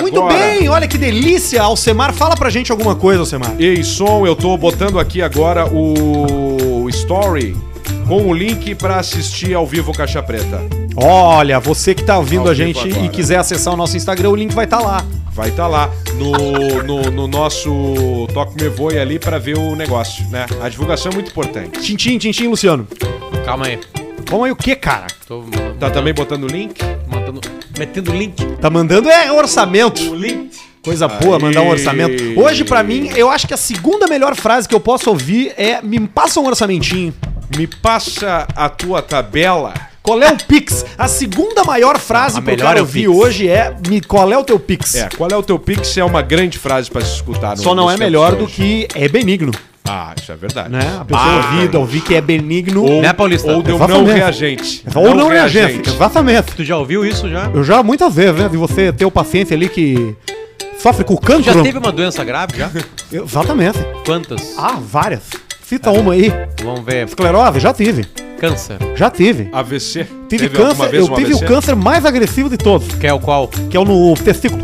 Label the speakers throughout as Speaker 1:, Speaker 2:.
Speaker 1: Muito
Speaker 2: Agora-
Speaker 1: bem, olha que delícia. Alcemar, fala pra gente alguma coisa, Alcemar.
Speaker 2: Ei, som, eu tô botando aqui agora o story com o link pra assistir ao vivo Caixa Preta.
Speaker 1: Olha, você que tá ouvindo
Speaker 2: Ao
Speaker 1: a
Speaker 2: vivo
Speaker 1: gente
Speaker 2: agora.
Speaker 1: e quiser acessar o nosso Instagram, o link vai estar lá.
Speaker 2: Vai estar tá lá no, no, no nosso Toque Me Voe ali pra ver o negócio, né? A divulgação é muito importante.
Speaker 1: Tintim, tintim, Luciano.
Speaker 3: Calma aí.
Speaker 1: Vamos aí o que, cara?
Speaker 3: Tô
Speaker 2: Tá também botando o link?
Speaker 3: mandando, metendo link.
Speaker 1: Tá mandando é orçamento.
Speaker 3: link.
Speaker 1: Coisa boa,
Speaker 2: Aí.
Speaker 1: mandar um orçamento. Hoje, pra mim, eu acho que a segunda melhor frase que eu posso ouvir é me passa um orçamentinho.
Speaker 2: Me passa a tua tabela.
Speaker 1: Qual é o Pix? A segunda maior frase
Speaker 3: A
Speaker 1: pro
Speaker 3: melhor
Speaker 1: cara
Speaker 3: é o
Speaker 1: ouvir
Speaker 3: Pix.
Speaker 1: hoje é me, qual é o teu Pix?
Speaker 2: É, qual é o teu pix? É uma grande frase pra se escutar. no-
Speaker 1: Só não
Speaker 2: nos
Speaker 1: é
Speaker 2: tempos
Speaker 1: melhor
Speaker 2: de
Speaker 1: do
Speaker 2: hoje.
Speaker 1: que é benigno,
Speaker 2: Ah, isso é verdade.
Speaker 1: né? A pessoa
Speaker 2: Ah.
Speaker 1: ouvida, ouvir que é benigno.
Speaker 2: Ou,
Speaker 3: Né, Paulista?
Speaker 2: ou deu não
Speaker 1: Exatamente.
Speaker 2: reagente.
Speaker 1: um Ou não, é gente. Exatamente.
Speaker 3: Tu já ouviu isso já?
Speaker 1: Eu já muitas vezes, né? De você ter o paciente ali que sofre com
Speaker 3: Já
Speaker 1: cancro.
Speaker 3: teve um- uma doença grave já?
Speaker 1: Eu- Exatamente.
Speaker 3: Quantas?
Speaker 1: Ah, várias. Cita uma aí.
Speaker 3: Vamos ver.
Speaker 1: Esclerose, já tive.
Speaker 3: Câncer.
Speaker 1: Já tive.
Speaker 2: AVC.
Speaker 1: Tive
Speaker 2: Teve alguma
Speaker 1: câncer,
Speaker 2: vez
Speaker 1: eu
Speaker 2: um
Speaker 1: tive
Speaker 2: AVC?
Speaker 1: o câncer mais agressivo de todos,
Speaker 3: Que é o qual?
Speaker 1: que é o no testículo.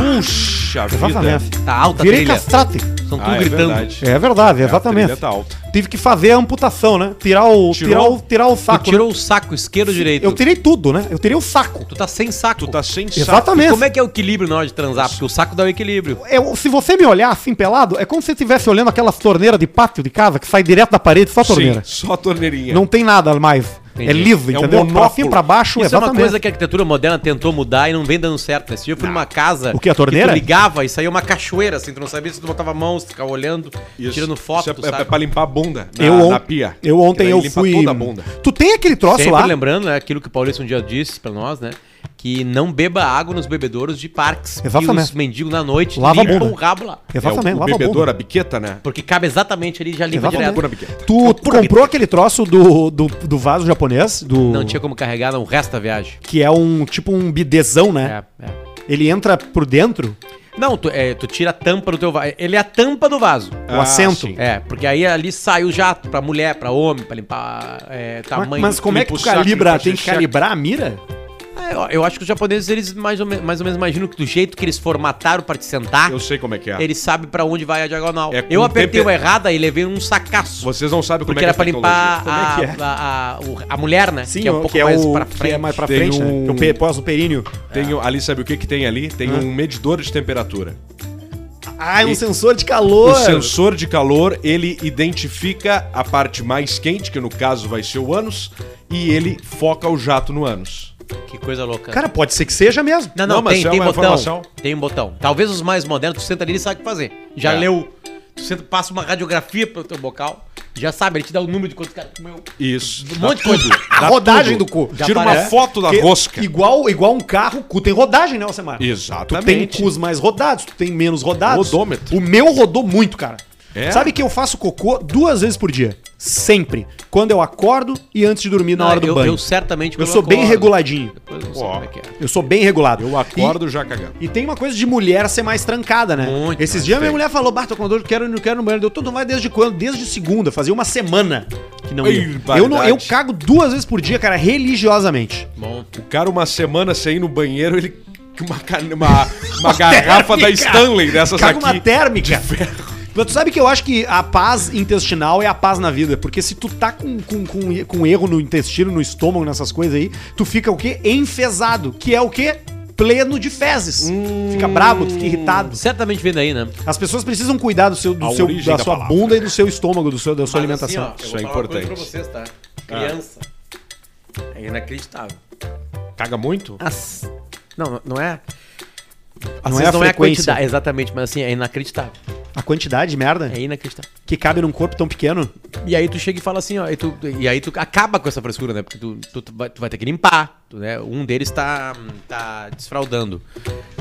Speaker 2: Puxa vida.
Speaker 1: Exatamente.
Speaker 3: Tá alta a
Speaker 1: Virei
Speaker 3: trilha.
Speaker 1: castrate.
Speaker 3: São tudo
Speaker 2: Ah, é
Speaker 3: gritando.
Speaker 2: verdade.
Speaker 1: É verdade,
Speaker 2: É, a
Speaker 1: exatamente.
Speaker 2: trilha tá alta.
Speaker 1: Tive que fazer a amputação, né? Tirar o,
Speaker 2: Tirou?
Speaker 1: tirar o, tirar o
Speaker 3: tu
Speaker 1: saco. né?
Speaker 3: tirou o saco esquerdo ou direito?
Speaker 1: Eu tirei tudo, né? Eu tirei o saco.
Speaker 3: Tu tá sem saco.
Speaker 2: Tu tá sem saco.
Speaker 1: Exatamente.
Speaker 3: Como é que é o equilíbrio na hora de transar? Porque o saco dá o equilíbrio.
Speaker 1: Eu- É, se você me olhar assim pelado, é como se você estivesse olhando aquelas torneiras de pátio de casa que sai direto da parede, só a torneira.
Speaker 2: Sim, só a torneirinha.
Speaker 1: Não tem nada mais.
Speaker 3: Entendi.
Speaker 1: É liso,
Speaker 2: É um
Speaker 1: entendeu? pra
Speaker 2: monóculo.
Speaker 1: cima, pra baixo,
Speaker 3: Isso é uma
Speaker 1: exatamente.
Speaker 3: coisa que a arquitetura moderna tentou mudar e não vem dando certo. Esse dia eu fui numa casa.
Speaker 1: O quê? A torneira?
Speaker 3: Que tu ligava e saía uma cachoeira, assim. Tu não sabia se tu botava a mão, se tu ficava olhando,
Speaker 2: Isso.
Speaker 3: tirando foto,
Speaker 2: Isso
Speaker 3: tu
Speaker 2: é, é
Speaker 3: sabe?
Speaker 2: pra limpar a bunda na,
Speaker 1: eu, on-
Speaker 2: na pia.
Speaker 1: eu
Speaker 2: E
Speaker 1: ontem
Speaker 2: daí
Speaker 1: eu
Speaker 2: limpa
Speaker 1: fui.
Speaker 2: toda a bunda.
Speaker 1: Tu tem aquele troço
Speaker 3: Sempre
Speaker 1: lá?
Speaker 3: lembrando, né, aquilo que o Paulista um dia disse pra nós, né? Que não beba água nos bebedouros de parques.
Speaker 1: Exatamente.
Speaker 3: E os mendigos na noite
Speaker 1: Lava a bunda.
Speaker 3: o rabo lá.
Speaker 2: é
Speaker 1: Exatamente,
Speaker 2: o, o
Speaker 1: lava a bunda.
Speaker 2: bebedor, a biqueta, né?
Speaker 3: Porque cabe exatamente ali e já limpa
Speaker 1: Exatamente.
Speaker 3: direto.
Speaker 1: Tu, tu comprou aquele troço do, do, do vaso japonês, do,
Speaker 3: Não tinha como carregar não, o resto da viagem.
Speaker 1: que é um tipo um bidezão, né?
Speaker 3: É, é.
Speaker 1: Ele entra por dentro,
Speaker 3: Não, tu, é, tu tira a tampa do teu vaso. Ele é a tampa do vaso.
Speaker 1: o
Speaker 2: Ah,
Speaker 1: um assento.
Speaker 2: sim.
Speaker 3: É, porque aí ali sai o jato pra mulher, pra homem, pra limpar é,
Speaker 1: Mas,
Speaker 3: tamanho.
Speaker 1: mas como é que
Speaker 2: limpa o
Speaker 1: tu
Speaker 2: saco,
Speaker 1: calibra?
Speaker 2: limpa
Speaker 1: Tem que
Speaker 2: xixi.
Speaker 1: calibrar a mira?
Speaker 3: Ah, eu, eu acho que os japoneses, eles mais ou, me- mais ou menos imaginam que do jeito que eles formataram pra te sentar,
Speaker 2: Eu sei como é que é.
Speaker 3: eles sabem pra onde vai a diagonal.
Speaker 2: É com
Speaker 3: eu apertei
Speaker 2: temper-
Speaker 3: uma errada e levei um sacaço.
Speaker 2: Vocês não sabem como
Speaker 3: porque
Speaker 2: é
Speaker 3: era
Speaker 2: que
Speaker 3: pra
Speaker 2: é
Speaker 3: limpar a,
Speaker 1: Como é que é?
Speaker 3: a- a- o- a mulher, né?
Speaker 1: Sim,
Speaker 3: que é um pouco mais pra frente.
Speaker 1: Que é mais pra
Speaker 2: Tem
Speaker 1: frente, né?
Speaker 2: um-
Speaker 1: Que o pe- pós o períneo.
Speaker 2: Tem, o- ali sabe o que que tem ali? Tem um medidor de temperatura.
Speaker 1: Ah, é um
Speaker 2: E-
Speaker 1: sensor de calor.
Speaker 2: O Um sensor de calor, ele identifica a parte mais quente, que no caso vai ser o ânus, e ele foca o jato no ânus.
Speaker 3: Que coisa louca.
Speaker 1: Cara, pode ser que seja mesmo.
Speaker 3: Não,
Speaker 2: Não,
Speaker 3: não,
Speaker 2: mas
Speaker 3: tem,
Speaker 2: é
Speaker 3: tem
Speaker 2: uma
Speaker 3: botão.
Speaker 2: informação.
Speaker 3: Tem um botão. Talvez os mais modernos, tu senta ali e sabe o que fazer. Já
Speaker 2: É.
Speaker 3: leu. Tu senta, passa uma radiografia pro teu bocal. Já sabe, ele te dá o número de quantos caras comeu.
Speaker 2: Isso.
Speaker 3: Um monte de coisa.
Speaker 1: A rodagem do cu.
Speaker 3: Já
Speaker 2: Tira uma
Speaker 3: parece.
Speaker 2: foto da
Speaker 1: Que-
Speaker 2: rosca.
Speaker 1: Igual, igual um carro, o cu tem rodagem, né, Alcemar? Tu tem
Speaker 2: Exatamente.
Speaker 1: cus mais rodados, tu tem menos rodados.
Speaker 2: Rodômetro.
Speaker 1: O meu rodou muito, cara.
Speaker 2: É?
Speaker 1: Sabe que eu faço cocô duas vezes por dia. Sempre. Quando eu acordo e antes de dormir na
Speaker 3: Não,
Speaker 1: hora do
Speaker 3: Ah, eu,
Speaker 1: banho.
Speaker 3: Eu certamente
Speaker 1: Eu
Speaker 3: quando
Speaker 1: sou bem
Speaker 3: acordo.
Speaker 1: reguladinho.
Speaker 3: Depois eu não sei
Speaker 2: Ó.
Speaker 3: como é que é.
Speaker 1: Eu sou bem regulado.
Speaker 2: Eu acordo já cagando.
Speaker 1: E, e tem uma coisa de mulher ser mais trancada, né?
Speaker 3: Muito,
Speaker 1: Esses
Speaker 3: mas
Speaker 1: dias minha
Speaker 3: tem.
Speaker 1: mulher falou, Barto, quando eu quero, não quero no banheiro. Eu tô, não vai desde quando? Desde segunda, fazia uma semana que não ia. Eu, não, eu
Speaker 2: Barbaridade.
Speaker 1: cago duas vezes por dia, cara, religiosamente.
Speaker 3: Bom.
Speaker 2: O cara, uma semana sem ir no banheiro, ele. com Uma, can- uma, uma garrafa da
Speaker 1: Térmica!
Speaker 2: Stanley dessas
Speaker 1: Cago uma
Speaker 2: aqui.
Speaker 1: térmica. Mas tu sabe que eu acho que a paz intestinal é a paz na vida. Porque se tu tá com, com, com, com erro no intestino, no estômago, nessas coisas aí, tu fica o quê? Enfesado. Que é o quê? Pleno de fezes. Fica brabo, tu fica irritado.
Speaker 3: Certamente vem daí, né?
Speaker 1: As pessoas precisam cuidar do seu, do
Speaker 2: A
Speaker 1: seu-
Speaker 2: origem
Speaker 1: da,
Speaker 2: da
Speaker 1: sua
Speaker 2: palavra.
Speaker 1: bunda e do seu estômago, do seu, da sua alimentação.
Speaker 3: Mas, assim, ó, eu
Speaker 2: Isso
Speaker 3: vou
Speaker 2: é
Speaker 3: falar uma coisa
Speaker 2: importante.
Speaker 3: pra vocês, tá? Criança. É inacreditável.
Speaker 2: Caga muito?
Speaker 3: As- Não, não é. Às
Speaker 1: Não
Speaker 3: vezes
Speaker 1: é a frequência.
Speaker 3: quantidade, exatamente, mas assim, é inacreditável.
Speaker 1: a quantidade de merda
Speaker 3: É inacreditável.
Speaker 1: que cabe num corpo tão pequeno.
Speaker 3: E aí tu chega e fala assim, ó, e, tu- e aí tu acaba com essa frescura, né? Porque tu, tu- tu vai, tu vai ter que limpar, tu, né? Um deles tá, tá desfraudando.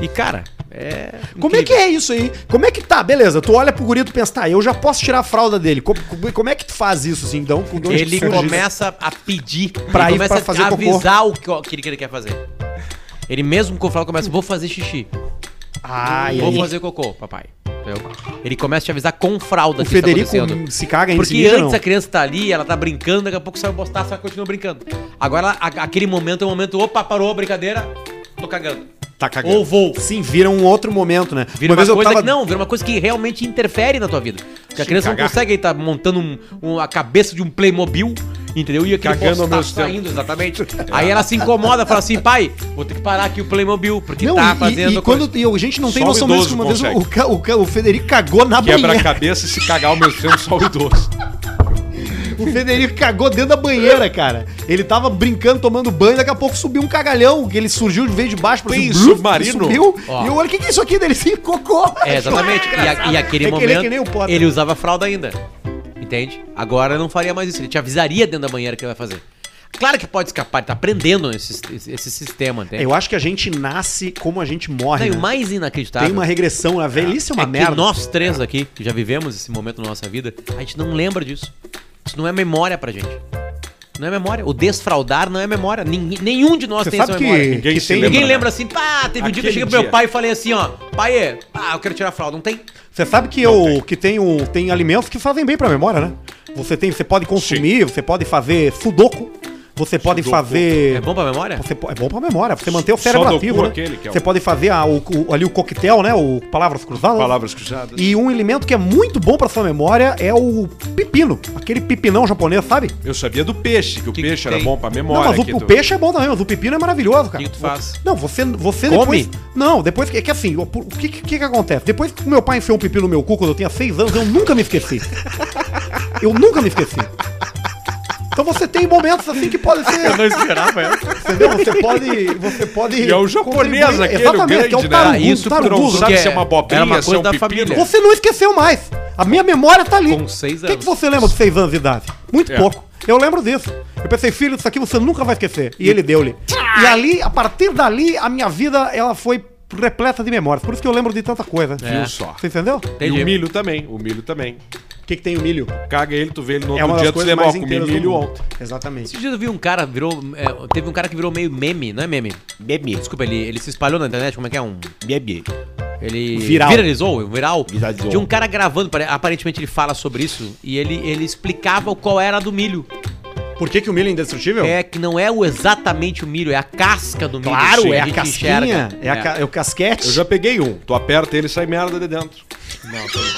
Speaker 3: E, cara, é...
Speaker 1: Como é que é isso aí? Como é que tá? Beleza, tu olha pro guri e tu pensa, tá, eu já posso tirar a fralda dele. Co- co- Como, é que tu faz isso, assim, então? Com de onde
Speaker 3: Ele
Speaker 1: que surge isso?
Speaker 3: começa a pedir,
Speaker 1: Pra ir
Speaker 3: ele começa
Speaker 1: pra fazer
Speaker 3: a
Speaker 1: cocô.
Speaker 3: avisar o que, o que ele- que ele quer fazer. Ele mesmo com o Flávio começa, vou fazer xixi,
Speaker 1: Ah, e
Speaker 3: vou
Speaker 1: aí?
Speaker 3: fazer cocô, papai. Entendeu? Ele começa a te avisar com fralda
Speaker 1: O
Speaker 3: que isso tá
Speaker 1: Federico
Speaker 3: acontecendo.
Speaker 1: se caga em
Speaker 3: Porque
Speaker 1: seguida,
Speaker 3: antes a criança tá ali, ela tá brincando, daqui a pouco sai o um bostaço, ela continua brincando. Agora, a- aquele momento é o momento, opa, parou a brincadeira, tô cagando.
Speaker 1: tá cagando.
Speaker 3: Ou vou.
Speaker 1: Sim, vira um outro momento, né?
Speaker 3: Vira uma,
Speaker 1: eu
Speaker 3: coisa
Speaker 1: tava-
Speaker 3: que não, vira uma coisa que realmente interfere na tua vida. Porque a
Speaker 1: Sim,
Speaker 3: criança
Speaker 1: cagar.
Speaker 3: não consegue estar montando um- um- a cabeça de um Playmobil, entendeu? E aquele
Speaker 2: Cagando ao
Speaker 3: tá
Speaker 2: mesmo tempo.
Speaker 3: saindo, exatamente. Aí ela se incomoda, fala assim, pai, vou ter que parar aqui o Playmobil, porque
Speaker 1: Não,
Speaker 3: tá
Speaker 1: e-
Speaker 3: fazendo
Speaker 1: e, e
Speaker 3: coisa."
Speaker 1: quando e a gente não tem
Speaker 2: Só o
Speaker 1: noção disso, que
Speaker 2: idoso
Speaker 1: uma vez o,
Speaker 2: consegue.
Speaker 1: ca- o, ca- o Federico cagou na
Speaker 2: Quebra a
Speaker 1: banheira.
Speaker 2: cabeça e se cagar ao mesmo tempo só o idoso.
Speaker 1: O Federico cagou dentro da banheira, cara. Ele tava brincando, tomando banho, daqui a pouco subiu um cagalhão, que ele surgiu de vez de baixo, pra
Speaker 2: Bem,
Speaker 1: cima, bluf,
Speaker 2: submarino.
Speaker 1: Subiu,
Speaker 3: Ó.
Speaker 1: e eu olha, o que, que é isso aqui dele? Se cocô.
Speaker 3: É, exatamente. E, a- e aquele
Speaker 1: É que ele é
Speaker 3: momento,
Speaker 1: que nem o Potter.
Speaker 3: ele usava fralda ainda. Entende? Agora não faria mais isso. Ele te avisaria dentro da banheira que ele vai fazer. Claro que pode escapar, ele tá aprendendo esse, esse, esse sistema, entende?
Speaker 1: Eu acho que a gente nasce como a gente
Speaker 3: Não,
Speaker 1: morre.
Speaker 3: e o
Speaker 1: né?
Speaker 3: mais inacreditável.
Speaker 1: Tem uma regressão, a velhice é uma
Speaker 3: é
Speaker 1: merda.
Speaker 3: que nós três aqui, que já vivemos esse momento na nossa vida, a gente não lembra disso. Isso não é memória pra gente. Não é memória. O desfraudar não é memória. Ningu- nenhum de nós
Speaker 1: Você
Speaker 3: tem
Speaker 1: sabe
Speaker 3: essa
Speaker 1: que,
Speaker 3: memória.
Speaker 2: Ninguém
Speaker 1: que
Speaker 2: se
Speaker 1: tem-
Speaker 2: lembra.
Speaker 3: Ninguém
Speaker 2: né?
Speaker 3: lembra assim, pá, teve um dia que eu
Speaker 2: Aquele
Speaker 3: cheguei pro meu
Speaker 2: dia.
Speaker 3: pai e falei assim, ó, pai, ah, eu quero tirar a fralda. Não tem.
Speaker 1: Você sabe que, eu, que tem, um, tem alimentos que fazem bem pra memória, né? Você, tem, você pode consumir, você pode fazer sudoku, você pode
Speaker 2: Sudoku.
Speaker 1: fazer...
Speaker 3: É bom pra memória?
Speaker 1: Você po- é bom pra memória, você manter o cérebro
Speaker 2: Sudoku
Speaker 1: ativo. Né?
Speaker 2: aquele que é o-
Speaker 1: Você pode fazer a- o- o- ali o coquetel, né? O palavras cruzadas.
Speaker 2: Palavras cruzadas.
Speaker 1: E um alimento que é muito bom pra sua memória é o pepino. Aquele pepinão japonês, sabe?
Speaker 2: Eu sabia do peixe, que o
Speaker 3: Que
Speaker 2: peixe
Speaker 3: que
Speaker 2: era
Speaker 3: tem?
Speaker 2: bom pra memória.
Speaker 1: não, mas
Speaker 2: que
Speaker 1: o, o
Speaker 2: tu-
Speaker 1: peixe é bom também, mas o pepino é maravilhoso, cara.
Speaker 3: O que que tu faz?
Speaker 1: Não, você, você
Speaker 3: Come?
Speaker 1: depois... Não, depois... É que assim, o o que, que, que acontece? Depois que o meu pai enfiou um pepino no meu cu quando eu tinha seis anos, eu nunca me esqueci. eu nunca me esqueci. Então você tem momentos assim que podem ser...
Speaker 3: não esperava essa.
Speaker 1: Entendeu? Você pode. Você pode.
Speaker 2: E é o japonês
Speaker 1: contribuir.
Speaker 2: aquele, o
Speaker 1: Exatamente,
Speaker 2: grande,
Speaker 1: que é o
Speaker 2: né?
Speaker 1: tarugu,
Speaker 3: Ah, isso
Speaker 1: tarugu,
Speaker 3: pro-
Speaker 1: né?
Speaker 2: Sabe
Speaker 3: que
Speaker 2: se é uma
Speaker 3: é-
Speaker 2: abobrinha,
Speaker 3: era uma
Speaker 2: se é um
Speaker 3: coisa da
Speaker 2: pepino.
Speaker 3: família.
Speaker 2: Você-
Speaker 1: Você não esqueceu mais. A minha memória tá ali.
Speaker 3: Com seis
Speaker 1: O que, que
Speaker 3: anos.
Speaker 1: você lembra de seis anos de idade? Muito
Speaker 2: É.
Speaker 1: pouco. Eu lembro disso. Eu pensei, filho, isso aqui você nunca vai esquecer. E ele deu-lhe. E ali, a partir dali, a minha vida ela foi repleta de memórias. Por isso que eu lembro de tanta coisa.
Speaker 3: É.
Speaker 2: Viu só?
Speaker 1: Você entendeu?
Speaker 2: E
Speaker 3: Entendi.
Speaker 2: o milho também, o milho também.
Speaker 1: O que, que tem o milho?
Speaker 2: Caga ele, tu vê ele no
Speaker 1: É
Speaker 2: outro
Speaker 1: uma das
Speaker 2: dia, tu
Speaker 1: coisas
Speaker 2: lembra, ó,
Speaker 1: mais
Speaker 2: comi
Speaker 1: inteiras do
Speaker 2: milho
Speaker 1: milho
Speaker 2: ontem.
Speaker 1: Exatamente.
Speaker 3: Esses dias eu vi um cara, virou. é, teve um cara que virou meio meme, não é meme? Meme. Desculpa, ele, ele se espalhou na internet, como é que é? Um. Meme. Ele
Speaker 1: Viral.
Speaker 3: viralizou, um viral.
Speaker 4: Viralizou.
Speaker 3: De um cara gravando, pare- aparentemente ele fala sobre isso e ele, ele explicava qual era a do milho.
Speaker 1: Então. Por que, que o milho é indestrutível?
Speaker 3: É que não é o, exatamente o milho, é a casca do milho.
Speaker 1: Claro,
Speaker 3: Sim,
Speaker 1: é a
Speaker 3: gente
Speaker 1: casquinha,
Speaker 3: enxerga.
Speaker 1: é, a ca- é o casquete.
Speaker 2: Eu já peguei um. Tu aperta ele e sai merda de dentro.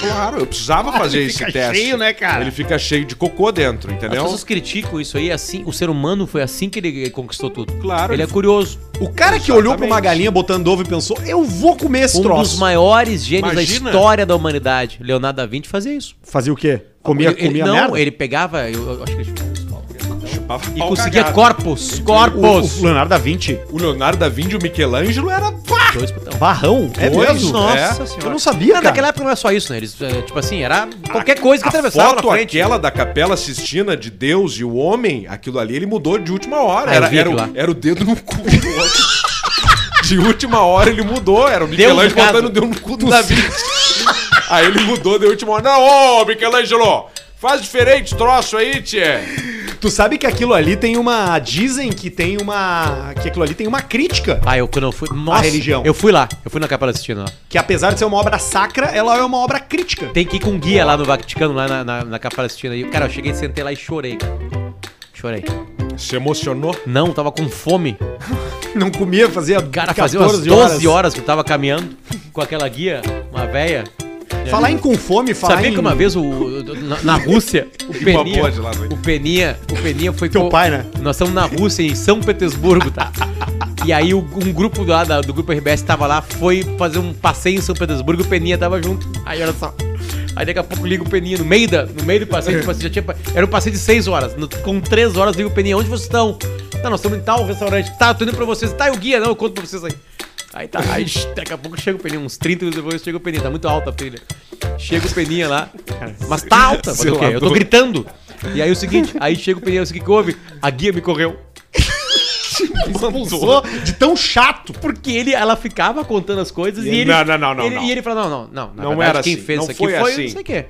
Speaker 2: claro, eu precisava fazer esse
Speaker 1: fica
Speaker 2: teste.
Speaker 1: cheio, né, cara?
Speaker 2: Ele fica cheio de cocô dentro,
Speaker 3: As
Speaker 2: entendeu?
Speaker 3: pessoas criticam isso aí, assim, o ser humano foi assim que ele conquistou tudo.
Speaker 2: Claro.
Speaker 3: Ele é curioso.
Speaker 1: O cara que olhou pra uma
Speaker 2: Exatamente.
Speaker 1: galinha botando ovo e pensou, eu vou comer esse
Speaker 3: Um
Speaker 1: troço.
Speaker 3: dos maiores gênios
Speaker 2: Imagina.
Speaker 3: da história da humanidade, Leonardo da Vinci, fazia isso.
Speaker 1: Fazia o quê? Comia,
Speaker 3: ele, ele-
Speaker 1: comia
Speaker 3: não,
Speaker 1: merda?
Speaker 3: ele pegava, eu, eu acho que ele
Speaker 2: Chupava
Speaker 3: e
Speaker 2: pau
Speaker 3: conseguia
Speaker 2: cagado.
Speaker 3: corpos,
Speaker 1: O, o
Speaker 3: corpos.
Speaker 1: Leonardo da Vinci.
Speaker 2: O Leonardo da Vinci e o Michelangelo era...
Speaker 3: Dois botão.
Speaker 1: Barrão?
Speaker 2: É
Speaker 1: coisa.
Speaker 2: mesmo?
Speaker 3: Nossa
Speaker 2: É.
Speaker 3: senhora.
Speaker 1: Eu não sabia,
Speaker 3: Não,
Speaker 1: cara.
Speaker 3: naquela época não era só isso, né? Eles, é, tipo assim, era qualquer coisa
Speaker 2: A
Speaker 3: que atravessava na
Speaker 2: foto
Speaker 3: frente.
Speaker 2: aquela da Capela Sistina de Deus e o Homem, aquilo ali, ele mudou de última hora.
Speaker 3: Ah, eu
Speaker 2: era,
Speaker 3: vi
Speaker 2: era,
Speaker 3: aquilo
Speaker 2: o, era o dedo no cu do outro. De última hora ele mudou, era o
Speaker 3: no
Speaker 2: Michelangelo
Speaker 3: caso.
Speaker 2: botando o dedo no cu do Davi. aí ele mudou de última hora. Não, ô Michelangelo, faz diferente troço aí, tchê.
Speaker 1: Tu sabe que aquilo ali tem uma... Dizem que tem uma... Que aquilo ali tem uma crítica.
Speaker 3: Ah, eu quando eu fui. Nossa,
Speaker 1: religião.
Speaker 3: eu fui lá. Eu fui na Capela assistindo lá.
Speaker 1: Que apesar de ser uma obra sacra, ela é uma obra crítica.
Speaker 3: Tem que ir com guia lá no Vaticano, lá na, na, na Capela assistindo aí. Cara, eu cheguei, sentei lá e chorei. cara. Chorei.
Speaker 2: Se emocionou?
Speaker 3: Não, tava com fome.
Speaker 1: Não comia, fazia
Speaker 3: Cara, fazia umas 12 horas. que eu tava caminhando com aquela guia, uma véia.
Speaker 1: Falar em com fome, falar
Speaker 3: Sabia
Speaker 1: em...
Speaker 3: que uma vez o, o- na, na Rússia, o Peninha,
Speaker 2: bode lá, né?
Speaker 3: o Peninha, o Peninha foi
Speaker 1: Teu
Speaker 3: co-
Speaker 1: pai, né?
Speaker 3: Nós estamos na Rússia, em São Petersburgo, tá? E aí o- um grupo lá da- do grupo RBS tava lá, foi fazer um passeio em São Petersburgo, o Peninha tava junto. Aí olha só. Aí daqui a pouco liga o Peninha no meio, da, no meio do passeio, tipo assim, já tinha, pa- era um passeio de 6 horas. No- com 3 horas liga o Peninha, onde vocês estão? Tá, nós estamos em tal restaurante. Tá, eu tô indo pra vocês. Tá, e o guia, não, eu conto pra vocês aí. Aí tá, aí daqui a pouco chega o Peninha, uns 30 minutos depois chega o Peninha, tá muito alta a trilha. Chega o Peninha lá, mas tá alta, fazer o quê? Eu tô gritando. E aí o seguinte, aí chega o Peninha, o seguinte que houve? A guia me correu.
Speaker 1: Expulsou de tão chato.
Speaker 3: Porque ele, ela ficava contando as coisas e ele.
Speaker 2: Não, não, não, não,
Speaker 3: ele,
Speaker 2: não.
Speaker 3: E ele falou: não, não, não. Na
Speaker 2: Não
Speaker 3: verdade,
Speaker 2: era
Speaker 3: quem
Speaker 2: assim,
Speaker 3: fez
Speaker 2: não
Speaker 3: isso aqui
Speaker 2: foi
Speaker 3: foi,
Speaker 2: assim.
Speaker 3: não sei o quê.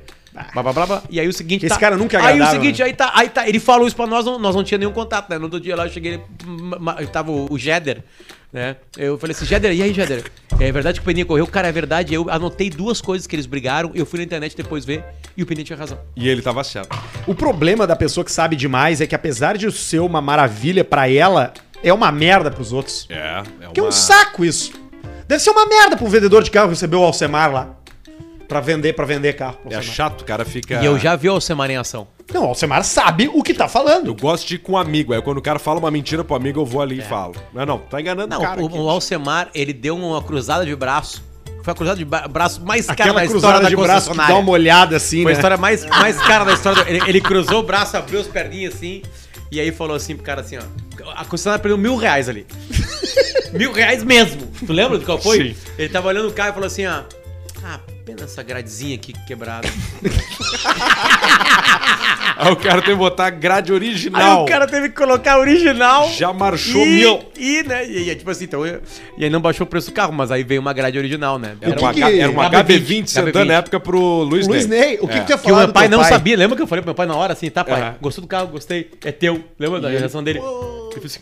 Speaker 3: Blá, blá, blá, blá. E aí o seguinte. tá-
Speaker 1: Esse cara nunca é
Speaker 3: Aí o
Speaker 1: agradável,
Speaker 3: seguinte,
Speaker 1: né?
Speaker 3: aí tá, aí tá. Ele falou isso pra nós, não- nós não tinha nenhum contato, né? No outro dia lá eu cheguei, ele, ma- ma- tava o, o Jeder, né? Eu falei assim: Jeder, e aí, Jeder? É verdade que o Peninha correu? Cara, é verdade. Eu anotei duas coisas que eles brigaram, eu fui na internet depois ver e o Peninha tinha razão.
Speaker 2: E ele tava certo.
Speaker 1: O problema da pessoa que sabe demais é que apesar de ser uma maravilha pra ela, é uma merda pros outros.
Speaker 2: É, é
Speaker 1: Que é um
Speaker 2: uma-
Speaker 1: saco isso. Deve ser uma merda pro vendedor de carro receber o Alcemar lá. Pra vender, pra vender carro. pro
Speaker 2: É
Speaker 1: Alcemar.
Speaker 2: chato, o cara fica.
Speaker 3: E
Speaker 1: Ah.
Speaker 3: eu já vi o Alcemar em ação.
Speaker 1: Não, o Alcemar sabe o que tá falando.
Speaker 2: Eu gosto de ir com um amigo. Aí quando o cara fala uma mentira pro amigo, eu vou
Speaker 1: É.
Speaker 2: ali e falo. Não, não, tá enganando o
Speaker 3: Não,
Speaker 2: cara.
Speaker 3: o,
Speaker 2: aqui.
Speaker 3: o Alcemar, ele deu uma cruzada de braço. Foi a cruzada de ba- braço mais cara
Speaker 1: Aquela
Speaker 3: da história
Speaker 1: cruzada
Speaker 3: da
Speaker 1: de braço que dá
Speaker 3: concessionária.
Speaker 1: uma olhada assim,
Speaker 3: Foi a
Speaker 1: né?
Speaker 3: história mais, mais cara da história. do- Ele, ele cruzou o braço, abriu as perninhas assim, e aí falou assim pro cara assim, ó. A concessionária perdeu mil reais ali. mil reais mesmo. Tu lembra de qual foi?
Speaker 2: Sim.
Speaker 3: Ele tava olhando o carro e falou assim, ó. Ah, pena essa gradezinha aqui quebrada.
Speaker 2: Aí o cara tem que botar a grade
Speaker 3: Aí
Speaker 2: original.
Speaker 3: o cara teve que colocar a original.
Speaker 2: Já marchou
Speaker 3: e,
Speaker 2: mil.
Speaker 3: E, né? E, aí é tipo assim, então. eu- e aí não baixou o preço do carro, mas aí veio uma grade original, né?
Speaker 2: Era
Speaker 1: O
Speaker 2: uma,
Speaker 1: que
Speaker 2: H-
Speaker 1: que-
Speaker 2: era uma
Speaker 3: HB20,
Speaker 2: HB20 Sedan na época pro Luiz,
Speaker 1: Luiz Ney, o que,
Speaker 2: É.
Speaker 1: que tu ia
Speaker 3: Que o
Speaker 1: falar
Speaker 3: meu
Speaker 1: do
Speaker 3: pai
Speaker 1: teu
Speaker 3: não sabia. Lembra que eu falei pro meu pai na hora assim, tá, pai?
Speaker 2: Aham.
Speaker 3: Gostou do carro, gostei. É teu. Lembra da reação dele? Ele fez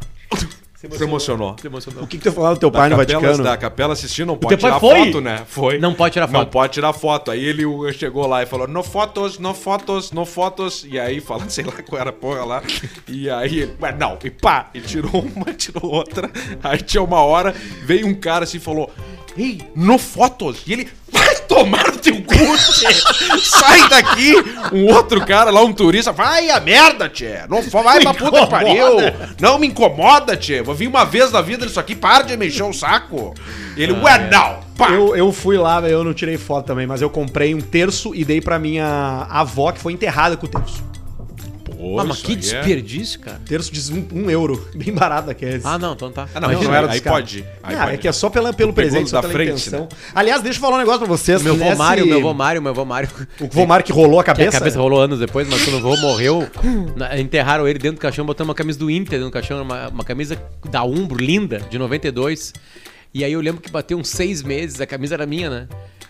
Speaker 3: assim,
Speaker 2: Se emocionou.
Speaker 3: se emocionou.
Speaker 1: O que, que tu ia falar do teu pai no
Speaker 2: Capelas
Speaker 1: Vaticano?
Speaker 2: Da capela assistindo, não
Speaker 3: teu
Speaker 2: pode
Speaker 3: pai
Speaker 2: tirar
Speaker 3: foi?
Speaker 2: foto, né? Foi.
Speaker 3: Não pode tirar
Speaker 2: Não
Speaker 3: foto.
Speaker 2: pode tirar foto. Aí ele o- chegou lá e falou: no fotos, no fotos, no fotos. E aí falando, sei lá qual era a porra lá. E aí ele, mas não, e pá, ele tirou uma, tirou outra. Aí tinha uma hora, veio um cara assim e falou: Ei, no fotos. E ele, vai tomar no teu cu, tchê. Sai daqui. Um outro cara lá, um turista, vai a merda, tchê. Não fo- vai pra puta que pariu. Não me incomoda, tchê. Vou vir uma vez na vida nisso aqui, para de mexer o saco. Ele, ué, não. Pá.
Speaker 1: Eu, eu fui lá, eu não tirei foto também, mas eu comprei um terço e dei pra minha avó que foi enterrada com o terço.
Speaker 2: Pô,
Speaker 3: Ah, mas
Speaker 2: isso
Speaker 3: que
Speaker 2: aí é-
Speaker 3: desperdício, cara.
Speaker 1: Terço de um, um euro, bem barato daqueles.
Speaker 3: Ah, não, então tá.
Speaker 2: Ah, não,
Speaker 1: Mas
Speaker 2: então
Speaker 1: não era
Speaker 2: aí
Speaker 1: descarte.
Speaker 2: pode. Aí
Speaker 1: Ah,
Speaker 2: pode.
Speaker 1: é que é só pela, pelo
Speaker 2: Pegou
Speaker 1: presente, só
Speaker 2: da
Speaker 1: pela
Speaker 2: frente,
Speaker 1: intenção. Aliás, deixa eu falar um negócio pra vocês.
Speaker 3: Meu vô
Speaker 1: Nesse-
Speaker 3: Mário, meu vô Mário, meu vô Mário.
Speaker 1: O vô Mário que rolou a
Speaker 3: Que a
Speaker 1: cabeça.
Speaker 3: cabeça rolou anos depois, mas quando o vô morreu, na- enterraram ele dentro do caixão, botando uma camisa do Inter dentro do caixão, uma, uma camisa da Umbro, linda, de 92. E aí eu lembro que bateu uns seis meses, a camisa era minha, né?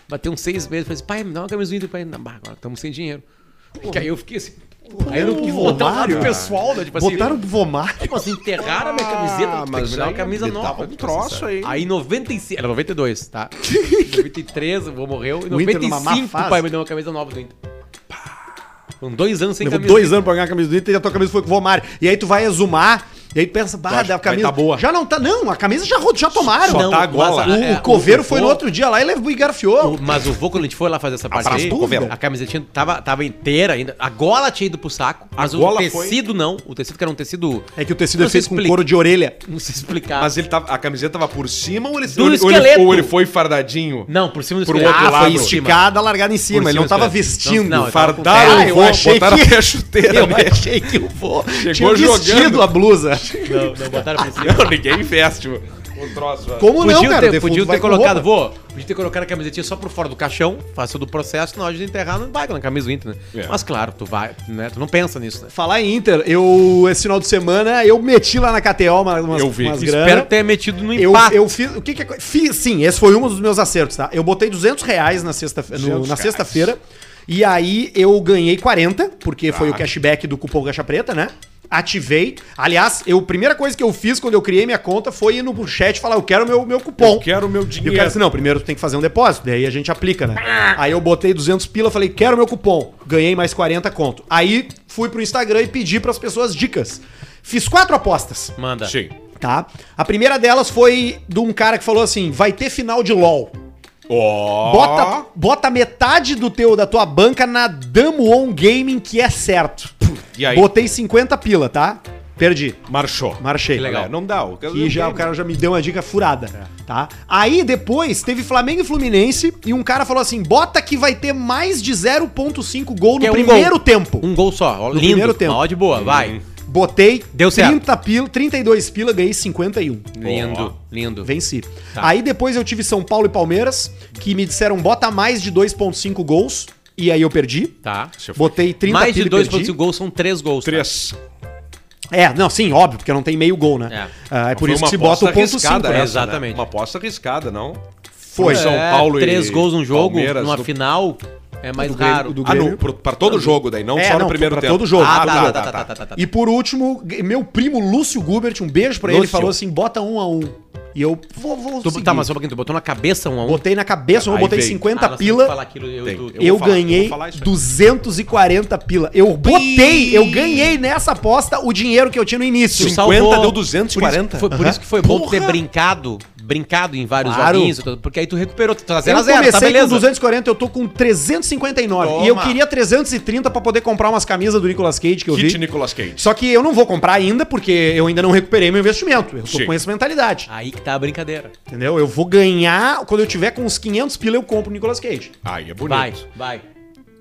Speaker 3: Bateu uns seis meses, falei assim, pai, me dá uma camisa do Inter, pai, não, bah, agora estamos sem dinheiro. Que aí eu fiquei assim, porra, aí eu não quis
Speaker 1: Vô
Speaker 3: botar lá pro
Speaker 1: Mário,
Speaker 3: pessoal, né? Tipo
Speaker 1: Botaram
Speaker 3: assim,
Speaker 1: o vô Mário.
Speaker 3: tipo assim, enterraram a minha camiseta,
Speaker 2: Ah,
Speaker 3: tem que
Speaker 2: mas
Speaker 3: me dar uma
Speaker 2: aí
Speaker 3: camisa
Speaker 2: me dá
Speaker 3: nova.
Speaker 2: um
Speaker 3: tipo
Speaker 2: troço
Speaker 3: assim, sabe?
Speaker 2: aí.
Speaker 3: Aí 95, era 92, tá? 93, o vô morreu, e
Speaker 1: O Inter numa má
Speaker 3: 95 o pai
Speaker 1: fase.
Speaker 3: me deu uma camisa nova do Inter. Foram dois anos sem
Speaker 1: Levou
Speaker 3: camisa.
Speaker 1: dois anos pra ganhar a camisa do Inter e a tua camisa foi com o vô Mário. E aí tu vai exumar, e aí tu pensa, bah,
Speaker 2: acha
Speaker 1: a
Speaker 2: que vai
Speaker 1: camisa...
Speaker 2: tá boa.
Speaker 1: Já não tá... Não, a camisa já, ro- já tomaram.
Speaker 2: só
Speaker 1: Não,
Speaker 2: tá a gola.
Speaker 1: o,
Speaker 3: é,
Speaker 1: o coveiro foi
Speaker 3: vô-
Speaker 1: no outro dia lá e levou e
Speaker 3: o-
Speaker 1: garfiou.
Speaker 3: mas o vô, quando a gente foi lá fazer essa parte
Speaker 2: Abraço
Speaker 3: aí,
Speaker 2: pro coveiro.
Speaker 3: a camisetinha tava, tava inteira ainda. A gola tinha ido pro saco, mas o
Speaker 2: gola foi-
Speaker 3: tecido não. O tecido que era um tecido...
Speaker 1: É que o tecido
Speaker 3: Não
Speaker 1: é
Speaker 3: sei
Speaker 1: feito com
Speaker 3: explicar.
Speaker 1: couro de orelha.
Speaker 3: Não sei explicar.
Speaker 2: Mas ele tava, a camiseta tava por cima ou ele,
Speaker 3: Do
Speaker 2: ou ele, ou ele-
Speaker 3: esqueleto.
Speaker 2: ou ele foi fardadinho?
Speaker 3: Não, por cima do
Speaker 2: Pro
Speaker 3: esqueleto.
Speaker 2: outro lado.
Speaker 3: foi
Speaker 2: Por
Speaker 3: esticado.
Speaker 1: Ah, Esticada, largada em cima.
Speaker 3: Por
Speaker 1: Ele
Speaker 3: cima
Speaker 1: não tava
Speaker 3: do esqueledo.
Speaker 1: vestindo.
Speaker 3: Não, não, tava com
Speaker 2: Fardaram
Speaker 1: Ah,
Speaker 2: o
Speaker 1: eu
Speaker 2: vô,
Speaker 1: achei
Speaker 2: botaram
Speaker 1: que-
Speaker 2: até a chuteira
Speaker 1: Eu
Speaker 2: nele.
Speaker 1: achei que o vô tinha
Speaker 2: Chegou
Speaker 1: vestido
Speaker 2: jogando.
Speaker 1: a blusa.
Speaker 3: Não, não botaram por cima.
Speaker 2: Não, ninguém veste o o troço. velho.
Speaker 1: Como
Speaker 3: Podiam
Speaker 1: não, cara? O
Speaker 3: ter,
Speaker 1: defunto
Speaker 3: podiam
Speaker 1: vai
Speaker 3: ter
Speaker 1: com
Speaker 3: colocado,
Speaker 1: roupa.
Speaker 3: vô, podia ter colocado a camisetinha só por fora do caixão, passou do processo, na hora de enterrar, não vai com a camisa do Inter, né?
Speaker 2: É.
Speaker 3: Mas claro, tu vai, né? Tu não pensa nisso, né?
Speaker 1: Falar em Inter, eu, esse final de semana, eu meti lá na KTO uma, umas,
Speaker 2: Eu vi.
Speaker 1: umas
Speaker 2: Espero
Speaker 1: grana.
Speaker 3: Espero ter metido
Speaker 2: Um
Speaker 3: no
Speaker 1: Eu,
Speaker 3: empate.
Speaker 1: eu fiz. O que que é. co- Fiz, sim, esse foi um dos meus acertos, tá? Eu botei 200 reais na sexta-feira.
Speaker 2: 200
Speaker 1: Na
Speaker 2: reais.
Speaker 1: sexta-feira. E aí eu ganhei 40, porque foi o
Speaker 2: Ah.
Speaker 1: cashback do cupom Caixa Preta, né? Ativei. Aliás, eu, a primeira coisa que eu fiz quando eu criei minha conta foi ir no chat e falar: eu quero meu, meu cupom.
Speaker 2: Eu quero o meu
Speaker 1: E o
Speaker 2: dinheiro. Ah.
Speaker 1: cara disse, não, primeiro tu tem que fazer um depósito, daí a gente aplica, né? Aí eu botei 200 pila, falei, quero meu cupom, ganhei mais 40 conto. Aí fui pro Instagram e pedi pras pessoas dicas. Fiz quatro apostas,
Speaker 3: Manda.
Speaker 2: Sim.
Speaker 1: tá? A primeira delas foi de um cara que falou assim, vai ter final de LOL.
Speaker 2: Ó.
Speaker 1: Bota, bota metade do teu da tua banca na Damo On Gaming, que é certo.
Speaker 2: E aí?
Speaker 1: Botei 50 pila, tá? Perdi,
Speaker 2: Marchou.
Speaker 1: marchei.
Speaker 3: Que legal. É.
Speaker 2: É, não dá. O cara
Speaker 1: Que já, o cara já me deu uma dica furada, tá? Aí depois teve Flamengo e Fluminense e um cara falou assim: bota que vai ter mais de 0,5 gol
Speaker 3: Que
Speaker 1: no
Speaker 3: é um
Speaker 1: primeiro
Speaker 3: gol.
Speaker 1: tempo.
Speaker 3: Um gol só, ó,
Speaker 1: No
Speaker 3: lindo.
Speaker 1: primeiro tempo.
Speaker 3: Uma odd boa,
Speaker 2: Uhum.
Speaker 3: vai.
Speaker 1: Botei
Speaker 3: Deu certo.
Speaker 1: 30 pila, 32 pila, ganhei 51.
Speaker 3: Lindo, lindo.
Speaker 1: Venci. Aí depois eu tive São Paulo e Palmeiras, que me disseram bota mais de 2,5 gols. E aí eu perdi.
Speaker 3: Tá.
Speaker 1: Botei 30
Speaker 3: Mais de
Speaker 1: pila e
Speaker 3: dois
Speaker 1: perdi.
Speaker 3: pontos de gol são três gols. tá?
Speaker 2: Três.
Speaker 1: É, não, sim, óbvio, porque não tem meio gol, né?
Speaker 3: É.
Speaker 1: Ah, é por
Speaker 2: Foi
Speaker 1: isso que
Speaker 2: uma
Speaker 1: se bota
Speaker 2: aposta
Speaker 1: o ponto 5.
Speaker 2: arriscada é.
Speaker 3: cinco, né?
Speaker 2: essa,
Speaker 3: Exatamente.
Speaker 2: Uma aposta arriscada, não?
Speaker 1: Foi.
Speaker 2: São
Speaker 3: É,
Speaker 2: Paulo e
Speaker 3: Três gols num jogo,
Speaker 2: Palmeiras,
Speaker 3: numa
Speaker 2: do-
Speaker 3: final, é mais
Speaker 1: Grêmio-
Speaker 3: raro.
Speaker 1: do
Speaker 2: Ah, não.
Speaker 1: Grêmio.
Speaker 2: pro- Pra todo jogo daí, não
Speaker 1: É,
Speaker 2: só no
Speaker 1: não,
Speaker 2: primeiro
Speaker 1: pra
Speaker 2: tempo.
Speaker 1: todo jogo.
Speaker 3: Ah,
Speaker 1: Ah,
Speaker 3: tá,
Speaker 1: tá,
Speaker 3: tá, tá, tá, tá, tá.
Speaker 1: E por último, meu primo Lúcio Gubert, um beijo pra ele,
Speaker 2: Lúcio.
Speaker 1: falou assim: bota um a um. E eu vou, vou
Speaker 3: Tu,
Speaker 1: seguir.
Speaker 3: tá, mas só um pouquinho, tu botou na cabeça um a um.
Speaker 1: Botei na cabeça, eu
Speaker 2: Aí
Speaker 1: botei
Speaker 2: veio.
Speaker 3: Ah,
Speaker 1: 50
Speaker 3: nós temos que falar
Speaker 1: pila.
Speaker 3: aquilo, eu,
Speaker 2: Tem.
Speaker 3: tu-
Speaker 1: Eu,
Speaker 2: Eu vou falar,
Speaker 1: ganhei
Speaker 2: eu vou falar isso aí.
Speaker 1: 240 pila. Eu botei, eu ganhei nessa aposta o dinheiro que eu tinha no início.
Speaker 3: Tu salvou.
Speaker 2: deu 240?
Speaker 3: Foi por
Speaker 1: Aham.
Speaker 3: isso que foi bom tu ter
Speaker 2: Porra!
Speaker 3: brincado brincado em vários
Speaker 1: Claro.
Speaker 3: joguinhos, porque aí tu recuperou, tu tá 0x0,
Speaker 1: Eu
Speaker 3: zero, tá
Speaker 1: comecei com
Speaker 3: beleza.
Speaker 1: 240, eu tô com 359.
Speaker 2: Toma.
Speaker 1: E eu queria 330 pra poder comprar umas camisas do Nicolas Cage que eu
Speaker 2: Kit
Speaker 1: vi.
Speaker 2: Nicolas Cage.
Speaker 1: Só que eu não vou comprar ainda, porque eu ainda não recuperei meu investimento. Eu tô
Speaker 2: Sim.
Speaker 1: com essa mentalidade,
Speaker 3: Aí que tá a brincadeira.
Speaker 1: entendeu? Eu vou ganhar, quando eu tiver com uns 500 pila, eu compro o Nicolas Cage.
Speaker 2: Aí é bonito.
Speaker 3: Vai, vai.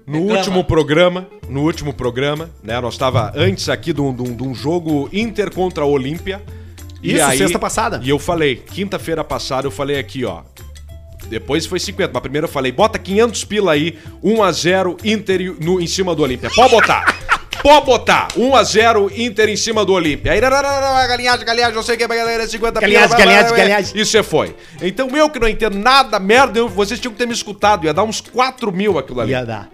Speaker 2: No
Speaker 3: Reclama.
Speaker 2: último programa, no último programa, né? Nós estava antes aqui de um, de um- de um jogo Inter contra a Olímpia.
Speaker 1: Isso, sexta passada.
Speaker 2: E eu falei, quinta-feira passada, eu falei aqui, ó. Depois foi 50, mas primeiro eu falei, bota 500 pila aí, 1x0 Inter e- no, em cima do Olímpia. Pode botar! Pode botar! 1x0 Inter em cima do Olímpia. Aí, "Rararara, galinhagem, galinhagem, não sei o que, galinhagem, 50
Speaker 1: Galinhagem,
Speaker 2: blá, blá, blá,
Speaker 1: galinhagem,
Speaker 2: blá."
Speaker 1: galinhagem.
Speaker 2: E você foi. Então eu que não entendo nada, merda, eu- vocês tinham que ter me escutado, ia dar uns 4 mil aquilo ali.
Speaker 1: Ia dar.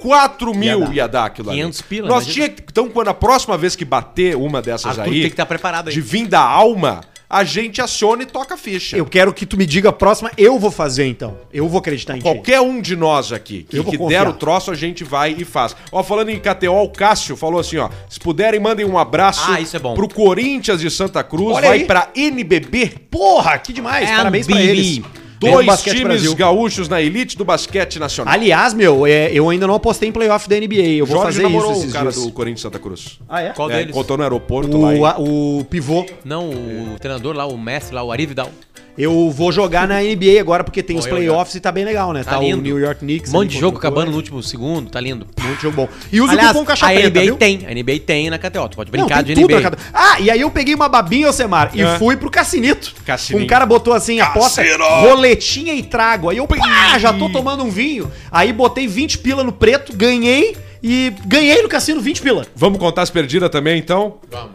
Speaker 2: 4 mil ia
Speaker 1: dar.
Speaker 2: dar, aquilo
Speaker 3: 500 pila,
Speaker 2: Nós
Speaker 3: imagina.
Speaker 2: tinha que- Então, quando a próxima vez que bater uma dessas
Speaker 3: Arthur
Speaker 2: aí,
Speaker 3: tem que
Speaker 1: tá
Speaker 3: estar preparado aí.
Speaker 2: de vir da alma, a gente aciona e toca a ficha.
Speaker 1: Eu quero que tu me diga a próxima, eu vou fazer então. Eu vou acreditar em ti.
Speaker 2: Qualquer um de nós aqui que,
Speaker 1: Eu vou
Speaker 2: que
Speaker 1: confiar.
Speaker 2: der o troço, a gente vai e faz. Ó, falando em KTO, o Cássio falou assim, ó. Se puderem, mandem um abraço
Speaker 3: Ah, isso é bom.
Speaker 2: pro Corinthians de Santa Cruz.
Speaker 1: Olha
Speaker 2: vai
Speaker 1: aí.
Speaker 2: pra NBB.
Speaker 1: Porra, que demais.
Speaker 3: É
Speaker 1: Parabéns
Speaker 3: a
Speaker 1: pra
Speaker 3: Bibi.
Speaker 1: eles. Beijo,
Speaker 2: Dois
Speaker 1: Basquete
Speaker 2: times
Speaker 1: Brasil.
Speaker 2: gaúchos na elite do basquete nacional.
Speaker 1: Aliás, meu, é, eu ainda não apostei em playoff da NBA. Eu vou fazer isso
Speaker 2: o
Speaker 1: esses
Speaker 2: cara
Speaker 1: dias.
Speaker 2: do Corinthians de Santa Cruz.
Speaker 1: Ah, é?
Speaker 3: Qual
Speaker 2: É,
Speaker 3: deles?
Speaker 2: encontrou no aeroporto lá. em-
Speaker 1: O, a- o pivô.
Speaker 3: Não, o treinador lá, o mestre lá, o Arividal.
Speaker 1: Eu vou jogar na NBA agora porque tem
Speaker 3: Bom,
Speaker 1: os
Speaker 3: eu já-
Speaker 1: playoffs e tá bem legal, né? Tá,
Speaker 3: Tá
Speaker 1: o
Speaker 3: lindo.
Speaker 1: New York Knicks.
Speaker 3: Um monte
Speaker 1: ali
Speaker 3: de jogo
Speaker 1: contra o
Speaker 3: acabando no
Speaker 1: Portland.
Speaker 3: último segundo, tá lindo.
Speaker 1: Um monte de jogo bom. E usa
Speaker 3: Aliás,
Speaker 1: o cupom Caixa
Speaker 3: a
Speaker 1: Preta,
Speaker 3: NBA
Speaker 1: viu?
Speaker 3: tem, a NBA tem na KTO, tu pode
Speaker 1: Não,
Speaker 3: brincar
Speaker 1: tem
Speaker 3: de
Speaker 1: tudo na
Speaker 3: NBA.
Speaker 1: cada... Ah, e aí eu peguei uma babinha, Alcemar, e
Speaker 3: É.
Speaker 2: Ah.
Speaker 1: fui pro Cassinito.
Speaker 2: Cassinito.
Speaker 1: Um cara botou assim, aposta,
Speaker 2: Cassino!
Speaker 1: roletinha e trago. Aí eu, pá, já tô tomando um vinho. Aí botei 20 pila no preto, ganhei, e ganhei no Cassino 20 pila.
Speaker 2: Vamos contar as perdidas também, então? Vamos.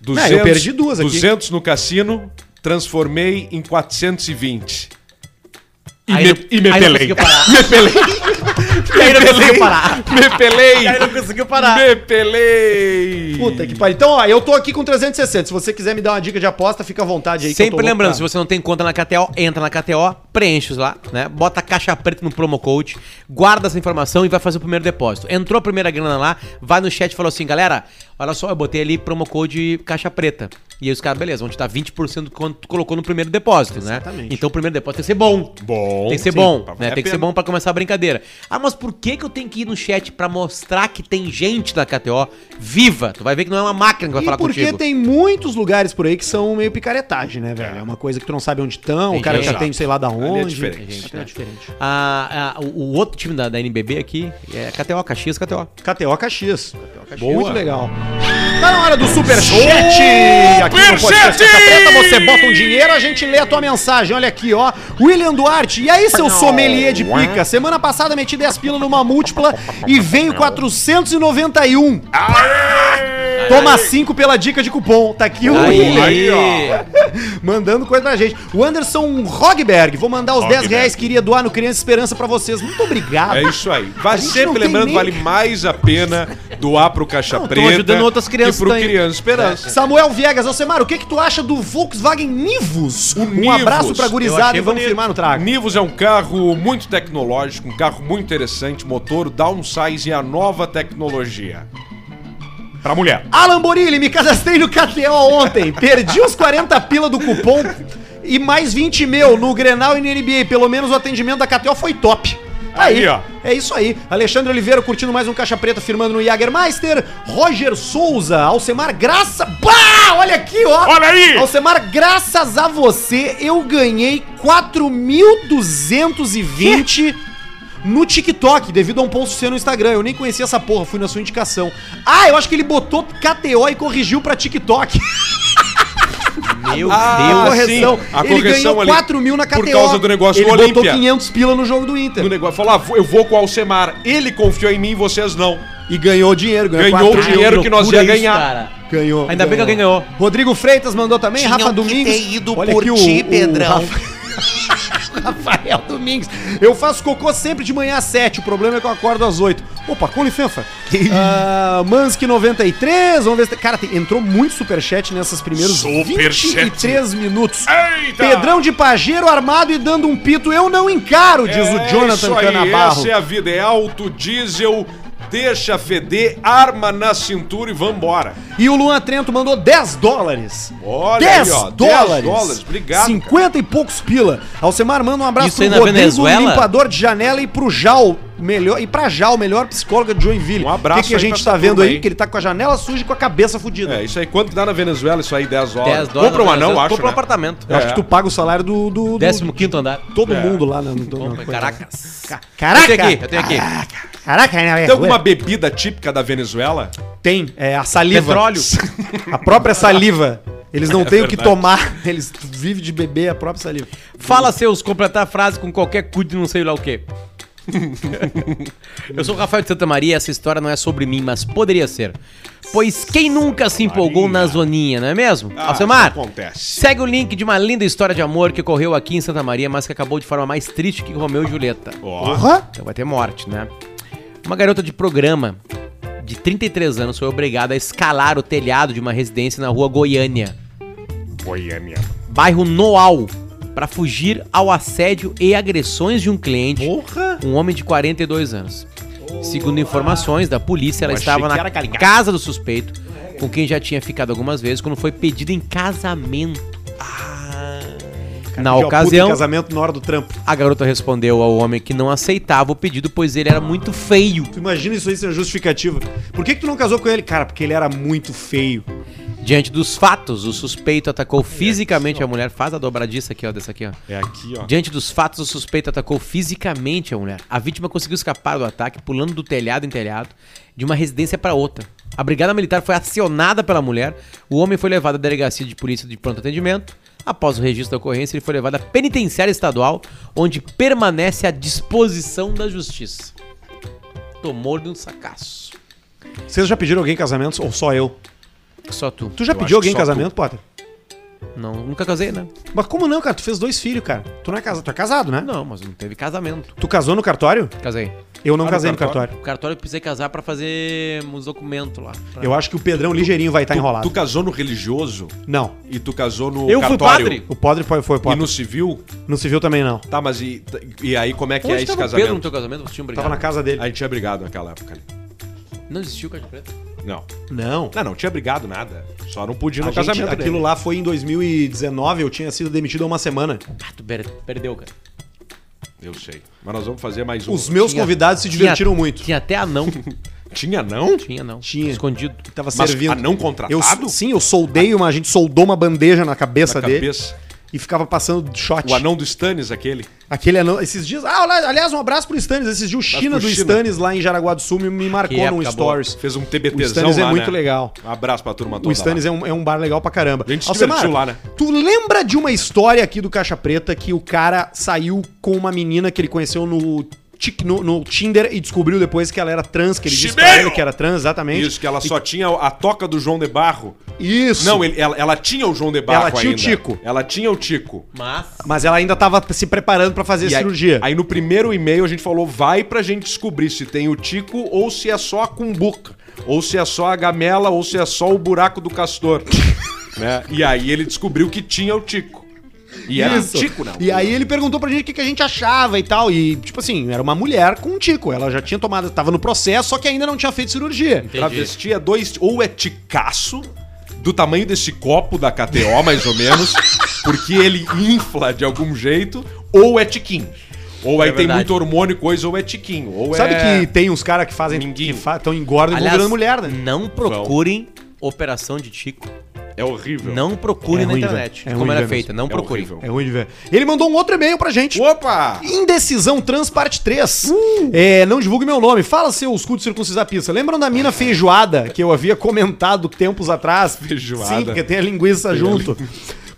Speaker 2: 200,
Speaker 1: Não, eu perdi duas aqui.
Speaker 2: 200 no cassino, transformei em 420. E
Speaker 3: Aí
Speaker 2: me,
Speaker 3: não-
Speaker 2: e me
Speaker 3: aí não
Speaker 2: pelei.
Speaker 3: conseguiu parar.
Speaker 2: Me pelei.
Speaker 3: Aí não
Speaker 2: Me
Speaker 3: conseguiu
Speaker 2: pelei.
Speaker 3: parar.
Speaker 2: Me pelei.
Speaker 3: Aí não conseguiu parar.
Speaker 2: Me pelei.
Speaker 1: Puta que pariu. Então, ó, eu tô aqui com 360. Se você quiser me dar uma dica de aposta, fica à vontade aí. que eu tô
Speaker 3: Sempre
Speaker 1: louco
Speaker 3: lembrando,
Speaker 1: pra-
Speaker 3: se você não tem conta na KTO, entra na KTO, preenche os lá, né? Bota a caixa preta no promo code, guarda essa informação e vai fazer o primeiro depósito. Entrou a primeira grana lá, vai no chat e falou assim, galera, olha só, eu botei ali promo code caixa preta. E aí os caras, beleza, vão te dar 20% do quanto tu colocou no primeiro depósito, né?
Speaker 1: Exatamente.
Speaker 3: Então o primeiro depósito tem que ser bom.
Speaker 2: Bom.
Speaker 3: Tem que ser
Speaker 2: Sim,
Speaker 3: bom,
Speaker 2: pra
Speaker 3: né?
Speaker 2: valer
Speaker 3: Tem
Speaker 2: a
Speaker 3: que ser
Speaker 2: pena.
Speaker 3: bom pra começar a brincadeira. Ah, mas por que que eu tenho que ir no chat pra mostrar que tem gente da KTO viva? Tu vai ver que não é uma máquina que vai
Speaker 1: E
Speaker 3: falar
Speaker 1: porque
Speaker 3: contigo.
Speaker 1: tem muitos lugares por aí que são meio picaretagem, né, velho? É uma coisa que tu não sabe onde estão,
Speaker 3: Tem
Speaker 1: o cara te
Speaker 3: gente.
Speaker 1: atende sei lá da
Speaker 2: Ali é
Speaker 1: onde.
Speaker 2: diferente.
Speaker 1: Tem gente, né? diferente.
Speaker 3: Ah, ah, o, o outro time da, da NBB aqui é KTO, Caxias, KTO.
Speaker 1: KTO Caxias.
Speaker 2: Boa.
Speaker 1: Muito legal. Tá na hora do Superchat! Aqui no Podcast
Speaker 2: Superchat!
Speaker 1: Caixa Preta, você bota um dinheiro, a gente lê a tua mensagem. Olha aqui, ó. William Duarte, e aí, seu sommelier de pica? Semana passada meti 10 pila numa múltipla e veio 491. Toma 5 pela dica de cupom. Tá aqui o
Speaker 3: Aí,
Speaker 1: William.
Speaker 3: aí,
Speaker 1: Mandando coisa pra gente. O Anderson Rogberg, vou mandar os 10 reais que iria doar no Criança Esperança pra vocês. Muito obrigado.
Speaker 2: É isso aí.
Speaker 1: A
Speaker 2: Vai
Speaker 1: gente
Speaker 2: sempre
Speaker 1: não tem
Speaker 2: lembrando,
Speaker 1: nem-
Speaker 2: vale mais a pena doar pro Caixa
Speaker 3: Não, tô
Speaker 2: Preta.
Speaker 3: ajudando outras crianças
Speaker 2: E pro
Speaker 3: também. É.
Speaker 2: Criança Esperança.
Speaker 1: Samuel Viegas, Alcemar, o que que tu acha do Volkswagen Nivus? um
Speaker 2: Nivus.
Speaker 1: abraço pra
Speaker 3: Eu
Speaker 1: gurizada
Speaker 3: achei
Speaker 1: e vamos
Speaker 3: bonito.
Speaker 1: firmar no trago.
Speaker 2: Nivus é um carro muito tecnológico, um carro muito interessante, motor downsize e a nova tecnologia. Pra mulher.
Speaker 1: Alan Borilli, me cadastrei no KTO ontem, perdi os 40 pila do cupom e mais 20 mil no Grenal e no NBA. Pelo menos o atendimento da KTO foi top. Tá Aí,
Speaker 2: Aí, ó.
Speaker 1: É isso aí. Alexandre Oliveira curtindo mais um Caixa Preta, firmando no Jagermeister. Roger Souza, Alcemar, graça. Bah! Olha aqui, ó.
Speaker 2: Olha aí!
Speaker 1: Alcemar, graças a você, eu ganhei 4.220 no TikTok, devido a um post seu no Instagram. Eu nem conhecia essa porra, fui na sua indicação. Ah, eu acho que ele botou KTO e corrigiu pra TikTok.
Speaker 3: Meu
Speaker 2: Ah,
Speaker 3: Deus.
Speaker 1: correção.
Speaker 2: sim, a
Speaker 1: ele
Speaker 2: correção
Speaker 1: ganhou
Speaker 2: ali,
Speaker 1: 4 mil na KTO.
Speaker 2: por causa do negócio
Speaker 1: ele
Speaker 2: do
Speaker 1: botou
Speaker 2: Olímpia.
Speaker 1: 500 pila no jogo do Inter.
Speaker 2: No negócio, falou, ah, vou- eu vou com o Alcemar. Ele confiou em mim, vocês não.
Speaker 1: E ganhou dinheiro.
Speaker 2: Ganhou
Speaker 1: quatro
Speaker 2: o dinheiro
Speaker 1: mil.
Speaker 2: que nós
Speaker 3: loucura
Speaker 2: ia
Speaker 3: isso,
Speaker 2: ganhar.
Speaker 3: cara.
Speaker 1: Ganhou.
Speaker 3: Ainda bem que alguém ganhou.
Speaker 1: Rodrigo Freitas mandou também,
Speaker 4: Tinham
Speaker 1: Rafa
Speaker 4: que
Speaker 1: Domingues.
Speaker 4: ter ido por ti, Pedrão.
Speaker 1: Rafa- Rafael Domingues. Eu faço cocô sempre de manhã às 7, o problema é que eu acordo às 8. Opa, com licença. Ah, Mansky 93, vamos ver se... Cara, tem- entrou muito superchat nessas primeiros
Speaker 2: Superchat.
Speaker 1: 23 minutos.
Speaker 2: Eita!
Speaker 1: Pedrão de pajeiro armado e dando
Speaker 3: É
Speaker 1: um pito, eu não encaro, diz o Jonathan
Speaker 2: É isso aí,
Speaker 1: Canabarro.
Speaker 2: Essa é a vida, é alto diesel Deixa feder, arma na cintura e vambora.
Speaker 1: E o Luan Trento mandou 10 dólares.
Speaker 2: Olha
Speaker 1: 10
Speaker 2: aí, ó, 10
Speaker 1: dólares.
Speaker 2: dólares, obrigado,
Speaker 1: 50 e poucos pila. Alcemar, manda um abraço
Speaker 3: Isso aí na Venezuela?
Speaker 1: limpador de janela, e pro Jal, melhor, e pra Jal, melhor psicóloga de Joinville.
Speaker 2: Um abraço
Speaker 1: O que, que a
Speaker 2: aí pra
Speaker 1: gente tá
Speaker 2: essa
Speaker 1: vendo
Speaker 2: turma
Speaker 1: aí?
Speaker 2: aí.
Speaker 1: Que ele tá com a janela suja e com a cabeça fudida.
Speaker 2: É, isso aí, quanto que dá na Venezuela isso aí? 10 dólares.
Speaker 3: 10 dólares.
Speaker 2: Compra um anão, acho,
Speaker 3: Compra um
Speaker 2: né?
Speaker 3: apartamento.
Speaker 1: Eu Acho
Speaker 2: É.
Speaker 1: que tu paga o salário do... do, do-
Speaker 3: 15 andar.
Speaker 1: Todo
Speaker 2: É.
Speaker 1: mundo lá. né? Na, no-
Speaker 3: Compra,
Speaker 1: coisa.
Speaker 3: Caracas.
Speaker 1: Ca- Caraca!
Speaker 3: Eu tenho aqui, eu tenho aqui.
Speaker 2: Ah,
Speaker 1: Caraca, né?
Speaker 2: Tem alguma bebida típica da Venezuela?
Speaker 1: Tem, é a saliva.
Speaker 3: Petróleo.
Speaker 1: A própria saliva. Eles não têm o que
Speaker 2: É verdade.
Speaker 1: tomar, eles vivem de beber a própria saliva.
Speaker 3: Fala seus, completar a frase com qualquer cu de não sei lá o quê. Eu sou o Rafael de Santa Maria, essa história não é sobre mim, mas poderia ser. Pois quem nunca se empolgou na zoninha, não é mesmo?
Speaker 2: Ah,
Speaker 3: Alcemar,
Speaker 2: isso acontece.
Speaker 3: segue o link de uma linda história de amor que ocorreu aqui em Santa Maria, mas que acabou de forma mais triste que Romeu e Julieta.
Speaker 2: Ó,
Speaker 1: Porra!
Speaker 3: Então vai ter morte, né? Uma garota de programa de 33 anos foi obrigada a escalar o telhado de uma residência na rua Goiânia,
Speaker 2: Goiânia.
Speaker 3: bairro Noal, para fugir ao assédio e agressões de um cliente,
Speaker 1: Porra!
Speaker 3: um homem de 42 anos. Segundo informações da polícia, ela
Speaker 2: Eu achei
Speaker 3: estava
Speaker 2: que
Speaker 3: na
Speaker 2: era caricata.
Speaker 3: casa do suspeito, com quem já tinha ficado algumas vezes, quando foi pedida em casamento. na
Speaker 1: Pediu a puta em
Speaker 3: ocasião,
Speaker 1: casamento na hora do trampo.
Speaker 3: a garota respondeu ao homem que não aceitava o pedido, pois ele era muito feio.
Speaker 1: Tu imagina isso aí sendo justificativa. Por que, que tu não casou com ele? Cara, porque ele era muito feio.
Speaker 3: Diante dos fatos, o suspeito atacou fisicamente a mulher. Faz a dobradiça aqui, ó, dessa aqui, ó.
Speaker 2: É aqui, ó.
Speaker 3: Diante dos fatos, o suspeito atacou fisicamente a mulher. A vítima conseguiu escapar do ataque, pulando do telhado em telhado, de uma residência para outra. A brigada militar foi acionada pela mulher. O homem foi levado à delegacia de polícia de pronto atendimento. Após o registro da ocorrência, ele foi levado à penitenciária estadual, onde permanece à disposição da justiça. Tomou-lhe um sacaço.
Speaker 1: Vocês já pediram alguém em casamento? Ou só eu?
Speaker 3: Só tu.
Speaker 1: Tu já
Speaker 2: Eu acho
Speaker 1: pediu alguém em
Speaker 2: que só
Speaker 1: casamento, Potter?
Speaker 3: Não, nunca casei, né?
Speaker 1: Mas como não, cara? Tu fez dois filhos, cara. Tu não é casado, tu é casado, né?
Speaker 3: Não, mas não teve casamento.
Speaker 1: Tu casou no cartório?
Speaker 3: Casei.
Speaker 1: Eu não
Speaker 2: Ah, no
Speaker 1: casei no cartório.
Speaker 2: cartório.
Speaker 3: O cartório eu precisei casar pra fazer uns documentos lá. Pra-
Speaker 1: Eu acho que o Pedrão ligeirinho vai estar Tá enrolado.
Speaker 2: Tu casou no religioso
Speaker 1: Não.
Speaker 2: e tu casou no
Speaker 3: Eu fui padre?
Speaker 1: O podre foi, foi
Speaker 2: e
Speaker 1: podre.
Speaker 2: no civil?
Speaker 1: No... civil também não.
Speaker 2: Tá, mas e, e aí como é que
Speaker 3: Onde
Speaker 2: é esse
Speaker 3: tava o Pedro no
Speaker 2: casamento?
Speaker 3: teu casamento? Vocês tinham brigado?
Speaker 1: Tava na casa dele.
Speaker 2: A gente tinha brigado naquela época ali.
Speaker 3: Não existiu o Caixa Preta?
Speaker 2: Não.
Speaker 1: Não.
Speaker 2: Não, não tinha brigado nada. Só não podia ir no
Speaker 1: A gente-
Speaker 2: casamento dele.
Speaker 1: aquilo lá foi em 2019, eu tinha sido demitido há uma semana.
Speaker 3: Ah, tu per- perdeu, cara.
Speaker 2: Eu sei. Mas nós vamos fazer mais um.
Speaker 1: Os meus
Speaker 3: Tinha-
Speaker 1: convidados se divertiram
Speaker 3: Tinha-
Speaker 1: muito.
Speaker 3: Tinha até anão.
Speaker 2: Tinha não?
Speaker 3: Tinha não.
Speaker 1: Tinha.
Speaker 3: Escondido.
Speaker 1: Tava
Speaker 2: Mas
Speaker 1: servindo.
Speaker 2: anão
Speaker 1: Eu,
Speaker 2: contratado?
Speaker 1: sim, eu soldei uma, a gente soldou uma bandeja na cabeça,
Speaker 2: Na
Speaker 1: dele
Speaker 2: cabeça.
Speaker 1: e ficava passando shot.
Speaker 2: O anão do Stannis, aquele.
Speaker 1: Aquele anão. Esses dias. Ah, olha, aliás, um abraço pro Stannis. Esses dias o China
Speaker 2: pro
Speaker 1: do
Speaker 2: China.
Speaker 1: Stannis lá em Jaraguá do Sul me, me marcou
Speaker 3: Que
Speaker 1: num
Speaker 3: época
Speaker 1: Stories.
Speaker 2: Fez um
Speaker 1: O
Speaker 2: TBTzão
Speaker 1: Stannis é
Speaker 2: lá,
Speaker 1: muito
Speaker 2: né?
Speaker 1: legal.
Speaker 2: Um abraço pra turma toda
Speaker 1: O Stannis
Speaker 2: lá.
Speaker 1: é um, é um bar legal pra caramba.
Speaker 2: A gente se
Speaker 1: Alcemar,
Speaker 2: divertiu lá, né?
Speaker 1: Tu lembra de uma história aqui do Caixa Preta que o cara saiu com uma menina que ele conheceu no, Tik- no- no Tinder e descobriu depois que ela era trans, que ele disse pra
Speaker 2: Chimeiro!
Speaker 1: ele que era trans, exatamente.
Speaker 2: Isso, que ela só tinha a toca do João de Barro.
Speaker 1: Isso.
Speaker 2: Não, ele- ela, ela tinha o João de Barro
Speaker 1: Ela tinha o
Speaker 2: ainda.
Speaker 1: Tico.
Speaker 2: Ela tinha o Tico.
Speaker 3: Mas.
Speaker 1: Mas ela ainda tava se preparando pra fazer
Speaker 2: E aí-
Speaker 1: cirurgia.
Speaker 2: Aí, no primeiro e-mail a gente falou, vai pra gente descobrir se tem o tico ou se é só a cumbuca, ou se é só a gamela, ou se é só o buraco do castor. né? E aí ele descobriu que tinha o tico. E era
Speaker 1: Isso.
Speaker 2: um tico, não.
Speaker 1: E aí ele perguntou pra gente o que, que a gente achava e tal. E, tipo assim, era uma mulher com um tico. Ela já tinha tomado, tava no processo, só que ainda não tinha feito cirurgia.
Speaker 2: Travesti é dois, ou é ticaço, do tamanho desse copo da KTO, mais ou menos, porque ele infla de algum jeito, ou é tiquinho. Ou aí tem
Speaker 3: verdade.
Speaker 2: muito hormônio e coisa, ou é tiquinho. Ou
Speaker 1: É Sabe
Speaker 2: é... hum.
Speaker 1: que tem uns caras que fazem.
Speaker 2: Minguinho.
Speaker 1: Que fa tão engorda e vão
Speaker 3: Aliás,
Speaker 1: virando mulher, né?
Speaker 3: não procurem Operação de Tico.
Speaker 2: É horrível.
Speaker 3: Não procurem
Speaker 1: É
Speaker 3: na
Speaker 1: ruim,
Speaker 3: internet
Speaker 1: velho. É
Speaker 3: como
Speaker 1: ruim,
Speaker 3: era
Speaker 1: velho,
Speaker 3: feita. Não
Speaker 2: É
Speaker 3: procurem.
Speaker 2: horrível.
Speaker 1: É ruim de ver. Ele mandou um outro e-mail pra gente.
Speaker 2: Opa!
Speaker 1: Indecisão Trans Parte 3. É, não divulgue meu nome. Fala seus cu de circuncisar pizza. Lembram da mina feijoada que eu havia comentado tempos atrás?
Speaker 2: Feijoada.
Speaker 1: Sim, porque tem a linguiça junto.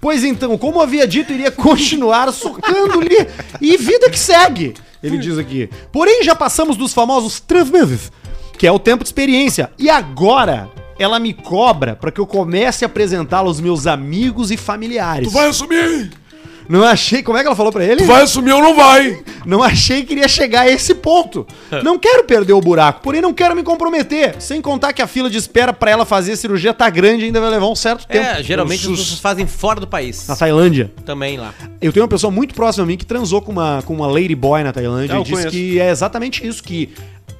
Speaker 1: Pois então, como havia dito, iria continuar socando-lhe e vida que segue, ele diz aqui. Porém, já passamos dos famosos três meses, que é o tempo de experiência. E agora ela me cobra para que eu comece a apresentá-la aos meus amigos e familiares.
Speaker 2: assumir!
Speaker 1: Não achei. Como é que ela falou para ele?
Speaker 2: Vai assumir ou não vai?
Speaker 1: Não achei que iria chegar a esse ponto. Não quero perder o buraco, porém não quero me comprometer. Sem contar que a fila de espera pra ela fazer cirurgia tá grande e ainda vai levar um certo tempo.
Speaker 3: É, geralmente
Speaker 1: Eu-
Speaker 3: as pessoas fazem fora do país.
Speaker 1: Na Tailândia.
Speaker 3: Também lá.
Speaker 1: Eu tenho uma pessoa muito próxima a mim que transou com uma, com uma ladyboy na Tailândia
Speaker 2: Ah, eu
Speaker 1: e disse
Speaker 2: conheço.
Speaker 1: que é exatamente isso, que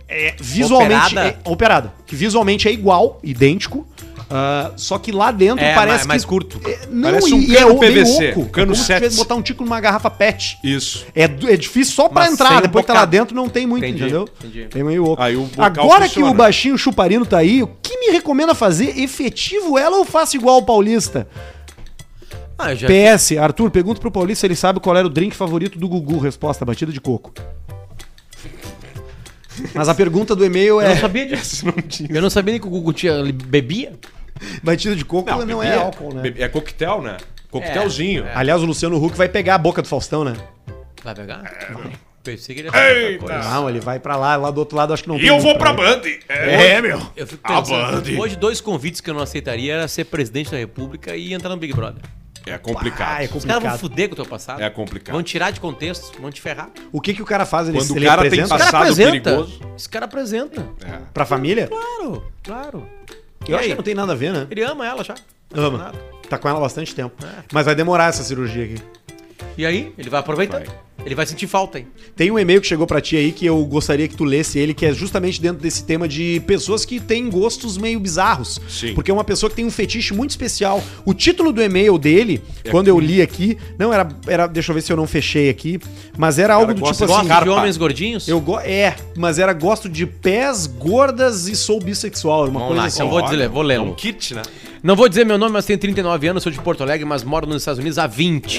Speaker 1: é visualmente
Speaker 3: Operada?
Speaker 1: é- operada, que visualmente é igual, idêntico, ah, só que lá dentro
Speaker 3: É,
Speaker 1: parece
Speaker 3: mais- mais
Speaker 1: que-
Speaker 3: curto.
Speaker 1: É, não,
Speaker 2: Parece um
Speaker 1: e
Speaker 2: cano
Speaker 1: é o- meio
Speaker 2: PVC,
Speaker 1: oco,
Speaker 2: um cano
Speaker 1: é como se tivesse
Speaker 2: sets.
Speaker 1: botar um tico numa garrafa PET.
Speaker 2: Isso.
Speaker 1: É, du- é difícil só pra
Speaker 3: Mas sem
Speaker 1: entrar,
Speaker 3: o
Speaker 1: depois que tá lá
Speaker 3: bocal.
Speaker 1: dentro não tem muito,
Speaker 3: Entendi,
Speaker 1: entendeu?
Speaker 3: entendi.
Speaker 1: Tem meio oco.
Speaker 2: Aí o bocal
Speaker 1: Agora que
Speaker 2: funciona.
Speaker 1: o baixinho chuparino tá aí, o que me recomenda fazer? Efetivo ela ou faço igual o Paulista?
Speaker 3: Ah, eu já
Speaker 1: PS, Arthur, pergunta pro Paulista se ele sabe qual era o drink favorito do Gugu. Resposta, batida de coco. Mas a pergunta do e-mail
Speaker 3: eu não
Speaker 1: é
Speaker 3: sabia disso. Eu não sabia nem que o Gugu tinha, ele bebia.
Speaker 1: batida de coco, não, é
Speaker 2: bebia-
Speaker 1: álcool, né?
Speaker 2: bebe- É coquetel, né? Coquetelzinho.
Speaker 1: Aliás, o Luciano Huck vai pegar a boca do Faustão, né?
Speaker 3: Vai pegar? Pensei que ele ia falar outra
Speaker 2: Eita!
Speaker 3: coisa.
Speaker 1: Não, ele vai pra lá, lá do outro lado acho que não
Speaker 2: E eu
Speaker 1: muito
Speaker 2: vou pra
Speaker 1: ir.
Speaker 2: Band.
Speaker 1: É, meu.
Speaker 3: Eu fico
Speaker 2: A
Speaker 3: pensando,
Speaker 2: Band.
Speaker 3: hoje dois convites que eu não aceitaria era ser presidente da república e entrar no Big Brother.
Speaker 2: É complicado.
Speaker 1: Ah, é
Speaker 3: Os caras vão
Speaker 1: complicado.
Speaker 3: fuder com o teu passado.
Speaker 2: É complicado.
Speaker 3: Vão tirar de contexto, vão te ferrar. O
Speaker 1: O que que o cara faz? Ele,
Speaker 2: Quando o
Speaker 1: ele
Speaker 2: cara tem
Speaker 1: apresenta
Speaker 2: passado- perigoso.
Speaker 3: Perigoso. Esse cara apresenta.
Speaker 2: É.
Speaker 1: pra família?
Speaker 3: Claro, claro. E
Speaker 1: Eu acho
Speaker 3: aí?
Speaker 1: que não tem nada a ver, né?
Speaker 3: Ele ama ela já.
Speaker 1: Ama. Tá com ela há bastante tempo. Mas vai demorar essa cirurgia aqui.
Speaker 3: E aí, ele vai aproveitar. Ele vai sentir falta, hein?
Speaker 2: Tipo
Speaker 1: Tem um e-mail que chegou pra ti aí que eu gostaria que tu lesse ele, que é justamente dentro desse tema de pessoas que têm gostos meio bizarros.
Speaker 2: Sim.
Speaker 1: Porque é uma pessoa que tem um fetiche muito especial. O título do e-mail dele, quando eu li aqui, não era, era, deixa eu ver se eu não fechei aqui, mas era algo do tipo
Speaker 2: gosta
Speaker 1: assim,
Speaker 2: de
Speaker 3: Gosta de
Speaker 2: carpa.
Speaker 3: homens gordinhos?
Speaker 1: eu go é, mas era gosto de pés gordas e sou bissexual, era uma
Speaker 3: Vamos
Speaker 1: coisa
Speaker 3: lá,
Speaker 1: assim.
Speaker 3: então vou dizer, vou
Speaker 2: É
Speaker 3: lê-lo.
Speaker 2: um kit, né?
Speaker 3: Não vou dizer meu nome, mas tenho 39 anos, sou de Porto Alegre, mas moro nos Estados Unidos há 20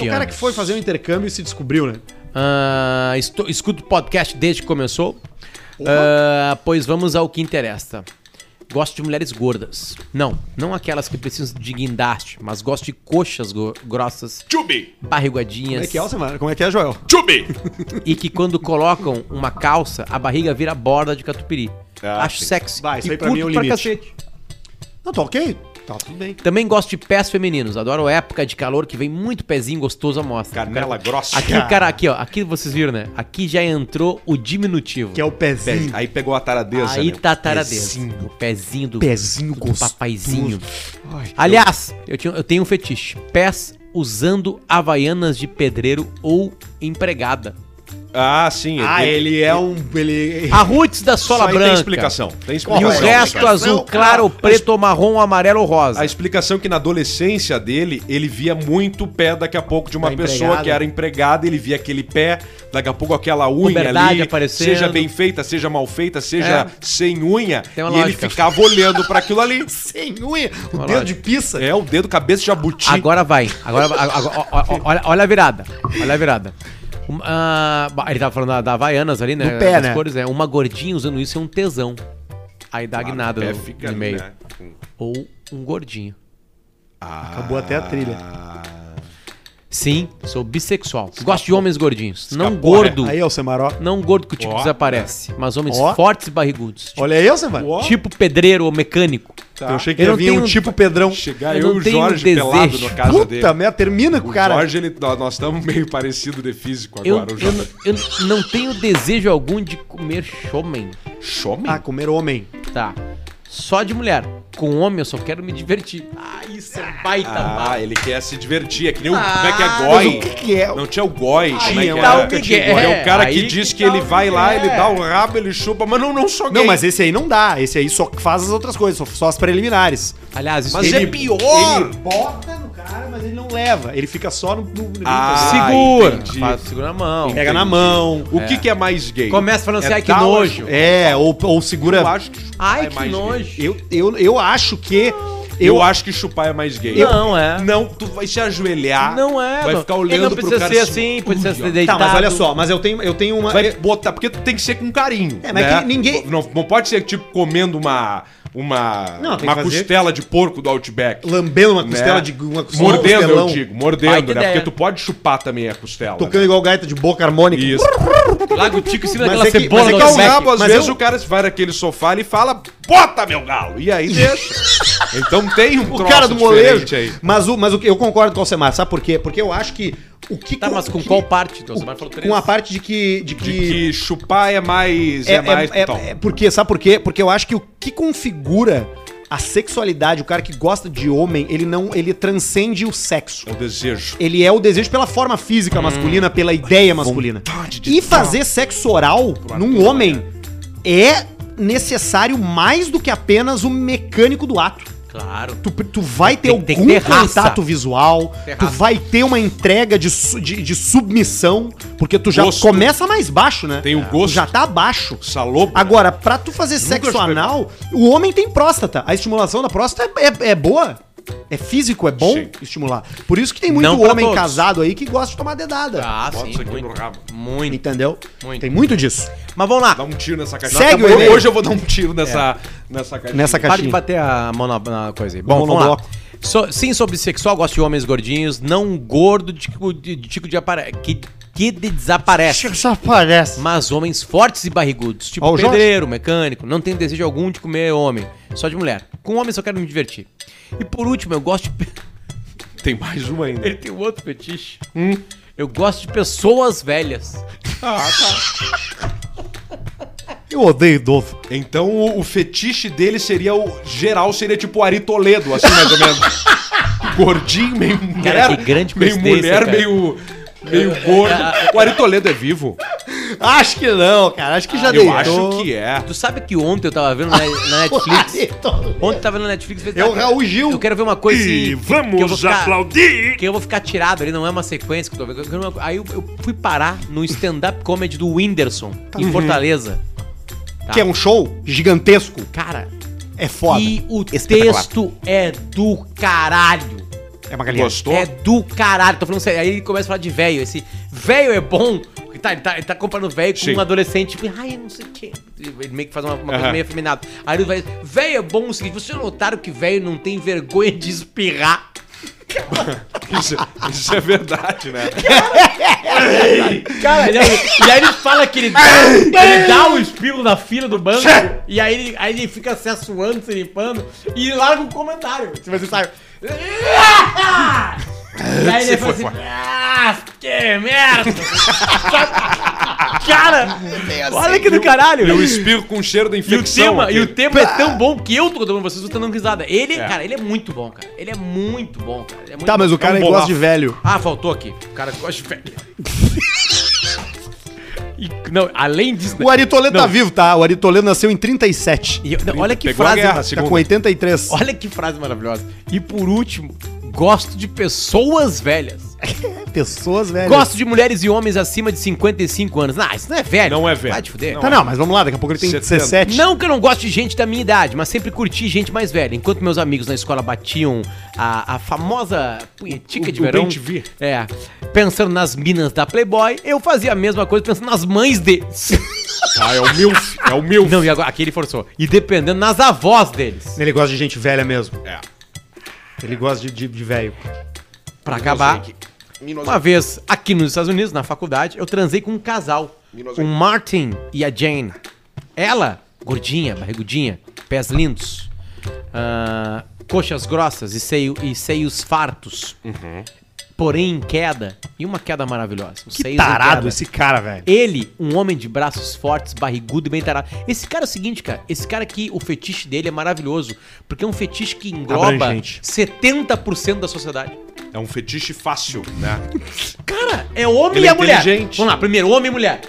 Speaker 1: É o
Speaker 3: anos.
Speaker 1: cara que foi fazer um intercâmbio e se descobriu, né?
Speaker 3: Ah, estou- escuto podcast desde que começou. Ah, pois vamos ao que interessa. Gosto de mulheres gordas. Não, não aquelas que precisam de guindaste, mas gosto de coxas go- grossas,
Speaker 2: Chubi!
Speaker 1: Como
Speaker 3: barriguadinhas
Speaker 1: é que é, Alcimar? Como é que é, Joel?
Speaker 2: Chubi!
Speaker 3: e que quando colocam uma calça, a barriga vira borda de catupiry.
Speaker 2: Ah,
Speaker 3: Acho
Speaker 2: sim.
Speaker 3: sexy.
Speaker 1: Vai, isso
Speaker 3: e
Speaker 1: aí pra mim é o
Speaker 3: curto pra
Speaker 1: limite.
Speaker 3: cacete.
Speaker 1: Não, tá ok. Tá tudo bem.
Speaker 3: Também gosto de pés femininos. Adoro época de calor que vem muito pezinho gostoso à mostra.
Speaker 1: é
Speaker 2: Canela grossa.
Speaker 3: Aqui, cara, aqui, ó. Aqui vocês viram, né? Aqui já entrou o diminutivo.
Speaker 1: Que é o pezinho.
Speaker 2: Aí pegou a taradeza,
Speaker 3: Aí
Speaker 2: né?
Speaker 3: tá taradeza.
Speaker 2: Pezinho.
Speaker 3: O pezinho do,
Speaker 1: Pezinho
Speaker 3: do papaizinho.
Speaker 1: Ai,
Speaker 3: Aliás, eu, tinha- eu tenho um fetiche. Pés usando havaianas de pedreiro ou empregada.
Speaker 2: Ah, sim.
Speaker 1: Ah, ele é um. Ele...
Speaker 3: A roots da sola
Speaker 2: Isso aí
Speaker 3: branca.
Speaker 2: Tem explicação. Tem explicação.
Speaker 3: E o
Speaker 2: cara.
Speaker 3: resto é azul claro, preto, marrom, amarelo ou
Speaker 2: A
Speaker 3: rosa.
Speaker 2: explicação é que na adolescência dele, ele via muito pé daqui a pouco de uma
Speaker 1: Da
Speaker 2: pessoa
Speaker 1: empregada.
Speaker 2: que era empregada, ele via aquele pé, daqui a pouco aquela unha
Speaker 3: Puberdade
Speaker 2: ali,
Speaker 3: aparecendo.
Speaker 2: seja bem feita, seja mal feita, seja
Speaker 3: É.
Speaker 2: sem unha, e
Speaker 3: Tem uma
Speaker 2: ele
Speaker 3: lógica.
Speaker 2: ficava olhando pra aquilo ali.
Speaker 1: Sem unha, o
Speaker 3: Olha
Speaker 1: dedo
Speaker 3: lá.
Speaker 1: de pizza.
Speaker 2: É o dedo cabeça de jabuti.
Speaker 3: Agora vai. Agora, vai, agora- ó, ó, ó, olha, olha a virada. Olha a virada. Um, ah, bah, ele tava falando da, da Havaianas ali, né?
Speaker 1: Do pé,
Speaker 3: Das
Speaker 1: né?
Speaker 3: cores, é. Uma gordinha usando isso é um tesão. Aí dá guinada
Speaker 2: É,
Speaker 3: no,
Speaker 2: fica
Speaker 3: no
Speaker 2: ali,
Speaker 3: meio.
Speaker 2: né?
Speaker 3: Ou um gordinho.
Speaker 2: Ah.
Speaker 1: Acabou até a trilha.
Speaker 3: Sim, sou bissexual. Gosto de homens gordinhos. não
Speaker 2: Escapou,
Speaker 3: gordo.
Speaker 1: Aí, Alcemaró.
Speaker 3: Não gordo que o tipo
Speaker 2: Ó.
Speaker 3: desaparece. Mas homens
Speaker 1: Ó.
Speaker 3: fortes e barrigudos. Tipo,
Speaker 1: Olha aí, Alcemar.
Speaker 2: Ó. Tá,
Speaker 3: tipo pedreiro ou mecânico.
Speaker 1: Eu achei que
Speaker 3: Eu
Speaker 1: ia
Speaker 3: não
Speaker 1: vir um
Speaker 3: tenho-
Speaker 1: tipo Pedrão.
Speaker 2: Chegar
Speaker 3: Eu
Speaker 2: eu,
Speaker 3: não
Speaker 2: e o
Speaker 3: tenho um
Speaker 2: Jorge
Speaker 3: desejo.
Speaker 2: pelado na casa
Speaker 1: Puta
Speaker 2: dele.
Speaker 1: merda, termina com o cara.
Speaker 2: O Jorge, ele, nó- nós estamos meio parecido de físico
Speaker 3: Eu,
Speaker 2: agora. o
Speaker 3: eu,
Speaker 2: Jorge.
Speaker 3: não- eu não tenho desejo algum de comer chomen.
Speaker 2: Some?
Speaker 1: Ah, comer homem.
Speaker 3: Tá. Só de mulher. Com homem eu só quero me divertir. Ah, isso é um baita
Speaker 2: Ah,
Speaker 3: papo.
Speaker 2: ele quer se divertir. É que nem o. como é que
Speaker 3: Ah,
Speaker 2: é
Speaker 1: Mas
Speaker 2: Goi?
Speaker 1: o que, que é?
Speaker 2: Não tinha o Goi. como é,
Speaker 1: é
Speaker 2: que
Speaker 1: tá
Speaker 2: era?
Speaker 1: o
Speaker 3: Miguel.
Speaker 2: É o cara
Speaker 3: Aí
Speaker 2: que
Speaker 3: que
Speaker 2: diz que,
Speaker 3: tá
Speaker 2: ele
Speaker 3: o
Speaker 2: vai lá,
Speaker 3: Miguel.
Speaker 2: ele dá o rabo, ele chupa. Mas não, não sou gay.
Speaker 1: Não, mas esse aí não dá. Esse aí só faz as outras coisas, só, só as preliminares.
Speaker 3: Aliás, isso
Speaker 2: Mas
Speaker 3: ele-
Speaker 2: é pior.
Speaker 1: Ele bota no cara, mas ele não leva. Ele fica só no. no- no-
Speaker 2: Ah,
Speaker 3: Segura.
Speaker 2: entendi.
Speaker 3: Faz- segura na mão.
Speaker 1: pega na mão.
Speaker 2: O que, que é mais gay?
Speaker 3: Começa falando assim, ai, que
Speaker 2: dar ou-
Speaker 3: nojo.
Speaker 1: É, ou, ou segura.
Speaker 2: Eu acho que chupar é
Speaker 3: Ai, que
Speaker 2: mais gay.
Speaker 3: nojo.
Speaker 1: Eu, eu, eu acho que.
Speaker 2: Eu,
Speaker 1: Eu,
Speaker 2: acho que chupar é mais gay.
Speaker 3: Não é.
Speaker 2: Não, tu vai se ajoelhar.
Speaker 3: Não é,
Speaker 2: Vai
Speaker 3: mano.
Speaker 2: ficar
Speaker 3: Ele não
Speaker 2: olhando pro
Speaker 3: precisa
Speaker 2: cara
Speaker 3: ser assim, pode ser
Speaker 2: Ui, ó.
Speaker 3: deitado.
Speaker 1: Tá, mas olha só, mas eu tenho, eu tenho uma.
Speaker 2: Vai
Speaker 1: eu-
Speaker 2: botar, porque tu tem que ser com carinho.
Speaker 1: É, mas
Speaker 2: né?
Speaker 1: que ninguém-
Speaker 2: Não, não pode ser tipo comendo uma. Uma,
Speaker 1: Não, tem
Speaker 2: uma
Speaker 1: que fazer-
Speaker 2: costela de porco do Outback.
Speaker 1: lambendo uma
Speaker 2: né?
Speaker 1: costela de. Uma costela
Speaker 2: Mordendo,
Speaker 1: costelão,
Speaker 2: eu digo, mordendo,
Speaker 3: Baita
Speaker 2: né? Porque
Speaker 3: ideia.
Speaker 2: tu pode chupar também a costela. né?
Speaker 1: Tocando igual gaita de boca harmônica.
Speaker 2: Isso.
Speaker 3: Larga o tico em cima
Speaker 1: Mas
Speaker 3: daquela
Speaker 1: é que-
Speaker 3: cebola
Speaker 1: mas é
Speaker 3: do
Speaker 1: que é
Speaker 2: Então,
Speaker 1: um
Speaker 2: o
Speaker 3: Outback.
Speaker 2: rabo, às
Speaker 1: mas
Speaker 2: vezes,
Speaker 1: eu-
Speaker 2: o cara vai naquele sofá ali e fala, bota meu galo! E aí deixa. então tem um
Speaker 1: O cara do molejo.
Speaker 2: diferente aí.
Speaker 1: Mas, o, mas o, que- eu concordo com o Alcemar, sabe por quê? Porque eu acho que. O que
Speaker 3: Tá, mas com
Speaker 1: que-
Speaker 3: qual parte? Então,
Speaker 1: o-
Speaker 3: você vai falar três.
Speaker 1: com a parte de que.
Speaker 2: De
Speaker 1: De que,
Speaker 2: que chupar é mais.
Speaker 1: é,
Speaker 2: É, mais.
Speaker 1: é-
Speaker 2: então.
Speaker 1: é- é porque, sabe por quê? Porque eu acho que o que configura a sexualidade, o cara que gosta de homem, ele não. ele transcende o sexo.
Speaker 2: é o desejo.
Speaker 1: Ele é o desejo pela forma
Speaker 2: Hum.
Speaker 1: física masculina, Né. pela ideia masculina.
Speaker 2: Vontade de né?
Speaker 1: E fazer sexo oral num homem é necessário mais do que apenas o mecânico do ato.
Speaker 3: Claro.
Speaker 1: Tu, tu vai ter
Speaker 3: Tem- tem que
Speaker 1: algum
Speaker 3: ter raça.
Speaker 1: contato visual,
Speaker 3: Ter
Speaker 1: tu
Speaker 3: raça.
Speaker 1: vai ter uma entrega de, su- de, de submissão, porque tu já
Speaker 2: Gosto.
Speaker 1: começa mais baixo, né?
Speaker 2: Tem o
Speaker 1: É.
Speaker 2: gosto.
Speaker 1: Tu já tá abaixo.
Speaker 2: Salopo.
Speaker 1: Agora, pra tu fazer sexo
Speaker 2: chupei-
Speaker 1: anal, o homem tem próstata. A estimulação da próstata é, é- é boa. É físico, é bom
Speaker 2: Sim.
Speaker 1: estimular. Por isso que tem muito
Speaker 3: Não pra
Speaker 1: homem
Speaker 3: todos.
Speaker 1: casado aí que gosta de tomar dedada.
Speaker 3: Ah,
Speaker 2: Bota isso
Speaker 3: sim.
Speaker 2: aqui no rabo.
Speaker 3: Muito. muito.
Speaker 1: Entendeu?
Speaker 3: Muito.
Speaker 1: Tem muito disso.
Speaker 3: Mas vamos
Speaker 2: Dá
Speaker 3: lá.
Speaker 2: um tiro nessa caixinha.
Speaker 1: Segue
Speaker 2: Hoje-
Speaker 1: o e-mail.
Speaker 2: Hoje eu vou dar um tiro nessa,
Speaker 3: É.
Speaker 2: nessa caixinha.
Speaker 1: Nessa
Speaker 3: Para de
Speaker 1: caixinha.
Speaker 3: bater a mão na, na coisa aí. Bom, vamos lá.
Speaker 1: Monobloco.
Speaker 3: So- sim, sou bissexual, gosto de homens gordinhos, não gordo de tipo de, de, tipo de apare- que, que de- desaparece.
Speaker 1: Só parece.
Speaker 3: Mas homens fortes e barrigudos, tipo
Speaker 1: Ó, o Jorge.
Speaker 3: pedreiro, mecânico, não tenho desejo algum de comer homem, só de mulher. Com homem só quero me divertir. E por último, eu gosto de. pe-
Speaker 2: Tem mais uma ainda.
Speaker 3: Ele tem um outro fetiche. Eu gosto de pessoas velhas.
Speaker 1: Eu odeio idoso.
Speaker 2: Então o, o fetiche dele seria o geral, seria tipo o Ari Toledo, assim mais ou menos. Gordinho, meio mulher.
Speaker 3: que grande
Speaker 2: meio
Speaker 3: coincidência,
Speaker 2: mulher,
Speaker 3: cara.
Speaker 2: meio. Meio gordo. O Ari Toledo é vivo?
Speaker 1: Acho que não, cara. Acho que
Speaker 3: Tá
Speaker 1: já
Speaker 2: Ah, Eu acho que é.
Speaker 3: Tu sabe que ontem eu tava vendo na, na Netflix. Ontem eu tava vendo na Netflix. e falei,
Speaker 1: É o
Speaker 3: "Ah,
Speaker 1: Raul Gil."
Speaker 3: Eu quero ver uma coisa.
Speaker 5: E
Speaker 3: que-
Speaker 5: vamos
Speaker 3: que é. eu vou ficar-
Speaker 5: aplaudir!
Speaker 3: Que eu vou ficar tirado ali, não é uma sequência que eu tô vendo. eu quero uma- Aí eu, eu fui parar no stand-up comedy do Whindersson,
Speaker 1: Tá. Uhum.
Speaker 3: em Fortaleza.
Speaker 1: Que é um show gigantesco.
Speaker 3: Cara,
Speaker 1: É foda.
Speaker 3: e o
Speaker 1: Espetacular.
Speaker 3: texto é do caralho.
Speaker 1: É uma galinha.
Speaker 2: Gostou?
Speaker 3: É do caralho. Tô falando sério. Aí ele começa a falar de velho. Esse velho é bom. Porque Tá, ele, tá, ele tá comparando velho com
Speaker 2: Sim.
Speaker 3: um adolescente. Tipo, ai, eu não sei o quê. Ele meio que faz uma, uma coisa
Speaker 2: Aham.
Speaker 3: meio afeminada. Aí ele vai. Velho é bom o seguinte: vocês notaram que velho não tem vergonha de espirrar?
Speaker 2: Isso, isso é verdade, né?
Speaker 3: Cara, ele- é e aí ele fala que ele dá, ele dá o espirro na fila do banco e aí ele, aí ele fica se assuando, se limpando e larga um comentário. Se você sai. E aí ele fala assim, ah, que merda! Cara, olha que do caralho!
Speaker 2: Eu espirro com cheiro da
Speaker 3: E o
Speaker 2: infecção.
Speaker 3: tema,
Speaker 2: aqui.
Speaker 3: e o tema é tão bom que eu tô contando pra vocês, vocês estão dando risada. Ele,
Speaker 2: É.
Speaker 3: cara, ele é muito bom, cara. Ele é muito bom, cara. Ele é muito
Speaker 1: Tá, mas
Speaker 3: bom.
Speaker 1: o cara
Speaker 2: É um
Speaker 1: que gosta
Speaker 2: bolaço.
Speaker 1: de velho.
Speaker 3: Ah, faltou aqui. O cara gosta de velho. E, não, além disso. né?
Speaker 1: O Ari Toledo
Speaker 3: Não.
Speaker 1: tá vivo, tá? O Ari Toledo nasceu em 37.
Speaker 3: E eu- não, olha que
Speaker 2: Pegou a
Speaker 3: frase.
Speaker 2: guerra,
Speaker 1: Tá
Speaker 2: segunda.
Speaker 1: com 83.
Speaker 3: Olha que frase maravilhosa. E por último, gosto de pessoas velhas.
Speaker 2: É
Speaker 1: É, Pessoas velhas.
Speaker 3: Gosto de mulheres e homens acima de 55 anos. Ah, isso não é velho.
Speaker 2: Não é velho.
Speaker 3: Vai te fuder.
Speaker 1: Tá, não, mas vamos lá. Daqui a pouco ele tem
Speaker 2: 70.
Speaker 1: 17.
Speaker 3: Não que eu não gosto de gente da minha idade, mas sempre curti gente mais velha. Enquanto meus amigos na escola batiam a, a famosa punhetica
Speaker 2: O-
Speaker 3: de
Speaker 2: o
Speaker 3: verão.
Speaker 2: bem te vi.
Speaker 3: É. Pensando nas minas da Playboy, eu fazia a mesma coisa pensando nas mães deles.
Speaker 2: Ah, é o Milf. É o Milf.
Speaker 3: não, e agora, aqui ele forçou. E dependendo nas avós deles.
Speaker 1: Ele gosta de gente velha mesmo.
Speaker 2: É.
Speaker 1: Ele gosta de, de, de velho.
Speaker 3: Pra acabar, uma vez aqui nos Estados Unidos, na faculdade, eu transei com um casal. O Martin e a Jane. Ela, gordinha, barrigudinha, pés lindos, ah, coxas grossas e, seio, e seios fartos. Porém em queda. E uma queda maravilhosa. Os
Speaker 1: Uhum. Que
Speaker 3: seios em
Speaker 1: tarado
Speaker 3: queda.
Speaker 1: esse cara, velho.
Speaker 3: Ele, um homem de braços fortes, barrigudo e bem tarado. Esse cara é o seguinte, cara. Esse cara aqui, o fetiche dele é maravilhoso. Porque é um fetiche que engloba
Speaker 1: Abrangente.
Speaker 3: 70% da sociedade.
Speaker 2: É um fetiche fácil, né?
Speaker 3: Cara, é homem
Speaker 2: Ele
Speaker 3: e
Speaker 2: é
Speaker 3: a mulher.
Speaker 2: inteligente.
Speaker 3: Vamos lá, primeiro, homem e mulher.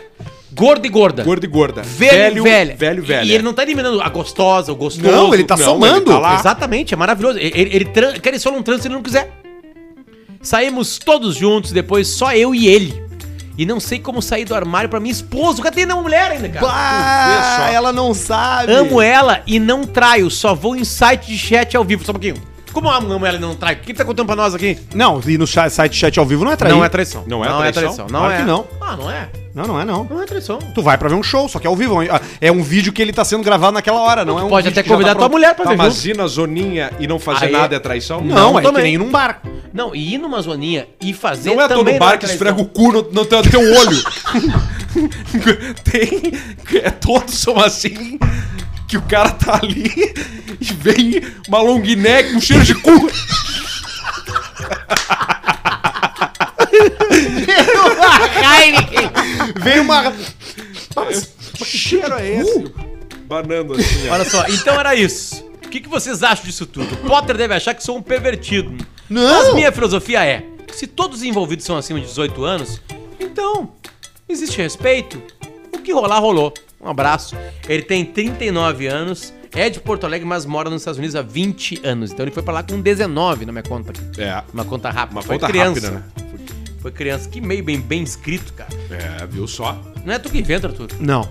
Speaker 3: Gordo e gorda.
Speaker 2: Gordo e gorda.
Speaker 3: Velho, e velha.
Speaker 2: Velho,
Speaker 3: E-
Speaker 2: velho.
Speaker 3: E ele não tá eliminando a gostosa, o gostoso.
Speaker 1: Não, ele tá
Speaker 2: é Não,
Speaker 1: somando.
Speaker 2: ele tá lá.
Speaker 3: Exatamente, é maravilhoso. Ele, ele, ele tran- cara, ele só não transa se ele não quiser. Saímos todos juntos, depois só eu e ele. E não sei como sair do armário pra minha esposa. O cara tem uma mulher ainda, cara.
Speaker 1: Bah,
Speaker 2: Tu vê só.
Speaker 1: ela não sabe.
Speaker 3: Amo ela e não traio, só vou em site de chat ao vivo. Só um pouquinho. Como eu amo amo ela e não traio? O que tá contando pra nós aqui?
Speaker 1: Não, e no cha- site chat ao vivo não é trair.
Speaker 3: Não é traição.
Speaker 2: Não é traição?
Speaker 3: Não
Speaker 1: Claro
Speaker 3: é.
Speaker 1: que não.
Speaker 3: Ah, não é?
Speaker 1: Não, não é não.
Speaker 3: Não é traição.
Speaker 2: Então
Speaker 1: Tu vai pra ver um show, só que é ao vivo. É um vídeo que ele tá sendo gravado naquela hora, não é um
Speaker 3: Pode
Speaker 1: vídeo
Speaker 3: até
Speaker 1: que já
Speaker 3: convidar
Speaker 1: tá
Speaker 3: tua
Speaker 1: pronto.
Speaker 3: mulher pra
Speaker 2: Tá,
Speaker 3: ver
Speaker 2: mas
Speaker 3: junto.
Speaker 2: ir na zoninha e não fazer
Speaker 3: Aí-
Speaker 2: nada é traição?
Speaker 1: Não,
Speaker 3: Não,
Speaker 1: é
Speaker 3: também.
Speaker 1: que nem num bar.
Speaker 3: Não, e ir numa zoninha e fazer
Speaker 2: Não é todo
Speaker 3: também
Speaker 2: bar que
Speaker 3: traição.
Speaker 2: esfrega o cu no, no teu, teu olho. Tem. É, todos são assim. Que o cara tá ali e vem uma long neck com cheiro de cu.
Speaker 1: Veio uma.
Speaker 2: Que cheiro é esse? Banando assim, ó.
Speaker 3: Olha só, então era isso. O que, que vocês acham disso tudo? Potter deve achar que sou um pervertido. Mas
Speaker 1: Não!
Speaker 3: minha filosofia é: se todos os envolvidos são acima de 18 anos, então existe respeito. O que rolar, rolou. Um Um abraço. Ele tem 39 anos, é de Porto Alegre, mas mora nos Estados Unidos há 20 anos. Então ele foi pra lá com 19 na minha conta aqui.
Speaker 2: É.
Speaker 3: Uma conta rápida.
Speaker 2: Uma
Speaker 3: foi
Speaker 2: conta
Speaker 3: criança.
Speaker 2: rápida, né?
Speaker 3: Foi criança. Que meio bem, bem escrito, cara.
Speaker 2: É, viu só?
Speaker 3: Não é tu que inventa, Arthur.
Speaker 1: Não.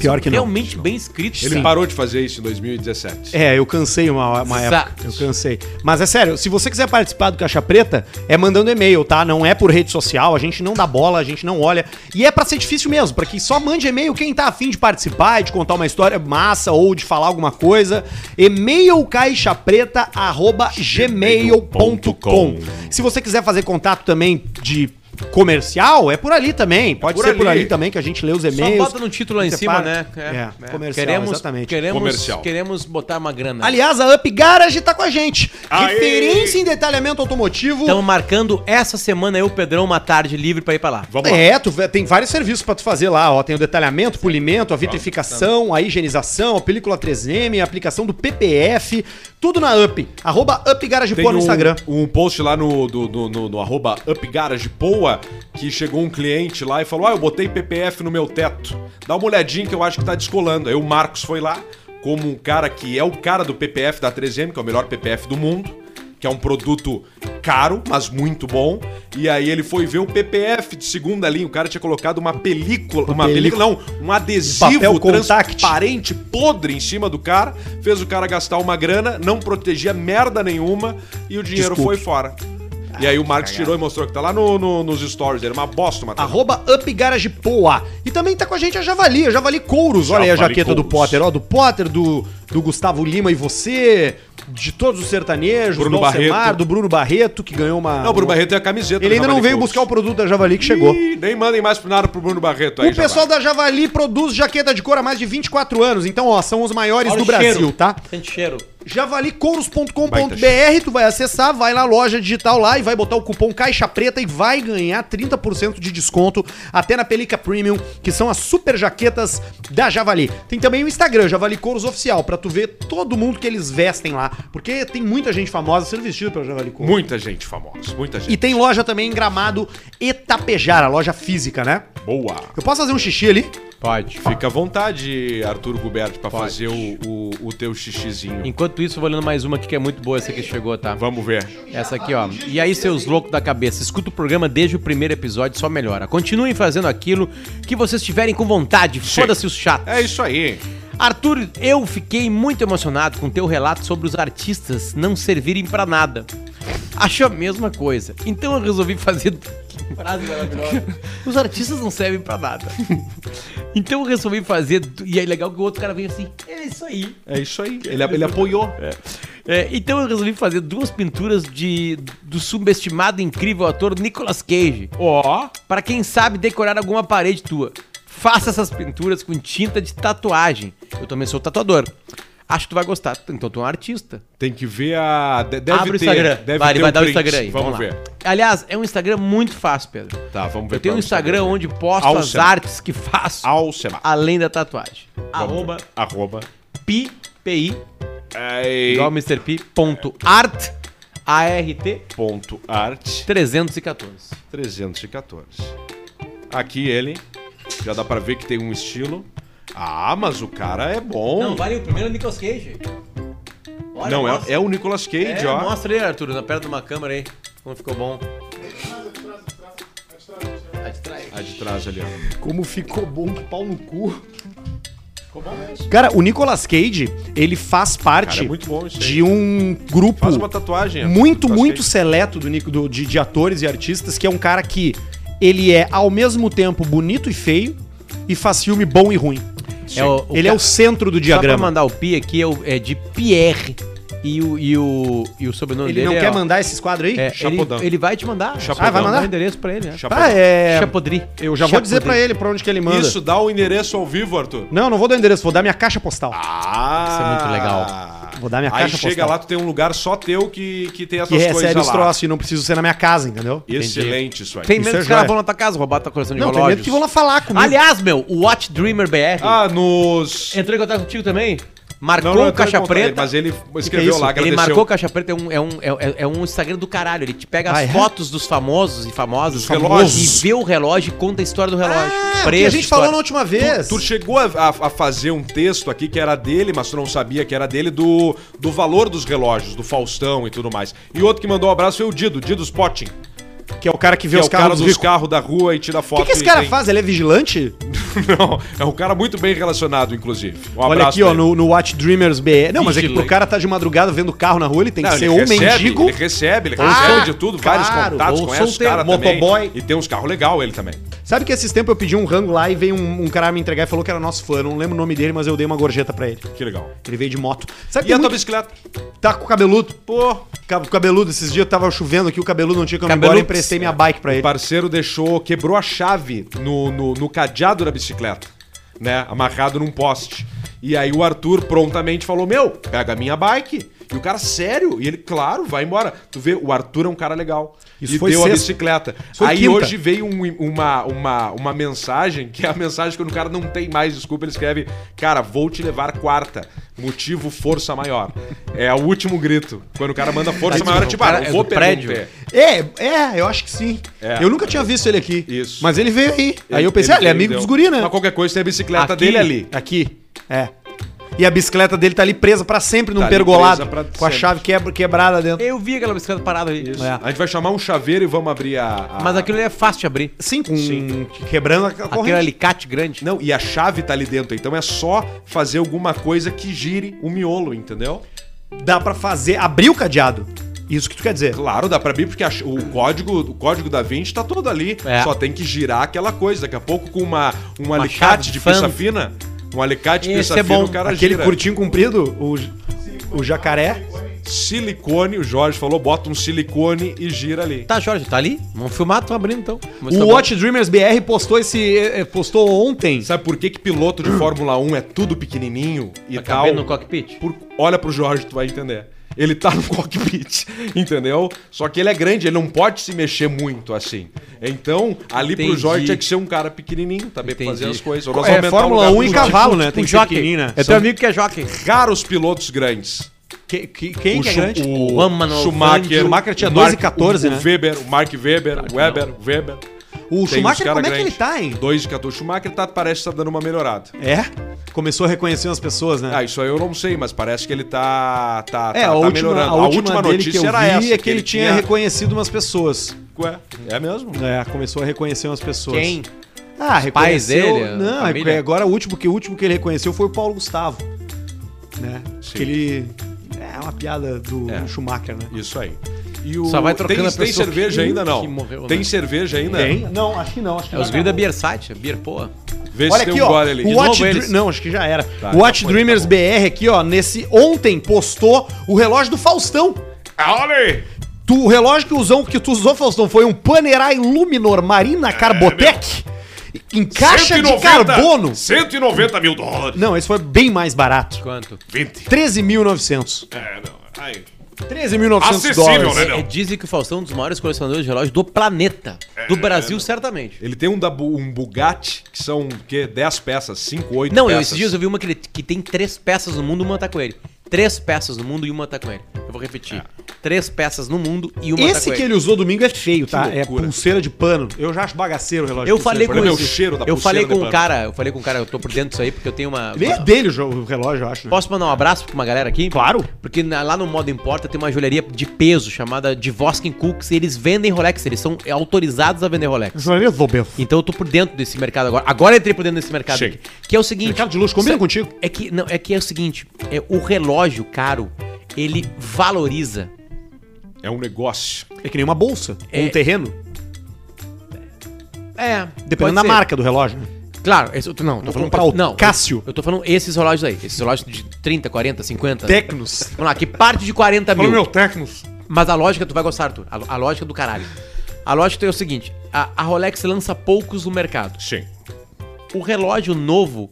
Speaker 1: Pior
Speaker 3: é
Speaker 1: que não.
Speaker 3: Realmente bem escrito,
Speaker 2: Ele
Speaker 3: cara.
Speaker 2: parou de fazer isso em 2017.
Speaker 1: É, eu cansei uma, uma
Speaker 3: Exato.
Speaker 1: época. Eu cansei. Mas é sério, se você quiser participar do Caixa Preta, é mandando e-mail, tá? Não é por rede social, a gente não dá bola, a gente não olha. E é pra ser difícil mesmo, pra que só mande e-mail quem tá afim de participar e de contar uma história massa ou de falar alguma coisa. E-mail caixapreta.gmail.com. Se você quiser fazer contato também de comercial, é por ali também. Pode
Speaker 2: por
Speaker 1: ser por
Speaker 2: ali.
Speaker 1: ali também, que a gente lê os
Speaker 3: Só
Speaker 1: e-mails.
Speaker 3: bota no título lá em cima,
Speaker 1: separa.
Speaker 3: né?
Speaker 1: É, comercial,
Speaker 3: queremos,
Speaker 1: exatamente.
Speaker 3: Queremos,
Speaker 2: Comercial.
Speaker 3: Queremos botar uma grana.
Speaker 1: Aliás, a Up Garage tá com a gente.
Speaker 2: É. Aê! Então,
Speaker 1: Referência em detalhamento automotivo.
Speaker 3: Estamos marcando essa semana eu, Pedrão, uma tarde livre pra ir pra lá.
Speaker 2: Vamos lá.
Speaker 1: é, tu, vê- tem vários serviços pra tu fazer lá, ó. Tem o detalhamento, polimento, a vitrificação, a higienização, a película 3M, a aplicação do PPF, tudo na Up. Arroba Up Garage
Speaker 2: Tem
Speaker 1: Pô no
Speaker 2: um,
Speaker 1: Instagram.
Speaker 2: um post lá no, do, do- no, no arroba upgaragepoa que chegou um cliente lá e falou: Ah, eu botei PPF no meu teto. Dá uma olhadinha que eu acho que tá descolando. Aí o Marcos foi lá, como um cara que é o cara do PPF da 3M, que é o melhor PPF do mundo, que é um produto caro, mas muito bom. E aí ele foi ver o PPF de segunda linha. O cara tinha colocado uma película, uma película,
Speaker 1: película.
Speaker 2: não, um adesivo
Speaker 1: Papel contact.
Speaker 2: parente podre em cima do cara, fez o cara gastar uma grana, não protegia merda nenhuma e o dinheiro
Speaker 1: Desculpe.
Speaker 2: foi fora. E aí o Marcos tirou e mostrou que tá lá no, no- nos stories, era uma bosta, uma
Speaker 1: Arroba Up Garage Poa. E também tá com a gente a Javali, a Javali Couros. Olha aí a
Speaker 2: Javali
Speaker 1: jaqueta do
Speaker 2: Couros.
Speaker 1: Potter, ó. Do Potter, do, do Gustavo Lima e você, de todos os sertanejos,
Speaker 2: Bruno
Speaker 1: do Alcemar,
Speaker 2: Barreto.
Speaker 1: do Bruno Barreto, que ganhou uma.
Speaker 2: Não, o Bruno
Speaker 1: uma-
Speaker 2: Barreto é a camiseta.
Speaker 1: Ah, Ele ainda não veio buscar o produto da Javali que chegou.
Speaker 2: Ih, nem mandem mais nada pro Bruno Barreto aí,
Speaker 1: O pessoal da Javali produz jaqueta de couro há mais de 24 anos, então, ó, são os maiores
Speaker 3: Olha
Speaker 1: do
Speaker 3: o cheiro.
Speaker 1: Brasil, tá?
Speaker 3: Sente cheiro.
Speaker 2: Baita
Speaker 1: javalicouros.com.br, tu vai acessar, vai na loja digital lá e vai botar o cupom Caixa Preta e vai ganhar 30% de desconto até na Pelica Premium, que são as super jaquetas da Javali. Tem também o Instagram, Javali Couros Oficial, pra tu ver todo mundo que eles vestem lá, porque tem muita gente famosa sendo vestida pela Javali Couros.
Speaker 2: Muita gente famosa, muita gente.
Speaker 1: E tem loja também em Gramado Etapejar, a loja física, né?
Speaker 2: Boa.
Speaker 1: Eu posso fazer um xixi ali?
Speaker 3: Pode.
Speaker 2: Fica à vontade, Arthur Guberti, pra
Speaker 3: Pode.
Speaker 2: fazer o, o, o teu xixizinho.
Speaker 3: Enquanto isso, eu vou lendo mais uma aqui que é muito boa, essa que chegou, tá?
Speaker 2: Vamos ver.
Speaker 3: Essa aqui, ó. E aí, seus loucos da cabeça, escuta o programa desde o primeiro episódio, só melhora. Continuem fazendo aquilo que vocês tiverem com vontade. Foda-se os chatos.
Speaker 2: É isso aí.
Speaker 3: Arthur, eu fiquei muito emocionado com teu relato sobre os artistas não servirem pra nada. Acho a mesma coisa. Então eu resolvi fazer. Que frase maravilhosa. Os artistas não servem pra nada. Então eu resolvi fazer. E é legal que o outro cara vem assim. É isso aí.
Speaker 2: É isso aí. Ele, ele apoiou.
Speaker 3: É, então eu resolvi fazer duas pinturas de do subestimado e incrível ator Nicolas Cage.
Speaker 2: Ó.
Speaker 3: Pra quem sabe decorar alguma parede tua. Faça essas pinturas com tinta de tatuagem. Eu também sou tatuador. Acho que tu vai gostar. Então tu é um artista.
Speaker 2: Tem que ver a. de- Deve
Speaker 3: Abre
Speaker 2: ter,
Speaker 3: o Instagram.
Speaker 2: Deve
Speaker 3: vai,
Speaker 2: ter
Speaker 3: vai
Speaker 2: o
Speaker 3: dar o
Speaker 2: print.
Speaker 3: Instagram aí.
Speaker 2: Vamos,
Speaker 3: lá.
Speaker 2: ver.
Speaker 3: Aliás, é um Instagram muito fácil, Pedro.
Speaker 2: Tá, vamos ver.
Speaker 3: Eu tenho um
Speaker 2: qual é o
Speaker 3: Instagram onde posto as
Speaker 2: Alcema.
Speaker 3: artes que faço,
Speaker 2: Alcema.
Speaker 3: além da tatuagem. Arroba
Speaker 2: Arroba. É,
Speaker 3: pi, pi,
Speaker 2: Ei.
Speaker 3: igual Mr. P, ponto art, A-R-T,
Speaker 2: Ponto art
Speaker 3: 314.
Speaker 2: 314. Aqui ele. Já dá pra ver que tem um estilo. Ah, mas o cara é bom. Não,
Speaker 3: vale o primeiro Nicolas Cage. Olha,
Speaker 2: é, é o Nicolas Cage,
Speaker 3: É,
Speaker 2: ó.
Speaker 3: mostra aí, Arthur, na perna de uma câmera aí, como ficou bom. A de trás.
Speaker 2: A de trás ali,
Speaker 3: Tipo,
Speaker 2: ó.
Speaker 1: Como ficou bom, que pau no cu. Cara, o Nicolas Cage, ele faz parte
Speaker 2: Cara, é muito bom isso aí.
Speaker 1: de um grupo
Speaker 2: Faz uma tatuagem. Tá ó.
Speaker 1: muito,
Speaker 2: Nicolas
Speaker 1: muito
Speaker 2: Cage.
Speaker 1: seleto do, Nico- do- de, de atores e artistas, que é um cara que ele é ao mesmo tempo bonito e feio e faz filme bom e ruim.
Speaker 3: É o- o
Speaker 1: ele é
Speaker 3: ca-
Speaker 1: o centro do
Speaker 3: Só pra
Speaker 1: diagrama.
Speaker 3: mandar o pi aqui é, o- é de Pierre e o, e o, e o sobrenome
Speaker 1: Ele
Speaker 3: dele
Speaker 1: não
Speaker 3: é,
Speaker 1: quer
Speaker 3: ó,
Speaker 1: mandar esses quadros aí?
Speaker 3: é,
Speaker 2: Chapodão.
Speaker 3: Ele, ele vai te mandar.
Speaker 2: Chapodão.
Speaker 3: Ah, vai mandar
Speaker 1: Dá um
Speaker 3: o endereço pra ele, né?
Speaker 2: Chapodão.
Speaker 1: Ah, é.
Speaker 3: Chapodri.
Speaker 1: Eu já vou dizer pra ele pra onde que ele manda.
Speaker 2: Isso dá o endereço ao vivo, Arthur.
Speaker 1: Não, não vou dar o endereço, vou dar minha caixa postal.
Speaker 2: Ah!
Speaker 3: Isso é muito legal.
Speaker 1: Vou dar minha
Speaker 2: Aí
Speaker 1: caixa
Speaker 2: chega
Speaker 1: postal.
Speaker 2: lá, tu tem um lugar só teu que, que tem
Speaker 1: que
Speaker 2: essas coisas
Speaker 1: recebe os
Speaker 2: lá.
Speaker 1: troços e não preciso ser na minha casa, entendeu?
Speaker 2: Excelente isso aí.
Speaker 3: Tem
Speaker 1: Isso
Speaker 3: medo
Speaker 1: é
Speaker 3: que os caras
Speaker 1: joia.
Speaker 3: vão na tua casa roubar tua coleção de
Speaker 1: Não, tem
Speaker 3: relógios.
Speaker 1: medo que vão lá falar comigo.
Speaker 3: Aliás, meu, o Watch Dreamer BR
Speaker 2: Ah, nos.
Speaker 1: É,
Speaker 3: entrou em contato contigo também? marcou
Speaker 2: não, eu
Speaker 3: o
Speaker 2: tô em
Speaker 3: Caixa
Speaker 2: contato
Speaker 3: Preta.
Speaker 2: dele, Mas ele escreveu
Speaker 1: isso?
Speaker 2: lá,
Speaker 3: Ele
Speaker 2: agradeceu.
Speaker 3: marcou o Caixa Preta, é um, é, um, é, é um Instagram do caralho. Ele te pega
Speaker 1: Ah,
Speaker 3: as
Speaker 1: é?
Speaker 3: fotos dos famosos e famosas
Speaker 2: Dos relógios.
Speaker 3: e vê o relógio e conta a história do relógio.
Speaker 1: Ah, o que
Speaker 3: Preço,
Speaker 1: a gente falou na
Speaker 3: história.
Speaker 1: última vez.
Speaker 2: Tu chegou a, a- a fazer um texto aqui que era dele, mas tu não sabia que era dele, do, do valor dos relógios, do Faustão e tudo mais. E outro que mandou um abraço foi o Dido, Dido Spotting,
Speaker 1: que é o cara que
Speaker 2: que
Speaker 1: vê
Speaker 2: é
Speaker 1: os
Speaker 2: o cara
Speaker 1: carros
Speaker 2: dos carros da rua e tira
Speaker 1: O
Speaker 2: foto.
Speaker 1: que, que esse
Speaker 2: e
Speaker 1: cara
Speaker 2: tem-
Speaker 1: faz? Ele é vigilante?
Speaker 2: Não, é um cara muito bem relacionado, inclusive. Um
Speaker 1: Olha
Speaker 2: abraço
Speaker 1: aqui, ó,
Speaker 2: pra ele.
Speaker 1: no, no Watch Dreamers BR. Não, mas é que pro
Speaker 3: Vigilante.
Speaker 1: cara tá de madrugada vendo carro na rua, ele tem
Speaker 2: Não,
Speaker 1: que ser
Speaker 2: ele
Speaker 1: ou
Speaker 2: recebe,
Speaker 1: mendigo.
Speaker 2: Ele recebe, ele
Speaker 1: Ah,
Speaker 2: recebe de tudo, vários
Speaker 1: claro,
Speaker 2: contatos,
Speaker 1: ou
Speaker 2: conhece os
Speaker 1: solteiro,
Speaker 2: caras
Speaker 1: motoboy.
Speaker 2: também. E tem uns carros legal ele também.
Speaker 1: Sabe que esses tempos eu pedi um rango lá e veio um, um cara me entregar e falou que era nosso fã. Eu não lembro o nome dele, mas eu dei uma gorjeta pra ele.
Speaker 2: Que legal.
Speaker 1: Ele veio de moto.
Speaker 2: E
Speaker 1: Sabe que é
Speaker 2: a tua
Speaker 1: muito...
Speaker 2: bicicleta?
Speaker 1: tá com o cabeludo?
Speaker 2: Pô,
Speaker 1: Cab- Cabeludo, esses dias tava chovendo aqui, o cabeludo não tinha como ir
Speaker 3: Cabeludo.
Speaker 1: embora, eu emprestei minha bike pra
Speaker 2: o
Speaker 1: ele.
Speaker 2: parceiro deixou, quebrou a chave no, no, no cadeado da bicicleta, né? Amarrado num poste. E aí o Arthur prontamente falou: Meu, pega a minha bike. E o cara, sério? E ele, claro, vai embora. Tu vê, o Arthur é um cara legal.
Speaker 1: Isso
Speaker 2: e
Speaker 1: foi
Speaker 2: deu a
Speaker 1: sexta.
Speaker 2: bicicleta.
Speaker 1: foi
Speaker 2: aí
Speaker 1: quinta.
Speaker 2: hoje veio um- uma, uma, uma mensagem, que é a mensagem quando o cara não tem mais desculpa, ele escreve: Cara, vou te levar quarta. Motivo força maior. É o último grito. Quando o cara manda
Speaker 1: Tá
Speaker 2: força maior, é tipo,
Speaker 3: cara
Speaker 2: ah,
Speaker 3: é
Speaker 2: eu vou
Speaker 3: do
Speaker 2: pegar um
Speaker 3: prédio.
Speaker 2: pé.
Speaker 1: É, é, eu acho que sim.
Speaker 2: É.
Speaker 1: Eu nunca tinha visto ele aqui.
Speaker 2: Isso.
Speaker 1: Mas ele veio aí. aí eu pensei, ah, ele é
Speaker 2: veio,
Speaker 1: amigo
Speaker 2: deu.
Speaker 1: dos guri, né?
Speaker 2: Mas qualquer coisa tem a bicicleta
Speaker 3: Aqui,
Speaker 2: dele ali.
Speaker 1: Aqui. É. E a bicicleta dele tá ali presa pra sempre num
Speaker 2: Tá ali
Speaker 1: pergolado,
Speaker 2: presa pra
Speaker 1: com a
Speaker 2: sempre.
Speaker 1: chave quebra- quebrada dentro.
Speaker 3: Eu vi aquela bicicleta parada ali.
Speaker 2: Isso.
Speaker 3: É.
Speaker 2: A gente vai chamar um chaveiro e vamos abrir a. a-
Speaker 3: Mas aquilo ali é fácil de abrir.
Speaker 1: Sim, com quebrando a corrente.
Speaker 3: Aquele alicate grande.
Speaker 2: Não, e a chave tá ali dentro. Então é só fazer alguma coisa que gire o miolo, entendeu?
Speaker 1: Dá pra fazer, abrir o cadeado. Isso que tu quer dizer.
Speaker 2: Claro, dá pra abrir, porque a ch- o código o código da 20 tá todo ali.
Speaker 3: É.
Speaker 2: Só tem que girar aquela coisa. Daqui a pouco, com uma, um
Speaker 3: chave
Speaker 2: alicate de
Speaker 3: fã.
Speaker 2: pizza fina. Um alicate de
Speaker 3: Esse
Speaker 2: pizza
Speaker 3: é
Speaker 2: fina,
Speaker 3: bom.
Speaker 2: o cara
Speaker 1: Aquele
Speaker 2: gira.
Speaker 1: curtinho comprido, o, o jacaré.
Speaker 2: Silicone, o Jorge falou, bota um silicone e gira ali.
Speaker 3: Tá, Jorge, tá ali? Vamos filmar, tô abrindo então. Mas tá
Speaker 1: O
Speaker 3: bom.
Speaker 1: Watch Dreamers BR postou esse. eh, eh, postou ontem.
Speaker 2: Sabe por que, que piloto de Fórmula 1 é tudo pequenininho e
Speaker 3: Tá
Speaker 2: tal?
Speaker 3: cabendo no cockpit?
Speaker 2: Por- Olha pro Jorge, tu vai entender. Ele tá no cockpit, entendeu? Só que ele é grande, ele não pode se mexer muito assim. Então, ali pro
Speaker 3: Entendi.
Speaker 2: Jorge tinha que ser um cara pequenininho, também pra
Speaker 3: Entendi.
Speaker 2: fazer as coisas. Ou nós
Speaker 1: É,
Speaker 2: aumentar o
Speaker 1: Fórmula
Speaker 2: lugar
Speaker 1: 1
Speaker 2: do
Speaker 1: e
Speaker 2: Jorge.
Speaker 1: cavalo, né?
Speaker 3: Tipo
Speaker 1: Tem
Speaker 3: um
Speaker 1: que ser pequenininho, né?
Speaker 3: É
Speaker 1: São-
Speaker 3: teu amigo que é jockey.
Speaker 2: Raros pilotos grandes.
Speaker 1: Que- que- quem
Speaker 2: O
Speaker 1: que é
Speaker 2: Schu-
Speaker 1: grande?
Speaker 2: O,
Speaker 3: O Ammann,
Speaker 2: Schumacher.
Speaker 1: o Schumacher tinha
Speaker 2: o
Speaker 1: 12
Speaker 2: Mark-
Speaker 1: 14,
Speaker 2: o,
Speaker 1: né?
Speaker 2: O Weber, o Mark Weber, o Weber, o Weber.
Speaker 1: O
Speaker 2: Tem uns
Speaker 1: Schumacher,
Speaker 2: cara
Speaker 1: como é que
Speaker 2: grande.
Speaker 1: ele tá, hein?
Speaker 2: 2 de 14. O Schumacher tá, parece que tá dando uma melhorada.
Speaker 1: É? Começou a reconhecer as pessoas, né?
Speaker 2: Ah, isso aí eu não sei, mas parece que ele tá, tá,
Speaker 1: é,
Speaker 2: tá,
Speaker 1: a,
Speaker 2: tá
Speaker 1: última,
Speaker 2: melhorando.
Speaker 1: a última dele que eu vi é que ele tinha reconhecido umas pessoas.
Speaker 2: Ué, é mesmo?
Speaker 1: É, começou a reconhecer umas pessoas.
Speaker 3: Quem?
Speaker 1: Ah,
Speaker 3: pais
Speaker 1: reconheceu.
Speaker 3: dele, a
Speaker 1: não,
Speaker 3: família?
Speaker 1: é que agora o último que o último que ele reconheceu foi o Paulo Gustavo, né?
Speaker 2: Sim.
Speaker 1: Que ele é uma piada do
Speaker 2: É.
Speaker 1: Schumacher, né?
Speaker 2: Isso aí. E o...
Speaker 3: Só vai trocando
Speaker 2: tem,
Speaker 3: a
Speaker 2: tem
Speaker 3: pessoa
Speaker 2: cerveja
Speaker 3: que-
Speaker 2: ainda não?
Speaker 3: que morreu,
Speaker 2: tem
Speaker 3: né?
Speaker 2: cerveja ainda?
Speaker 1: Não, acho que não. Acho que
Speaker 3: É
Speaker 1: já
Speaker 3: os gritos da
Speaker 1: acabou.
Speaker 3: Beer Site, Beer Poa.
Speaker 2: Vê
Speaker 1: Olha
Speaker 2: se tem
Speaker 1: aqui,
Speaker 2: um
Speaker 1: ó.
Speaker 2: gole ali.
Speaker 1: O
Speaker 3: De
Speaker 1: Watch
Speaker 3: novo
Speaker 1: Dre-
Speaker 3: eles.
Speaker 1: Não, acho que já era.
Speaker 2: Tá,
Speaker 1: o Watch
Speaker 2: já foi,
Speaker 1: Dreamers
Speaker 2: tá bom.
Speaker 1: BR aqui, ó, nesse ontem postou o relógio do Faustão.
Speaker 2: Ah, olha aí!
Speaker 1: Tu, o relógio que, usou, que tu usou, Faustão, foi um Panerai Luminor Marina
Speaker 2: É,
Speaker 1: Carbotec em caixa de
Speaker 2: 190
Speaker 1: carbono.
Speaker 2: 190 mil dólares.
Speaker 1: Não, esse foi bem mais barato.
Speaker 3: Quanto?
Speaker 2: 20.
Speaker 1: 13.900.
Speaker 2: É, não. Aí.
Speaker 1: 13.900
Speaker 2: Acessível,
Speaker 1: dólares.
Speaker 2: né?
Speaker 1: Né?
Speaker 2: não.
Speaker 3: É, dizem que o Faustão é um dos maiores colecionadores de relógios do planeta.
Speaker 2: É,
Speaker 3: do Brasil, certamente.
Speaker 2: Ele tem um, da Bu- um Bugatti, que são o quê? 10 peças, 5, 8
Speaker 3: Não, eu,
Speaker 2: peças.
Speaker 3: esses dias eu vi uma que, ele- que tem três peças no mundo e uma tá com ele. Três peças no mundo e uma tá com ele. Eu vou repetir.
Speaker 2: É.
Speaker 3: Três peças no mundo e uma tá
Speaker 1: Esse
Speaker 3: com
Speaker 1: que ele usou domingo é feio, tá? É
Speaker 2: loucura.
Speaker 1: pulseira de pano. Eu já acho bagaceiro o relógio.
Speaker 3: Eu
Speaker 1: de pulseira de
Speaker 3: falei com
Speaker 2: problema é o
Speaker 3: esse-
Speaker 2: cheiro da
Speaker 3: Eu
Speaker 2: pulseira
Speaker 3: falei
Speaker 2: de
Speaker 3: com um
Speaker 2: pano.
Speaker 3: cara, eu falei com um cara, eu tô por dentro disso aí porque eu tenho uma.
Speaker 1: pano. Nem é dele o jo- o relógio, eu acho. né?
Speaker 3: Posso mandar um abraço pra uma galera aqui?
Speaker 1: Claro.
Speaker 3: Porque na- lá no Modo Importa tem uma joalheria de peso chamada Divoskin Cooks e eles vendem Rolex, eles são autorizados a vender Rolex. Então eu tô por dentro desse mercado agora. Agora eu entrei por dentro desse mercado
Speaker 2: Chega.
Speaker 3: aqui. Que é o seguinte.
Speaker 1: Mercado de luxo, combina
Speaker 3: Sa-
Speaker 1: contigo.
Speaker 3: É que, não, é que é o seguinte: é, o relógio caro, ele valoriza.
Speaker 2: É um negócio.
Speaker 1: É que nem uma bolsa. Ou um
Speaker 3: É.
Speaker 1: terreno.
Speaker 3: É.
Speaker 1: Dependendo da marca do relógio. né?
Speaker 3: Claro, esse, eu tô- não, eu tô falando
Speaker 1: comprar
Speaker 3: pra-
Speaker 1: o
Speaker 3: não,
Speaker 1: Cássio.
Speaker 3: Eu, eu tô falando esses relógios aí. Esses relógios de 30, 40, 50.
Speaker 1: Tecnos.
Speaker 3: Vamos lá, que parte de 40 mil.
Speaker 2: Tecnos.
Speaker 3: Mas a lógica tu vai gostar, Arthur. A, a lógica do caralho. A lógica é o seguinte: a, a Rolex lança poucos no mercado.
Speaker 2: Sim.
Speaker 3: O relógio novo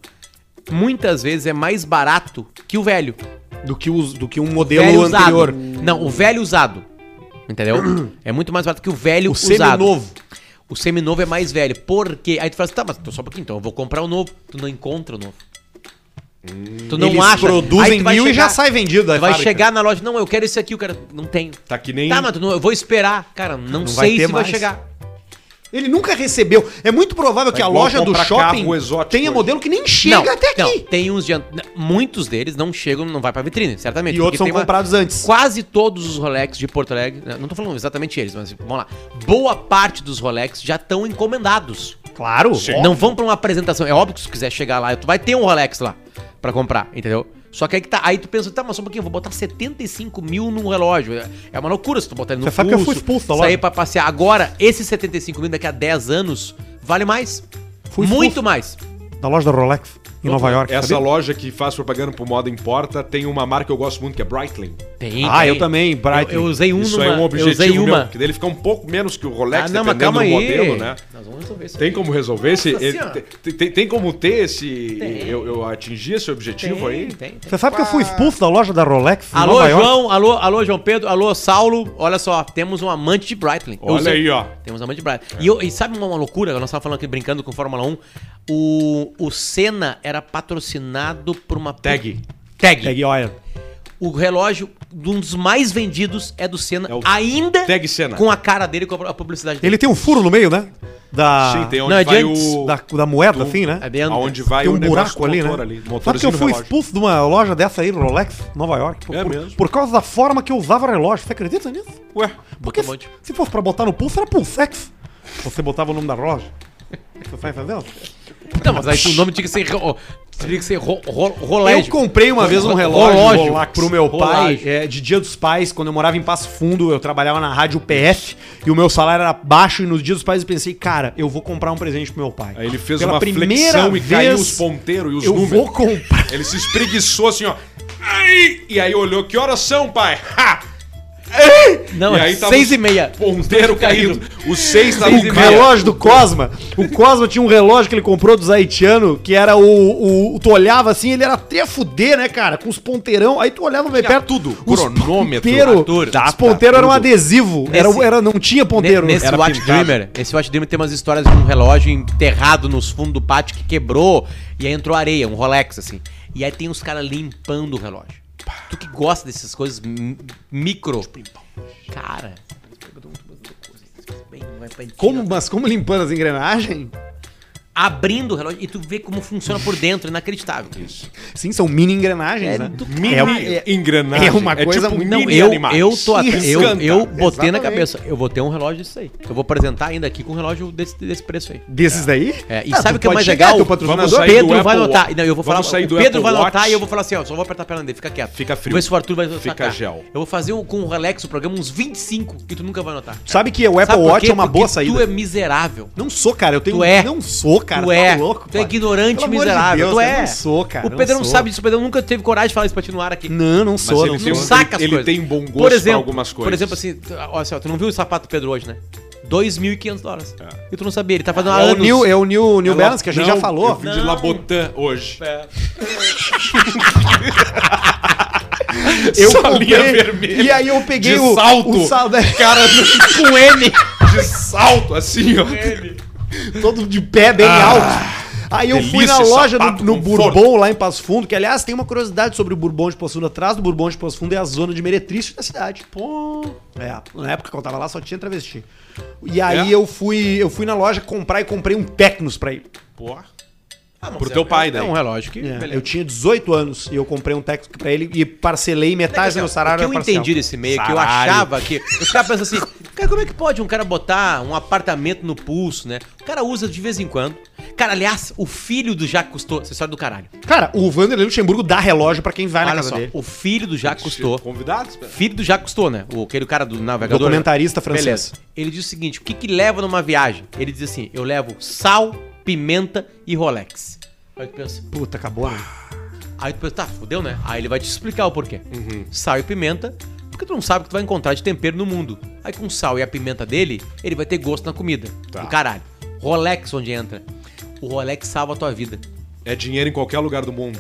Speaker 3: muitas vezes é mais barato que o velho.
Speaker 1: Do que, os, do que um modelo
Speaker 3: Velho
Speaker 1: anterior.
Speaker 3: usado. Não, o velho usado. Entendeu? é muito mais barato que o velho
Speaker 1: O
Speaker 3: usado.
Speaker 1: semi-novo.
Speaker 3: O seminovo é mais velho. Por quê? Aí tu fala assim, tá, mas só um pouquinho, então eu vou comprar o novo. Tu não encontra o novo. Tu não
Speaker 1: Hum. Eles
Speaker 3: acha. Aí
Speaker 1: produzem
Speaker 3: tu vai
Speaker 1: mil e
Speaker 3: chegar-
Speaker 1: já sai vendido. da
Speaker 3: Tu vai
Speaker 1: fábrica.
Speaker 3: chegar na loja, não, eu quero esse aqui, o cara, não tem.
Speaker 2: Tá que nem.
Speaker 3: Tá, mas tu não- eu vou esperar. Cara, não,
Speaker 1: Não vai
Speaker 3: sei
Speaker 1: ter
Speaker 3: se
Speaker 1: mais.
Speaker 3: vai chegar.
Speaker 1: Ele nunca recebeu. É muito provável que a
Speaker 2: Tá igual
Speaker 1: loja do
Speaker 2: comprar
Speaker 1: shopping
Speaker 2: carro exótico
Speaker 1: tenha
Speaker 2: hoje.
Speaker 1: modelo que nem chega
Speaker 3: não,
Speaker 1: até aqui.
Speaker 3: Não, tem uns diante... Muitos deles não chegam, não vai pra vitrine, certamente.
Speaker 1: E outros
Speaker 3: porque
Speaker 1: são
Speaker 3: tem uma-
Speaker 1: comprados antes.
Speaker 3: Quase todos os Rolex de Porto Alegre, né, não tô falando exatamente eles, mas vamos lá. Boa parte dos Rolex já estão encomendados.
Speaker 1: Claro.
Speaker 2: Sim.
Speaker 3: Não vão pra uma apresentação. É óbvio que se tu quiser chegar lá, tu vai ter um Rolex lá pra comprar, entendeu? Só que aí que tá. Aí tu pensa, tá, mas só um pouquinho, eu vou botar 75 mil num relógio. É- É uma loucura se tu botar ele no
Speaker 1: Você sabe que eu fui expulso da
Speaker 3: sair
Speaker 1: loja.
Speaker 3: pra passear. Agora, esses 75 mil daqui a 10 anos vale mais.
Speaker 1: Fui expulso.
Speaker 3: Muito mais.
Speaker 1: Da loja da Rolex, em Nova York.
Speaker 2: Essa
Speaker 1: sabia?
Speaker 2: loja que faz propaganda pro Moda Importa tem uma marca que eu gosto muito, que é Breitling.
Speaker 3: Tem,
Speaker 1: Ah,
Speaker 3: tem.
Speaker 1: eu também, Bright.
Speaker 3: Eu, eu usei um
Speaker 2: Isso
Speaker 3: numa,
Speaker 2: é um
Speaker 3: eu usei
Speaker 2: objetivo
Speaker 3: uma.
Speaker 2: meu, que dele fica um pouco menos que o
Speaker 3: Ah,
Speaker 2: Rolex,
Speaker 3: não, mas
Speaker 2: dependendo
Speaker 3: calma
Speaker 2: do
Speaker 3: aí.
Speaker 2: modelo, né?
Speaker 3: Nós vamos resolver isso.
Speaker 2: Tem como resolver esse...
Speaker 3: Nossa
Speaker 2: ele-
Speaker 3: Senhora.
Speaker 2: tem, tem- tem como ter esse...
Speaker 3: Tem.
Speaker 2: Eu, eu atingir esse objetivo aí?
Speaker 3: tem, tem.
Speaker 1: Você sabe que eu fui expulso da loja da Rolex em
Speaker 3: Alô,
Speaker 1: Nova York?
Speaker 3: João, alô, alô, João Pedro, alô, Saulo. Olha só, temos um amante de Breitling. Eu
Speaker 2: Olha
Speaker 3: usei-
Speaker 2: aí, ó.
Speaker 3: Temos um amante de Breitling. E, eu- e sabe uma, uma loucura? Nós estávamos falando aqui, brincando com Fórmula 1. O, o Senna era patrocinado por uma...
Speaker 2: Tag.
Speaker 3: Tag.
Speaker 1: Tag Heuer.
Speaker 3: O relógio, um dos mais vendidos, é do Senna.
Speaker 2: É o
Speaker 3: ainda
Speaker 2: Tag Senna.
Speaker 3: com a cara dele, com a publicidade dele.
Speaker 1: Ele tem um furo no meio, né? Da,
Speaker 2: Sim, tem onde
Speaker 3: Não, é de
Speaker 2: vai
Speaker 3: antes
Speaker 2: o...
Speaker 1: da, da moeda, assim, né?
Speaker 3: É bem antes.
Speaker 2: Aonde vai
Speaker 1: Tem um
Speaker 2: o negócio
Speaker 1: buraco
Speaker 2: do
Speaker 1: ali, né?
Speaker 2: motor ali.
Speaker 1: Sabe que eu fui expulso de uma loja dessa aí, Rolex, Nova York? Por,
Speaker 2: É
Speaker 1: por-
Speaker 2: mesmo?
Speaker 1: por causa da forma que eu usava relógio. Você acredita nisso?
Speaker 2: Ué,
Speaker 1: Porque
Speaker 3: um
Speaker 1: se,
Speaker 3: monte.
Speaker 1: se fosse pra botar no pulso, era pulsex. Você botava o nome da loja. Você tá entendendo?
Speaker 3: Não, mas aí o nome tinha que ser... ro- Teria que ser ro, ro,
Speaker 1: Eu
Speaker 3: rolégio.
Speaker 1: comprei uma vez um relógio,
Speaker 3: Relógio.
Speaker 1: pro meu pai
Speaker 3: Relógio.
Speaker 1: é, de Dia dos Pais, quando eu morava em Passo Fundo, eu trabalhava na rádio PF e o meu salário era baixo e nos Dias dos Pais eu pensei, cara, eu vou comprar um presente pro meu pai.
Speaker 2: aí ele fez
Speaker 1: Pela
Speaker 2: uma
Speaker 1: primeira
Speaker 2: flexão e caiu
Speaker 1: vez,
Speaker 2: os ponteiros e os
Speaker 1: Eu
Speaker 2: números.
Speaker 1: vou comprar.
Speaker 2: Ele se espreguiçou assim, ó. Ai! E aí olhou, que horas são, pai? Ha!
Speaker 3: Não,
Speaker 2: e
Speaker 3: é
Speaker 2: aí tava
Speaker 3: seis
Speaker 2: os
Speaker 3: e meia.
Speaker 2: Ponteiro caído. O seis tava
Speaker 1: O
Speaker 2: no meio.
Speaker 1: relógio do Cosma. O Cosma tinha um relógio que ele comprou dos haitianos, que era o, o- Tu olhava assim, ele era até fuder, né, cara? Com os ponteirão. Aí tu olhava bem perto.
Speaker 2: tudo.
Speaker 1: Os
Speaker 2: Cronômetro,
Speaker 1: ponteiro,
Speaker 3: Arthur,
Speaker 1: os
Speaker 2: data,
Speaker 1: ponteiros eram
Speaker 2: tudo.
Speaker 1: adesivo.
Speaker 3: Nesse-
Speaker 1: Era, era, não tinha ponteiro.
Speaker 3: Ne- Nesse
Speaker 1: era
Speaker 3: Watch
Speaker 1: pintado.
Speaker 3: Dreamer, esse Watch Dreamer tem umas histórias de um relógio enterrado nos fundos do pátio que quebrou e aí entrou areia, um Rolex, assim. E aí tem uns caras limpando o relógio. Tu que gosta dessas coisas mi- micro. Cara.
Speaker 1: Como, mas como limpando as engrenagens?
Speaker 3: Abrindo o relógio e tu vê como funciona por dentro, inacreditável.
Speaker 1: Sim, são mini engrenagens,
Speaker 3: É
Speaker 1: né?
Speaker 3: do
Speaker 2: Mini
Speaker 1: É, é,
Speaker 2: engrenagem.
Speaker 1: é uma coisa
Speaker 2: tipo
Speaker 1: muito-
Speaker 3: Não,
Speaker 2: mini
Speaker 3: eu,
Speaker 2: animais.
Speaker 3: eu tô
Speaker 2: Isso.
Speaker 3: atrás. Eu, eu
Speaker 2: Encanta.
Speaker 3: botei na
Speaker 1: Exatamente.
Speaker 3: cabeça. Eu vou ter um relógio disso aí. Eu vou apresentar ainda aqui com um relógio desse, desse preço aí.
Speaker 1: Desses daí?
Speaker 3: É, e
Speaker 1: Ah,
Speaker 3: sabe
Speaker 1: tu
Speaker 3: o que é
Speaker 1: pode
Speaker 3: mais
Speaker 1: chegar,
Speaker 3: legal?
Speaker 1: teu patrocinador?
Speaker 2: Vamos sair do
Speaker 3: Pedro vai
Speaker 2: Apple
Speaker 3: notar.
Speaker 2: Watch.
Speaker 3: Não, eu vou falar.
Speaker 2: Vamos sair
Speaker 3: o
Speaker 2: do
Speaker 3: Pedro
Speaker 2: Apple
Speaker 3: vai notar
Speaker 2: Watch.
Speaker 3: e eu vou falar assim, ó. Só vou apertar a perna dele, fica quieto.
Speaker 2: Fica frio.
Speaker 3: Vou ver se o Arthur vai notar.
Speaker 2: Fica
Speaker 3: cara.
Speaker 2: gel.
Speaker 3: Eu vou fazer um- com o Rolex o programa uns 25 que tu nunca vai notar.
Speaker 1: Tu Sabe que o Apple
Speaker 3: Sabe por
Speaker 1: Watch
Speaker 3: quê?
Speaker 1: é uma
Speaker 3: Porque
Speaker 1: boa
Speaker 3: Tu
Speaker 1: saída.
Speaker 3: é miserável.
Speaker 1: Não sou, cara. Eu tenho.
Speaker 3: Tu é.
Speaker 1: Não sou, cara.
Speaker 3: tu é, tu é
Speaker 1: cara.
Speaker 3: ignorante
Speaker 1: Pelo amor de
Speaker 3: miserável.
Speaker 1: Deus,
Speaker 3: tu
Speaker 1: cara,
Speaker 3: é.
Speaker 1: Não sou, cara.
Speaker 3: O Pedro não,
Speaker 1: sou.
Speaker 3: sabe disso, o Pedro nunca teve coragem de falar isso pra ti no ar aqui.
Speaker 1: Não, não sou.
Speaker 2: ele
Speaker 1: não
Speaker 2: tem
Speaker 1: sou.
Speaker 2: um-
Speaker 3: saca as
Speaker 2: ele
Speaker 3: coisas.
Speaker 2: tem bom gosto
Speaker 3: por exemplo,
Speaker 2: pra algumas coisas.
Speaker 3: Por exemplo, assim, tu- ó, assim, ó, tu não viu o sapato do Pedro hoje, né? 2.500 dólares.
Speaker 2: É.
Speaker 3: E tu não sabia, ele tá fazendo há
Speaker 1: É o
Speaker 3: anos.
Speaker 1: New, é o New, New
Speaker 3: É
Speaker 1: Balance que a gente
Speaker 2: Não,
Speaker 1: já
Speaker 2: Eu
Speaker 1: falou.
Speaker 2: fui de
Speaker 3: Não.
Speaker 2: Labotan hoje.
Speaker 3: É.
Speaker 1: Eu
Speaker 2: Só
Speaker 1: comprei,
Speaker 2: linha vermelha.
Speaker 1: E aí eu peguei
Speaker 2: De
Speaker 1: o,
Speaker 2: salto.
Speaker 1: o salto
Speaker 2: Cara,
Speaker 1: com M,
Speaker 2: de salto, assim, ó.
Speaker 1: todo de pé bem
Speaker 2: Ah,
Speaker 1: alto. Aí eu fui
Speaker 2: delícia,
Speaker 1: na loja
Speaker 2: sapato
Speaker 1: no, no
Speaker 2: com
Speaker 1: Bourbon, lá em Passo Fundo, que aliás tem uma curiosidade sobre o Bourbon de Passo Fundo. Atrás do Bourbon de Passo Fundo é a zona de meretrício da cidade. Pô. É, na época que eu tava lá só tinha travesti. E aí
Speaker 2: É?
Speaker 1: eu fui eu fui na loja comprar e comprei um Tecnos pra ele.
Speaker 2: Pô.
Speaker 3: Ah, mas
Speaker 2: Pro
Speaker 3: é-
Speaker 2: teu pai, né?
Speaker 3: é
Speaker 2: daí.
Speaker 3: um relógio que.
Speaker 1: É,
Speaker 3: beleza.
Speaker 1: eu tinha 18 anos e eu comprei um Tecnos pra ele e parcelei metade do meu
Speaker 3: o
Speaker 1: salário
Speaker 3: que eu
Speaker 1: parcial.
Speaker 3: entendi desse meio, é que eu
Speaker 1: Salário.
Speaker 3: achava que. Os caras pensam assim, cara, como é que pode um cara botar um apartamento no pulso, né? O cara usa de vez em quando. Cara, aliás, o filho do Jacques Cousteau, essa história do caralho.
Speaker 1: Cara, o Vanderlei Luxemburgo dá relógio pra quem vai na
Speaker 3: Olha
Speaker 1: casa
Speaker 3: só,
Speaker 1: dele.
Speaker 3: o filho do Jacques Cousteau.
Speaker 2: tá Convidados?
Speaker 3: Filho do Jacques Cousteau, né? O, aquele cara do navegador.
Speaker 1: Documentarista francês.
Speaker 3: Beleza. Ele diz o seguinte: o que que leva numa viagem? Ele diz assim: eu levo sal, pimenta e Rolex. Aí tu pensa,
Speaker 1: Puta, acabou, né?
Speaker 3: Aí tu pensa, tá, fudeu, né? Aí ele vai te explicar o porquê. Sal e pimenta, porque tu não sabe o que tu vai encontrar de tempero no mundo. Aí com o sal e a pimenta dele, ele vai ter gosto na comida.
Speaker 2: Tá.
Speaker 3: Do caralho. Rolex onde entra. O Rolex salva a tua vida.
Speaker 2: É dinheiro em qualquer lugar do mundo.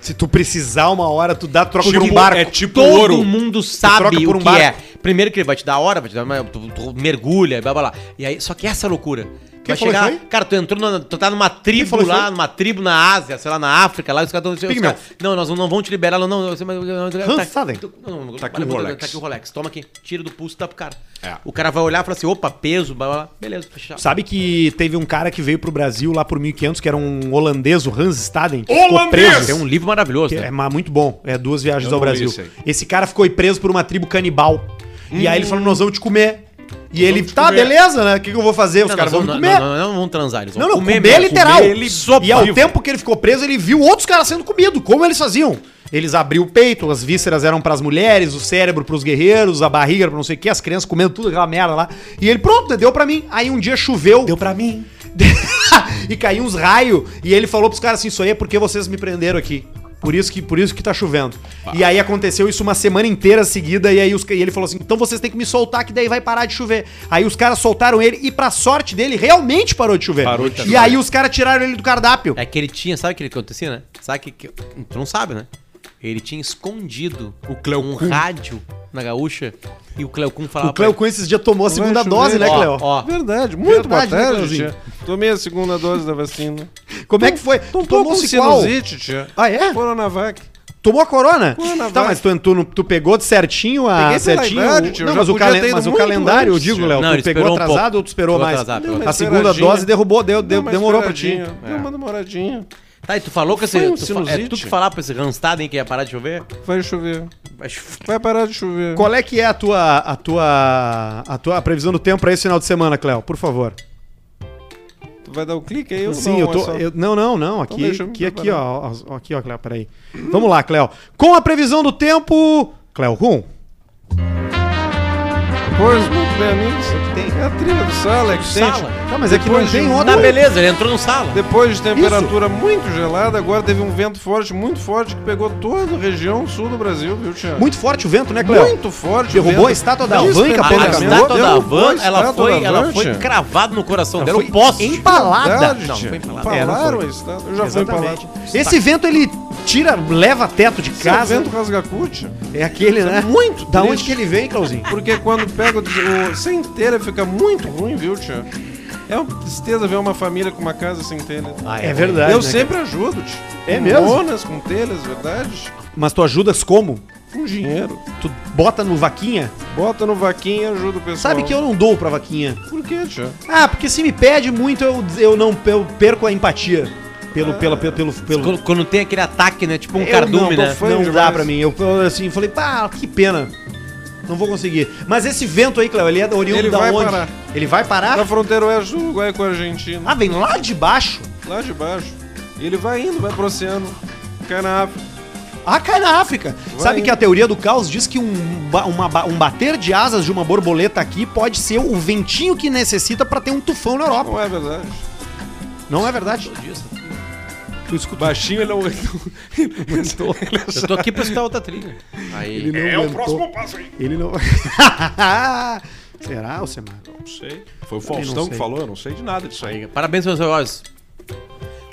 Speaker 1: Se tu precisar uma hora, tu dá troca
Speaker 2: Tipo,
Speaker 1: de um barco.
Speaker 2: é tipo
Speaker 3: Todo
Speaker 2: ouro.
Speaker 3: mundo
Speaker 1: troca
Speaker 3: sabe
Speaker 1: por um
Speaker 3: o que
Speaker 1: barco.
Speaker 3: é. Primeiro que ele vai te dar a hora, vai te dar uma, tu, tu mergulha, blá blá blá. E aí, só que essa loucura.
Speaker 1: Quem
Speaker 3: vai
Speaker 1: falou
Speaker 3: chegar.
Speaker 1: isso aí?
Speaker 3: Cara, tu entrou, na, tu tá numa tribo
Speaker 1: falou isso
Speaker 3: lá,
Speaker 1: aí?
Speaker 3: numa tribo na Ásia, sei lá, na África, lá os caras estão.
Speaker 1: Pigmeu.
Speaker 3: Não, nós não vamos te liberar, não. não, você- mas-
Speaker 1: Hans Saden.
Speaker 3: tu- não, não,
Speaker 2: Tá aqui
Speaker 3: olha,
Speaker 2: o
Speaker 3: puta,
Speaker 2: Rolex.
Speaker 3: Tá aqui o Rolex. Toma aqui, tira do pulso e dá pro cara.
Speaker 2: É.
Speaker 3: O cara vai olhar e falar assim: opa, peso, blá, blá, blá. beleza, fechado.
Speaker 1: Sabe que teve um cara que veio pro Brasil lá por 1500, que era um holandês, o Hans Staden, que
Speaker 2: Holandês!
Speaker 3: Tem um livro maravilhoso.
Speaker 1: Que
Speaker 3: né?
Speaker 1: é ma- muito bom. É duas viagens
Speaker 2: Eu
Speaker 1: ao
Speaker 2: não li
Speaker 1: Brasil.
Speaker 2: isso aí.
Speaker 1: Esse cara ficou aí preso por uma tribo canibal. E aí eles falaram, nós vamos te comer. E ele,
Speaker 2: vamos te
Speaker 1: tá,
Speaker 2: comer.
Speaker 1: beleza, né? O que, que eu vou fazer? Os
Speaker 3: Não,
Speaker 1: caras
Speaker 3: nós
Speaker 1: vão me
Speaker 3: não-
Speaker 1: comer.
Speaker 3: Não, não, não, não vão transar, eles vão
Speaker 1: Não, não, comer, é
Speaker 3: mesmo.
Speaker 1: literal.
Speaker 3: Comer,
Speaker 2: ele
Speaker 1: e é ao
Speaker 2: vivo.
Speaker 1: tempo que ele ficou preso, ele viu outros caras sendo comido. Como eles faziam? Eles abriam o peito, as vísceras eram pras mulheres, o cérebro pros guerreiros, a barriga pra não sei o que, as crianças comendo tudo aquela merda lá. E ele, pronto, deu pra mim. Aí um dia choveu. Deu pra mim. e caiu uns raios. E ele falou pros caras assim: Isso aí é porque vocês me prenderam aqui. Por isso que, por isso que tá chovendo.
Speaker 2: Ah.
Speaker 1: E aí aconteceu isso uma semana inteira seguida. E aí os, e ele falou assim: então vocês têm que me soltar, que daí vai parar de chover. Aí os caras soltaram ele. E pra sorte dele, realmente parou de chover.
Speaker 2: Parou de
Speaker 1: E aí os caras tiraram ele do cardápio.
Speaker 3: É que ele tinha, sabe o que ele acontecia, né? Sabe que, que- tu não sabe, né? Ele tinha escondido
Speaker 2: O Cleo
Speaker 3: um
Speaker 2: Kuhn.
Speaker 3: rádio na gaúcha e o Cleocum falava
Speaker 1: O Cleo Cunha esses dias tomou a
Speaker 2: Vai
Speaker 1: segunda dose,
Speaker 2: chover.
Speaker 1: né,
Speaker 3: Ó,
Speaker 1: Cleo?
Speaker 3: ó.
Speaker 2: Verdade, muito
Speaker 1: Verdade, né,
Speaker 2: boa tarde,
Speaker 1: Cleuzinho?
Speaker 2: tia. Tomei a segunda dose da vacina.
Speaker 1: Como é que foi?
Speaker 2: Tô um pouco
Speaker 1: Tomou
Speaker 2: com
Speaker 1: Ciqual?
Speaker 2: sinusite, tia.
Speaker 1: Ah, é?
Speaker 2: Coronavac.
Speaker 1: Tomou a corona?
Speaker 2: Corona,
Speaker 1: tá,
Speaker 2: vai.
Speaker 1: mas tu, entrou no- tu pegou certinho a
Speaker 2: Peguei pela
Speaker 1: certinho.
Speaker 2: idade,
Speaker 1: o-
Speaker 2: tio,
Speaker 1: não,
Speaker 2: eu
Speaker 1: mas,
Speaker 2: já
Speaker 1: o,
Speaker 2: podia
Speaker 1: calen-
Speaker 2: ter ido
Speaker 1: mas o
Speaker 2: muito
Speaker 1: calendário, eu
Speaker 2: antes,
Speaker 1: digo,
Speaker 2: tio.
Speaker 1: Léo,
Speaker 3: Não,
Speaker 1: tu
Speaker 3: ele
Speaker 1: pegou
Speaker 3: esperou um
Speaker 1: atrasado
Speaker 3: pouco.
Speaker 1: ou tu esperou
Speaker 3: Ficou
Speaker 1: mais?
Speaker 3: atrasado,
Speaker 1: Não,
Speaker 3: pegou.
Speaker 1: a
Speaker 2: mas
Speaker 1: segunda
Speaker 2: douradinha.
Speaker 1: dose derrubou, deu, deu,
Speaker 2: Deu uma
Speaker 1: demorou pra ti. É.
Speaker 2: estouradinha. Deu uma demoradinha.
Speaker 3: Tá, e tu falou que
Speaker 2: Foi
Speaker 3: esse.
Speaker 2: um
Speaker 3: tu fa- é tu
Speaker 2: sinusite?
Speaker 3: que falava pra esse Ranstaden que ia parar de chover?
Speaker 2: Vai chover.
Speaker 3: Vai chover.
Speaker 2: Vai parar de chover.
Speaker 1: Qual é que é a tua, a tua, a tua previsão do tempo pra esse final de semana, Cléo? Por favor.
Speaker 2: Tu vai dar o clique aí ou
Speaker 1: Sim,
Speaker 2: não?
Speaker 1: eu tô.
Speaker 2: É só- Então
Speaker 1: eu- não, não, não. Aqui,
Speaker 2: deixa eu me
Speaker 1: aqui, aqui,
Speaker 2: preparar.
Speaker 1: ó, ó, ó, Aqui, ó, Cléo, peraí. Vamos lá, Cléo. Com a previsão do tempo. Cléo Rum.
Speaker 2: Pois, muito bem, amigos. Tem É a trilha do Sala que tem.
Speaker 3: Sala?
Speaker 1: Tá, mas é que
Speaker 2: Depois
Speaker 1: não tem
Speaker 2: de um-
Speaker 1: outra-
Speaker 3: Tá, beleza, ele entrou no sala.
Speaker 2: Depois de temperatura muito gelada, agora teve um vento forte, muito forte, que pegou toda a região sul do Brasil, viu, Tiago?
Speaker 1: Muito forte o vento, né, Cléo?
Speaker 2: muito forte.
Speaker 1: Derrubou a estátua da
Speaker 2: Não,
Speaker 1: Havan, que
Speaker 3: A,
Speaker 1: Pô,
Speaker 3: a
Speaker 1: cara,
Speaker 3: estátua
Speaker 1: derrubou
Speaker 3: da Havan, ela foi, ela foi
Speaker 2: cravada.
Speaker 3: cravada no coração dela.
Speaker 1: foi
Speaker 3: Eu posso.
Speaker 1: empalada.
Speaker 2: Verdade,
Speaker 3: Não,
Speaker 2: tia.
Speaker 3: foi empalada.
Speaker 1: É, não
Speaker 2: Falaram
Speaker 1: foi.
Speaker 2: a estátua. Eu já fui
Speaker 1: Exatamente.
Speaker 2: empalado.
Speaker 1: Esse vento ele tira, leva teto de
Speaker 2: Esse é o
Speaker 1: casa.
Speaker 2: vento rasgacucha.
Speaker 1: É aquele, né?
Speaker 2: Muito
Speaker 1: Da
Speaker 2: triste.
Speaker 1: onde que ele vem, Clauzinho?
Speaker 2: Porque quando pega o, des- o centelha fica muito ruim, viu, tia? É uma tristeza ver uma família com uma casa sem telha.
Speaker 3: Ah,
Speaker 1: É verdade.
Speaker 2: Eu
Speaker 1: né,
Speaker 2: sempre ajudo, tia.
Speaker 1: É
Speaker 2: Com
Speaker 1: mesmo?
Speaker 2: Donas, com telhas, verdade?
Speaker 1: cara? Mas tu ajudas como?
Speaker 2: Com dinheiro.
Speaker 1: Tu bota no vaquinha?
Speaker 2: Bota no vaquinha, ajuda o pessoal.
Speaker 1: Sabe que eu não dou pra vaquinha.
Speaker 2: Por quê, tia?
Speaker 1: Ah, porque se me pede muito, eu, eu não eu perco a empatia. Pelo, pela, pelo, pelo, pelo-
Speaker 3: Quando, quando tem aquele ataque, né? Tipo um
Speaker 1: É, Eu
Speaker 3: cardume,
Speaker 1: não,
Speaker 3: né?
Speaker 2: fã
Speaker 1: Não
Speaker 2: demais.
Speaker 1: dá pra mim. Eu eu, assim, falei, pá, que pena. Não vou conseguir. Mas esse vento aí, Cléo, ele é da oriundo
Speaker 2: Ele
Speaker 1: da
Speaker 2: vai
Speaker 1: onde?
Speaker 2: parar.
Speaker 1: Ele vai parar?
Speaker 2: Na fronteira oeste do Uruguai com a Argentina.
Speaker 1: Ah, vem lá de baixo.
Speaker 2: Lá de baixo. E ele vai indo, vai pro oceano. Cai na África.
Speaker 1: Ah, cai na África. Sabe
Speaker 2: aí.
Speaker 1: que a teoria do caos diz que um, ba- uma ba- um bater de asas de uma borboleta aqui pode ser o ventinho que necessita pra ter um tufão na Europa.
Speaker 2: Não é verdade.
Speaker 1: Não é verdade? Tu escuta.
Speaker 2: Baixinho ele é o...
Speaker 3: Eu tô aqui pra escutar outra trilha. Aí.
Speaker 1: não
Speaker 2: É o
Speaker 1: aguentou.
Speaker 2: próximo passo aí.
Speaker 1: Ele não. Será, Alcemar?
Speaker 2: Não sei. Foi o
Speaker 1: Também não
Speaker 2: Faustão que
Speaker 1: sei.
Speaker 2: falou, eu não sei de nada disso aí.
Speaker 3: Parabéns, meus relógios.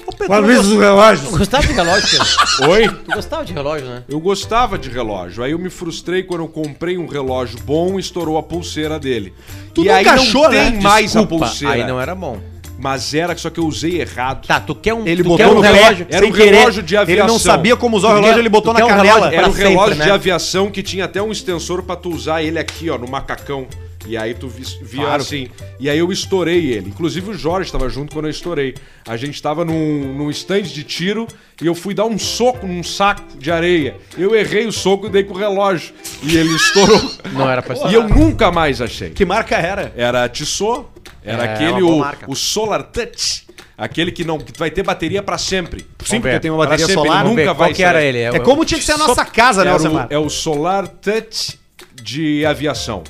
Speaker 3: Ô, Pedro,
Speaker 1: Parabéns,
Speaker 3: eu
Speaker 1: os
Speaker 3: gost-
Speaker 1: relógios.
Speaker 3: eu gostava de relógio, cara.
Speaker 2: Oi?
Speaker 3: Tu gostava de relógio, né?
Speaker 2: Eu gostava de relógio, aí eu me frustrei quando eu comprei um relógio bom e estourou a pulseira dele.
Speaker 1: Tu
Speaker 2: e
Speaker 1: nunca
Speaker 2: aí
Speaker 1: achou,
Speaker 2: não tem
Speaker 1: né?
Speaker 2: mais a
Speaker 3: Desculpa,
Speaker 2: pulseira.
Speaker 3: aí
Speaker 1: é.
Speaker 3: não era bom.
Speaker 2: Mas era, só que eu usei errado.
Speaker 3: Tá, tu quer um,
Speaker 1: Ele
Speaker 3: tu
Speaker 1: botou
Speaker 3: quer um
Speaker 1: no pé,
Speaker 3: relógio?
Speaker 2: Era
Speaker 1: sem
Speaker 2: um relógio de
Speaker 1: Ele não
Speaker 2: aviação.
Speaker 1: sabia como usar o
Speaker 3: Tu
Speaker 1: relógio,
Speaker 3: quer-
Speaker 1: ele botou
Speaker 3: tu
Speaker 1: na
Speaker 3: quer um
Speaker 1: canela.
Speaker 3: relógio
Speaker 2: Era um
Speaker 3: pra sempre,
Speaker 2: relógio
Speaker 3: né?
Speaker 2: de aviação que tinha até um extensor pra tu usar ele aqui, ó, no macacão. E aí tu vis- via
Speaker 1: Claro.
Speaker 2: assim. E aí eu estourei ele. Inclusive o Jorge tava junto quando eu estourei. A gente tava num, num stand de tiro e eu fui dar um soco num saco de areia. Eu errei o soco e dei com o relógio. E ele estourou.
Speaker 3: Não era pra
Speaker 2: e eu nunca mais achei.
Speaker 1: Que marca era?
Speaker 2: Era Tissot, era
Speaker 3: É, uma
Speaker 2: aquele
Speaker 3: boa
Speaker 2: o,
Speaker 3: marca.
Speaker 2: o Solar Touch, aquele que não que vai ter bateria pra sempre.
Speaker 1: Sim,
Speaker 3: ver.
Speaker 1: porque tem uma
Speaker 2: Pra
Speaker 1: bateria
Speaker 2: sempre,
Speaker 1: solar.
Speaker 2: nunca
Speaker 3: nunca
Speaker 2: vai
Speaker 3: Qual que era
Speaker 2: sair.
Speaker 3: ele?
Speaker 1: É como tinha que ser a nossa casa, né,
Speaker 2: Era o-
Speaker 1: Alcemar?
Speaker 2: é o Solar Touch de aviação.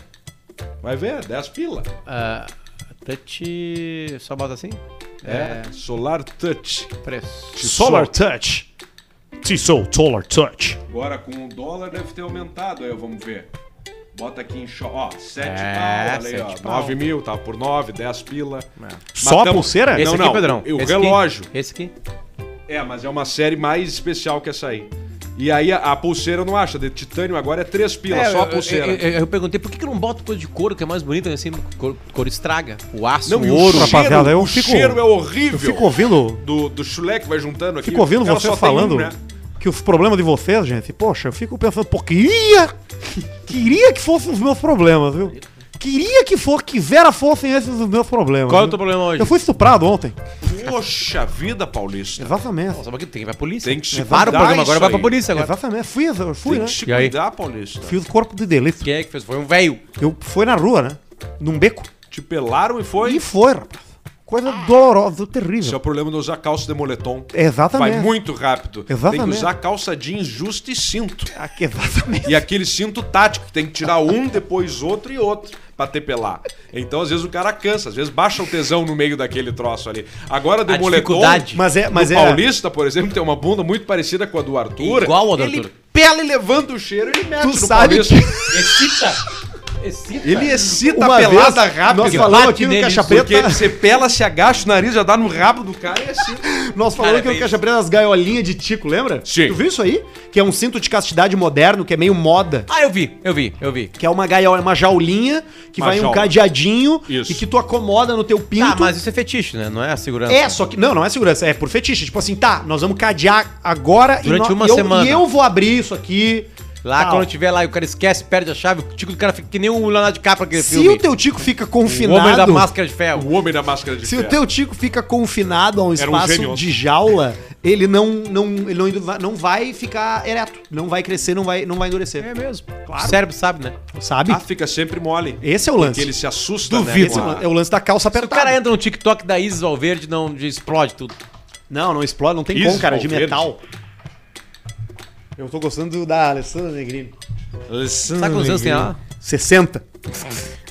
Speaker 2: Vai ver, 10 pila.
Speaker 3: Ah, touch... Só bota assim?
Speaker 2: É, Solar Touch.
Speaker 3: Preço.
Speaker 2: Tissot.
Speaker 1: Touch. Tissot Solar Touch.
Speaker 2: Agora com o dólar deve ter aumentado, aí vamos ver. Bota aqui em show, ó, 7
Speaker 3: É,
Speaker 2: pau, olha aí,
Speaker 3: sete
Speaker 2: ó,
Speaker 3: pau.
Speaker 2: 9 mil, tá por 9, 10 pila.
Speaker 1: Só a
Speaker 2: Matamos-
Speaker 1: pulseira?
Speaker 2: Esse- É, Não, não, o
Speaker 3: Esse
Speaker 2: relógio.
Speaker 3: Aqui? Esse aqui?
Speaker 2: É, mas é uma série mais especial que essa aí. E aí a, a pulseira eu não acha, de titânio agora é três pila,
Speaker 3: É,
Speaker 2: só a
Speaker 3: eu-
Speaker 2: pulseira.
Speaker 3: Eu, eu- eu perguntei por que, que não bota coisa de couro, que é mais bonita, né? Assim, couro, couro estraga. O aço,
Speaker 2: Não, e
Speaker 3: o
Speaker 2: o
Speaker 3: um ouro.
Speaker 2: cheiro,
Speaker 1: rapaziada, eu
Speaker 2: o
Speaker 1: fico-
Speaker 2: cheiro é horrível.
Speaker 1: Eu fico ouvindo,
Speaker 2: do, do Shrek vai juntando aqui.
Speaker 1: fico ouvindo
Speaker 2: Ela
Speaker 1: você
Speaker 2: só tem
Speaker 1: falando
Speaker 2: um, né?
Speaker 1: que os problemas de vocês, gente, poxa, eu fico pensando, pô, queria, queria que fossem os meus problemas, viu? Queria que for, que vera fossem esses os meus problemas.
Speaker 3: Qual é o
Speaker 1: viu?
Speaker 3: teu problema hoje?
Speaker 1: Eu fui estuprado ontem.
Speaker 2: Poxa vida, Paulista.
Speaker 1: Exatamente.
Speaker 3: Nossa, mas que tem que vai pra polícia.
Speaker 2: Tem que se
Speaker 3: Para o
Speaker 2: cuidar
Speaker 3: programa
Speaker 2: isso
Speaker 3: agora, vai pra
Speaker 2: aí.
Speaker 3: polícia agora.
Speaker 1: Exatamente. Fui, eu fui,
Speaker 2: Tem
Speaker 1: né?
Speaker 2: que se
Speaker 3: E aí?
Speaker 2: cuidar, Paulista.
Speaker 1: Fiz o corpo de delito.
Speaker 3: Quem é que fez? Foi um velho.
Speaker 1: Eu fui na rua, né? Num beco.
Speaker 2: Te pelaram e foi.
Speaker 1: E foi, rapaz. Coisa dolorosa,
Speaker 2: Esse é
Speaker 1: terrível.
Speaker 2: o problema de usar calça de moletom.
Speaker 1: Exatamente.
Speaker 2: Vai muito rápido. Tem que
Speaker 1: Exatamente.
Speaker 2: usar calça jeans justa e cinto.
Speaker 1: Aqui, exatamente.
Speaker 2: E aquele cinto tático, que tem que tirar um, depois outro e outro pra ter pelar. Então, às vezes, o cara cansa, às vezes baixa o tesão no meio daquele troço ali. Agora, de
Speaker 3: A
Speaker 2: moletom,
Speaker 3: dificuldade.
Speaker 1: Mas é,
Speaker 2: do
Speaker 1: mas é.
Speaker 2: Paulista, por exemplo, tem uma bunda muito parecida com a do Arthur.
Speaker 3: Igual ao do
Speaker 2: Ele
Speaker 3: Arthur.
Speaker 2: pela e levanta o cheiro, ele mete
Speaker 1: Tu
Speaker 2: no
Speaker 1: sabe
Speaker 2: Paulista.
Speaker 3: Excita. Excita.
Speaker 2: Ele é- excita
Speaker 1: Uma
Speaker 2: a pelada
Speaker 1: vez,
Speaker 2: rápida.
Speaker 1: nós falamos
Speaker 3: Bate
Speaker 1: aqui no
Speaker 3: nele,
Speaker 1: Caixa
Speaker 3: isso,
Speaker 1: Preta.
Speaker 2: Porque você pela, se agacha o nariz, já dá no rabo do cara e assim.
Speaker 1: Nós falamos
Speaker 3: Cara,
Speaker 1: aqui no
Speaker 3: é
Speaker 1: Caixa Preta das gaiolinhas de Tico, lembra?
Speaker 2: Sim.
Speaker 1: Tu viu isso aí? Que é um cinto de castidade moderno, que é meio moda.
Speaker 3: Ah, eu vi, eu vi, eu vi.
Speaker 1: Que é uma gaiola, uma jaulinha, que
Speaker 2: Uma
Speaker 1: vai um
Speaker 2: jaula.
Speaker 1: cadeadinho
Speaker 2: Isso.
Speaker 1: e que tu acomoda no teu pinto.
Speaker 3: Tá, mas isso é fetiche, né? Não é a segurança.
Speaker 1: É, só que. Não, não é segurança, é por fetiche. Tipo assim, tá, nós vamos cadear agora
Speaker 3: Durante
Speaker 1: nó-
Speaker 3: uma
Speaker 1: eu,
Speaker 3: semana.
Speaker 1: E eu vou abrir isso aqui.
Speaker 3: Lá,
Speaker 1: tal.
Speaker 3: quando tiver lá e o cara esquece, perde a chave, o tico do cara fica que nem o Leonardo DiCaprio aquele
Speaker 1: Se
Speaker 3: filme.
Speaker 1: o teu tico fica
Speaker 3: o homem da
Speaker 1: confinado.
Speaker 3: máscara de ferro.
Speaker 2: É O homem da máscara de
Speaker 1: se
Speaker 2: ferro.
Speaker 1: o teu tico fica confinado a um
Speaker 2: Era um
Speaker 1: espaço
Speaker 2: gênio.
Speaker 1: de jaula, ele não, não, ele não, vai- não vai ficar ereto. Não vai crescer, não vai, não vai endurecer.
Speaker 3: É mesmo. O cérebro sabe, né?
Speaker 1: Sabe?
Speaker 2: Ah, fica sempre mole.
Speaker 1: Esse é o
Speaker 2: Porque
Speaker 1: lance.
Speaker 2: ele se assusta,
Speaker 3: Duvido.
Speaker 1: Esse é o
Speaker 2: né?
Speaker 1: lan- é o é- lance da calça
Speaker 3: Se o
Speaker 1: apertada.
Speaker 3: cara entra no TikTok da Isis Valverde, não de- explode tudo.
Speaker 1: Não, não explode, não tem
Speaker 2: Isso,
Speaker 1: como, cara, de
Speaker 2: Valverde.
Speaker 1: metal. Eu tô gostando do- da Alessandra Negrini.
Speaker 3: Sabe assim, quantos
Speaker 1: assim,
Speaker 3: anos tem
Speaker 1: Hum,
Speaker 3: lá?
Speaker 1: 60.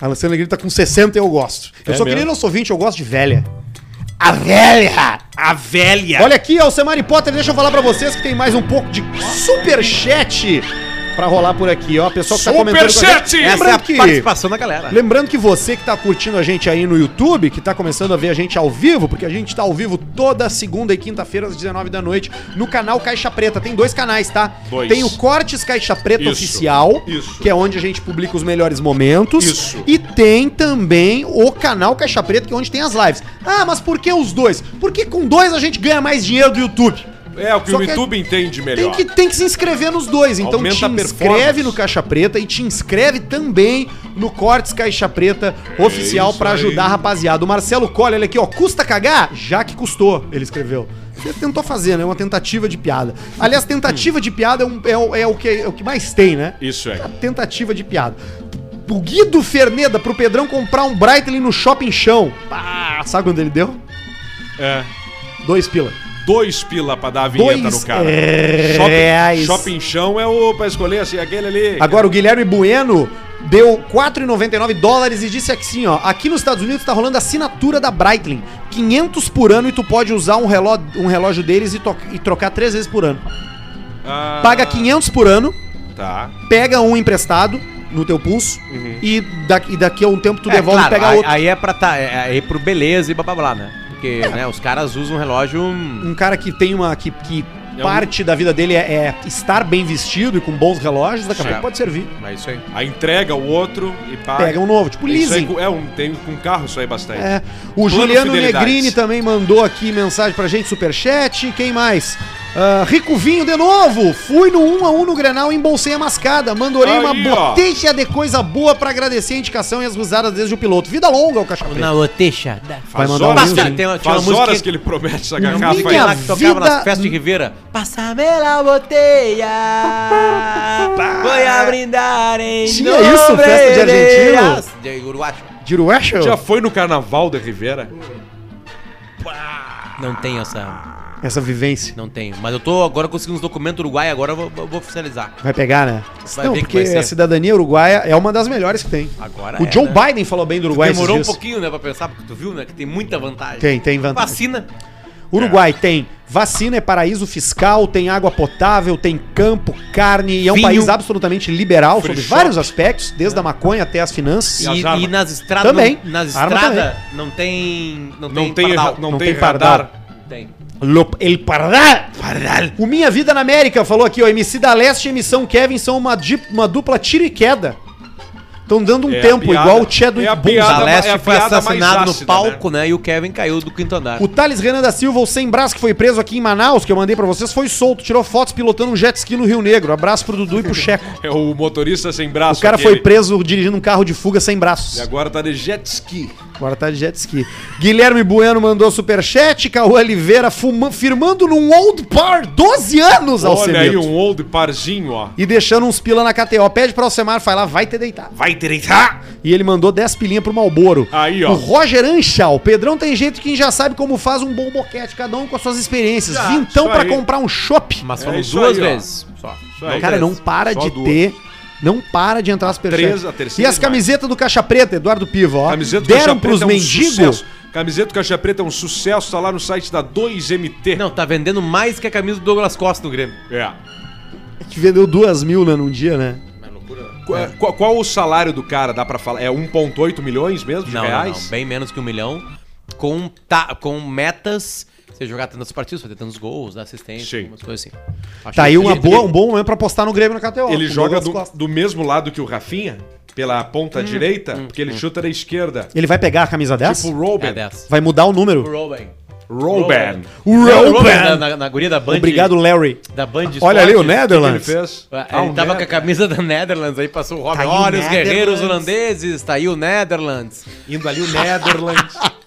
Speaker 1: A Alessandra Negrini tá com 60 e eu gosto. Eu
Speaker 2: É
Speaker 1: sou
Speaker 2: mesmo?
Speaker 1: querido, eu sou 20, eu gosto de velha. A velha!
Speaker 2: A velha.
Speaker 1: Olha aqui, Alcemari Potter, deixa eu falar pra vocês que tem mais um pouco de superchat pra rolar por aqui, ó. Pessoal que tá comentando com a gente.
Speaker 2: Superchat!
Speaker 3: Essa é a
Speaker 1: Lembrando que...
Speaker 3: participação da galera.
Speaker 1: Lembrando que você que tá curtindo a gente aí no YouTube, que tá começando a ver a gente ao vivo, porque a gente tá ao vivo toda segunda e quinta-feira às 19 da noite no canal Caixa Preta. Tem dois canais, tá?
Speaker 2: Dois.
Speaker 1: Tem o Cortes Caixa Preta
Speaker 2: Isso.
Speaker 1: Oficial,
Speaker 2: Isso.
Speaker 1: que é onde a gente publica os melhores momentos.
Speaker 2: Isso.
Speaker 1: E tem também o canal Caixa Preta, que é onde tem as lives. Ah, mas por que os dois? Porque com dois a gente ganha mais dinheiro do YouTube.
Speaker 2: É, o que
Speaker 1: Só
Speaker 2: o
Speaker 1: que
Speaker 2: YouTube entende
Speaker 1: Tem
Speaker 2: melhor.
Speaker 1: que, tem que se inscrever nos dois. Então
Speaker 2: Aumenta
Speaker 1: te
Speaker 2: a performance.
Speaker 1: inscreve no Caixa Preta e te inscreve também no Cortes Caixa Preta oficial
Speaker 2: É isso
Speaker 1: pra ajudar
Speaker 2: aí.
Speaker 1: a rapaziada. O Marcelo Colli, olha aqui, ó. Custa cagar? Já que custou, ele escreveu. Ele tentou fazer, né? Uma tentativa de piada. Aliás, tentativa de piada é, um- é o- é o que, é o que mais tem, né?
Speaker 2: Isso é.
Speaker 1: A tentativa de piada. O Guido Ferneda pro Pedrão comprar um Breitling no Shopping Chão. Pá, sabe quando ele deu?
Speaker 2: É.
Speaker 1: Dois pila.
Speaker 2: Dois pila pra dar a vinheta
Speaker 1: Dois
Speaker 2: no cara.
Speaker 1: reais.
Speaker 2: Shopping, shopping chão é o pra escolher, assim, aquele ali.
Speaker 1: Agora o Guilherme Bueno deu 4,99 dólares e disse assim, ó, aqui nos Estados Unidos tá rolando a assinatura da Breitling, 500 por ano e tu pode usar um relógio, um relógio deles e, to- e trocar três vezes por ano.
Speaker 2: Ah,
Speaker 1: Paga 500 por ano,
Speaker 2: Tá.
Speaker 1: pega um emprestado no teu pulso
Speaker 2: Uhum.
Speaker 1: e, da- e daqui a um tempo tu
Speaker 3: É,
Speaker 1: devolve
Speaker 3: claro,
Speaker 1: e pega
Speaker 3: aí,
Speaker 1: outro.
Speaker 3: Aí é pra tá, é, aí é pro beleza e blá blá blá, né? Porque, né, os caras usam um relógio... hum,
Speaker 1: Um cara que tem uma que, que
Speaker 2: É um-
Speaker 1: parte da vida dele é, é estar bem vestido e com bons relógios, daqui a
Speaker 3: Sim.
Speaker 1: pouco pode servir.
Speaker 3: É isso aí.
Speaker 2: Aí entrega o outro e paga.
Speaker 1: Pega um novo, tipo
Speaker 2: Isso aí
Speaker 1: leasing.
Speaker 2: com- é um, tem com carro isso aí bastante.
Speaker 1: É.
Speaker 2: Plano
Speaker 1: O Juliano
Speaker 2: Fidelidades.
Speaker 1: Negrini também mandou aqui mensagem pra gente, superchat. Quem mais? Ah, Rico Vinho de novo. Fui no 1 a 1 no Grenal em Bolsinha Mascada. Mandorei uma
Speaker 2: Aí, ó.
Speaker 1: botecha de coisa boa pra agradecer a indicação e as risadas desde o piloto. Vida longa o Caixa Preta.
Speaker 3: oteixa.
Speaker 1: Vai
Speaker 2: Faz
Speaker 1: mandar um
Speaker 2: horas,
Speaker 1: livro,
Speaker 2: que,
Speaker 1: hein?
Speaker 3: Tem uma- tinha
Speaker 2: faz
Speaker 3: uma música
Speaker 2: horas
Speaker 3: que-
Speaker 2: que ele promete essa garrafa aí.
Speaker 1: Minha
Speaker 3: lá que tocava
Speaker 1: vida-
Speaker 3: nas festas de Ribeira. Passamela boteia, foi a brindar em
Speaker 1: Tinha isso, festa de
Speaker 3: Nobreira.
Speaker 1: argentino?
Speaker 3: De Uruacho.
Speaker 1: De Ruecho?
Speaker 2: Já foi no carnaval de Rivera?
Speaker 3: Não tenho essa,
Speaker 1: Essa vivência.
Speaker 3: não tenho. Mas eu tô agora conseguindo uns documentos uruguai, agora eu vou, eu vou oficializar.
Speaker 1: Vai pegar, né?
Speaker 3: Vai
Speaker 1: não,
Speaker 3: ver que
Speaker 1: porque
Speaker 3: vai ser.
Speaker 1: a cidadania uruguaia é uma das melhores que tem.
Speaker 3: Agora
Speaker 1: o
Speaker 3: é,
Speaker 1: Joe
Speaker 3: né?
Speaker 1: Biden falou bem do Uruguai esses
Speaker 3: Demorou um
Speaker 1: dias.
Speaker 3: pouquinho, né, pra pensar, porque tu viu, né, que tem muita vantagem.
Speaker 1: Tem, tem vantagem.
Speaker 3: Vacina.
Speaker 1: Uruguai tem vacina, é paraíso fiscal, tem água potável, tem campo, carne, e é um
Speaker 3: Vinho.
Speaker 1: país absolutamente liberal
Speaker 2: Free
Speaker 1: sobre
Speaker 2: shop.
Speaker 1: vários aspectos, desde a maconha até as finanças.
Speaker 2: E as
Speaker 3: E,
Speaker 2: armas?
Speaker 3: e nas estradas
Speaker 1: Também.
Speaker 3: Não, nas
Speaker 1: Arma
Speaker 3: estradas não tem não tem
Speaker 2: Não tem,
Speaker 3: pardal.
Speaker 2: erra- não
Speaker 1: Não
Speaker 2: tem
Speaker 1: tem
Speaker 2: radar.
Speaker 1: pardal.
Speaker 3: Tem.
Speaker 1: Lo- El Pardal. O Minha Vida na América falou aqui, ó. MC da Leste e Missão Kevin são uma, di- uma dupla tiro e queda. Estão dando um
Speaker 2: É a
Speaker 1: tempo,
Speaker 2: piada.
Speaker 1: igual o Chadwick
Speaker 2: É a
Speaker 1: Boseman.
Speaker 2: piada
Speaker 3: Da Leste
Speaker 2: é a
Speaker 3: foi
Speaker 2: piada mais
Speaker 3: assassinado
Speaker 2: ácida,
Speaker 3: no palco, né? E o Kevin caiu do quinto andar.
Speaker 1: O Thales Renan da Silva, o Sem Brás, que foi preso aqui em Manaus, que eu mandei pra vocês, foi solto. Tirou fotos pilotando um jet ski no Rio Negro. Abraço pro Dudu e pro Checo.
Speaker 2: É o motorista sem braço.
Speaker 1: O cara
Speaker 2: aquele.
Speaker 1: foi preso dirigindo um carro de fuga sem braços.
Speaker 2: E agora tá de jet ski.
Speaker 1: Agora tá de jet ski. Guilherme Bueno mandou superchat. Cauã Oliveira fuma- firmando num Old Par 12 anos,
Speaker 2: Olha aí
Speaker 1: Alcemito.
Speaker 2: um old parzinho, ó.
Speaker 1: E deixando uns pila na KTO. Pede pra Alcemar, vai lá, vai ter deitar.
Speaker 2: Vai direitar!
Speaker 1: E ele mandou 10 pilinha pro Malboro.
Speaker 2: Aí, ó.
Speaker 1: O Roger Anchal. Pedrão tem jeito que já sabe como faz um bom boquete, cada um com as suas experiências.
Speaker 2: Ah,
Speaker 1: Vintão
Speaker 2: isso
Speaker 1: pra
Speaker 2: aí.
Speaker 1: comprar um chopp.
Speaker 3: Mas
Speaker 2: É
Speaker 3: foram
Speaker 2: isso
Speaker 3: duas
Speaker 2: aí, ó.
Speaker 3: vezes. Só.
Speaker 2: Isso aí.
Speaker 1: Cara,
Speaker 3: Três.
Speaker 1: não para
Speaker 2: Só
Speaker 1: de
Speaker 2: duas.
Speaker 1: ter. Não para de entrar as
Speaker 2: Três, a terceira
Speaker 1: E as
Speaker 2: é demais.
Speaker 1: camisetas do Caixa Preta, Eduardo Piva, ó.
Speaker 2: Camiseta do
Speaker 1: Deram
Speaker 2: Caixa
Speaker 1: pros
Speaker 2: Preta é um
Speaker 1: mendigos.
Speaker 2: sucesso. Camiseta do Caixa Preta é um sucesso, tá lá no site da 2MT.
Speaker 3: Não, tá vendendo mais que a camisa do Douglas Costa no Grêmio.
Speaker 2: É.
Speaker 1: que vendeu duas mil né, num dia, né?
Speaker 3: é
Speaker 2: Qu- Qual, qual o salário do cara? Dá pra falar? É 1,8 milhões mesmo de
Speaker 3: Não, não,
Speaker 2: reais?
Speaker 3: não, bem menos que um milhão. Com, ta, com metas, você jogar tantos partidos, fazer tantos gols, dar assistência,
Speaker 2: Sim.
Speaker 3: algumas coisas assim. Acho
Speaker 1: Tá aí
Speaker 3: que-
Speaker 1: uma
Speaker 3: ele-
Speaker 1: boa, um bom momento pra postar no Grêmio na KTO.
Speaker 2: Ele
Speaker 1: com
Speaker 2: joga
Speaker 1: Douglas
Speaker 2: do,
Speaker 1: Costa.
Speaker 2: do mesmo lado que o Rafinha, pela ponta direita, porque ele chuta da esquerda.
Speaker 1: Ele vai pegar a camisa dessa?
Speaker 2: Tipo o Robin.
Speaker 3: É dessa.
Speaker 1: Vai mudar o
Speaker 3: O
Speaker 1: número.
Speaker 3: Robin.
Speaker 2: Robin.
Speaker 1: O
Speaker 3: É, O Robin. Na,
Speaker 1: Robin.
Speaker 3: na, na guria da Band.
Speaker 1: Obrigado, Larry.
Speaker 3: Da Band
Speaker 1: Olha ali o
Speaker 3: Netherlands.
Speaker 2: Ele
Speaker 1: Netherlands.
Speaker 2: fez.
Speaker 3: É, Ele
Speaker 2: Ah, um
Speaker 3: tava com a
Speaker 2: metro.
Speaker 3: camisa da Netherlands, aí passou o
Speaker 1: Tá
Speaker 3: Robin.
Speaker 4: aí o
Speaker 3: Olha, os guerreiros
Speaker 4: Netherlands.
Speaker 3: holandeses, tá aí o Netherlands.
Speaker 2: Indo ali o Netherlands.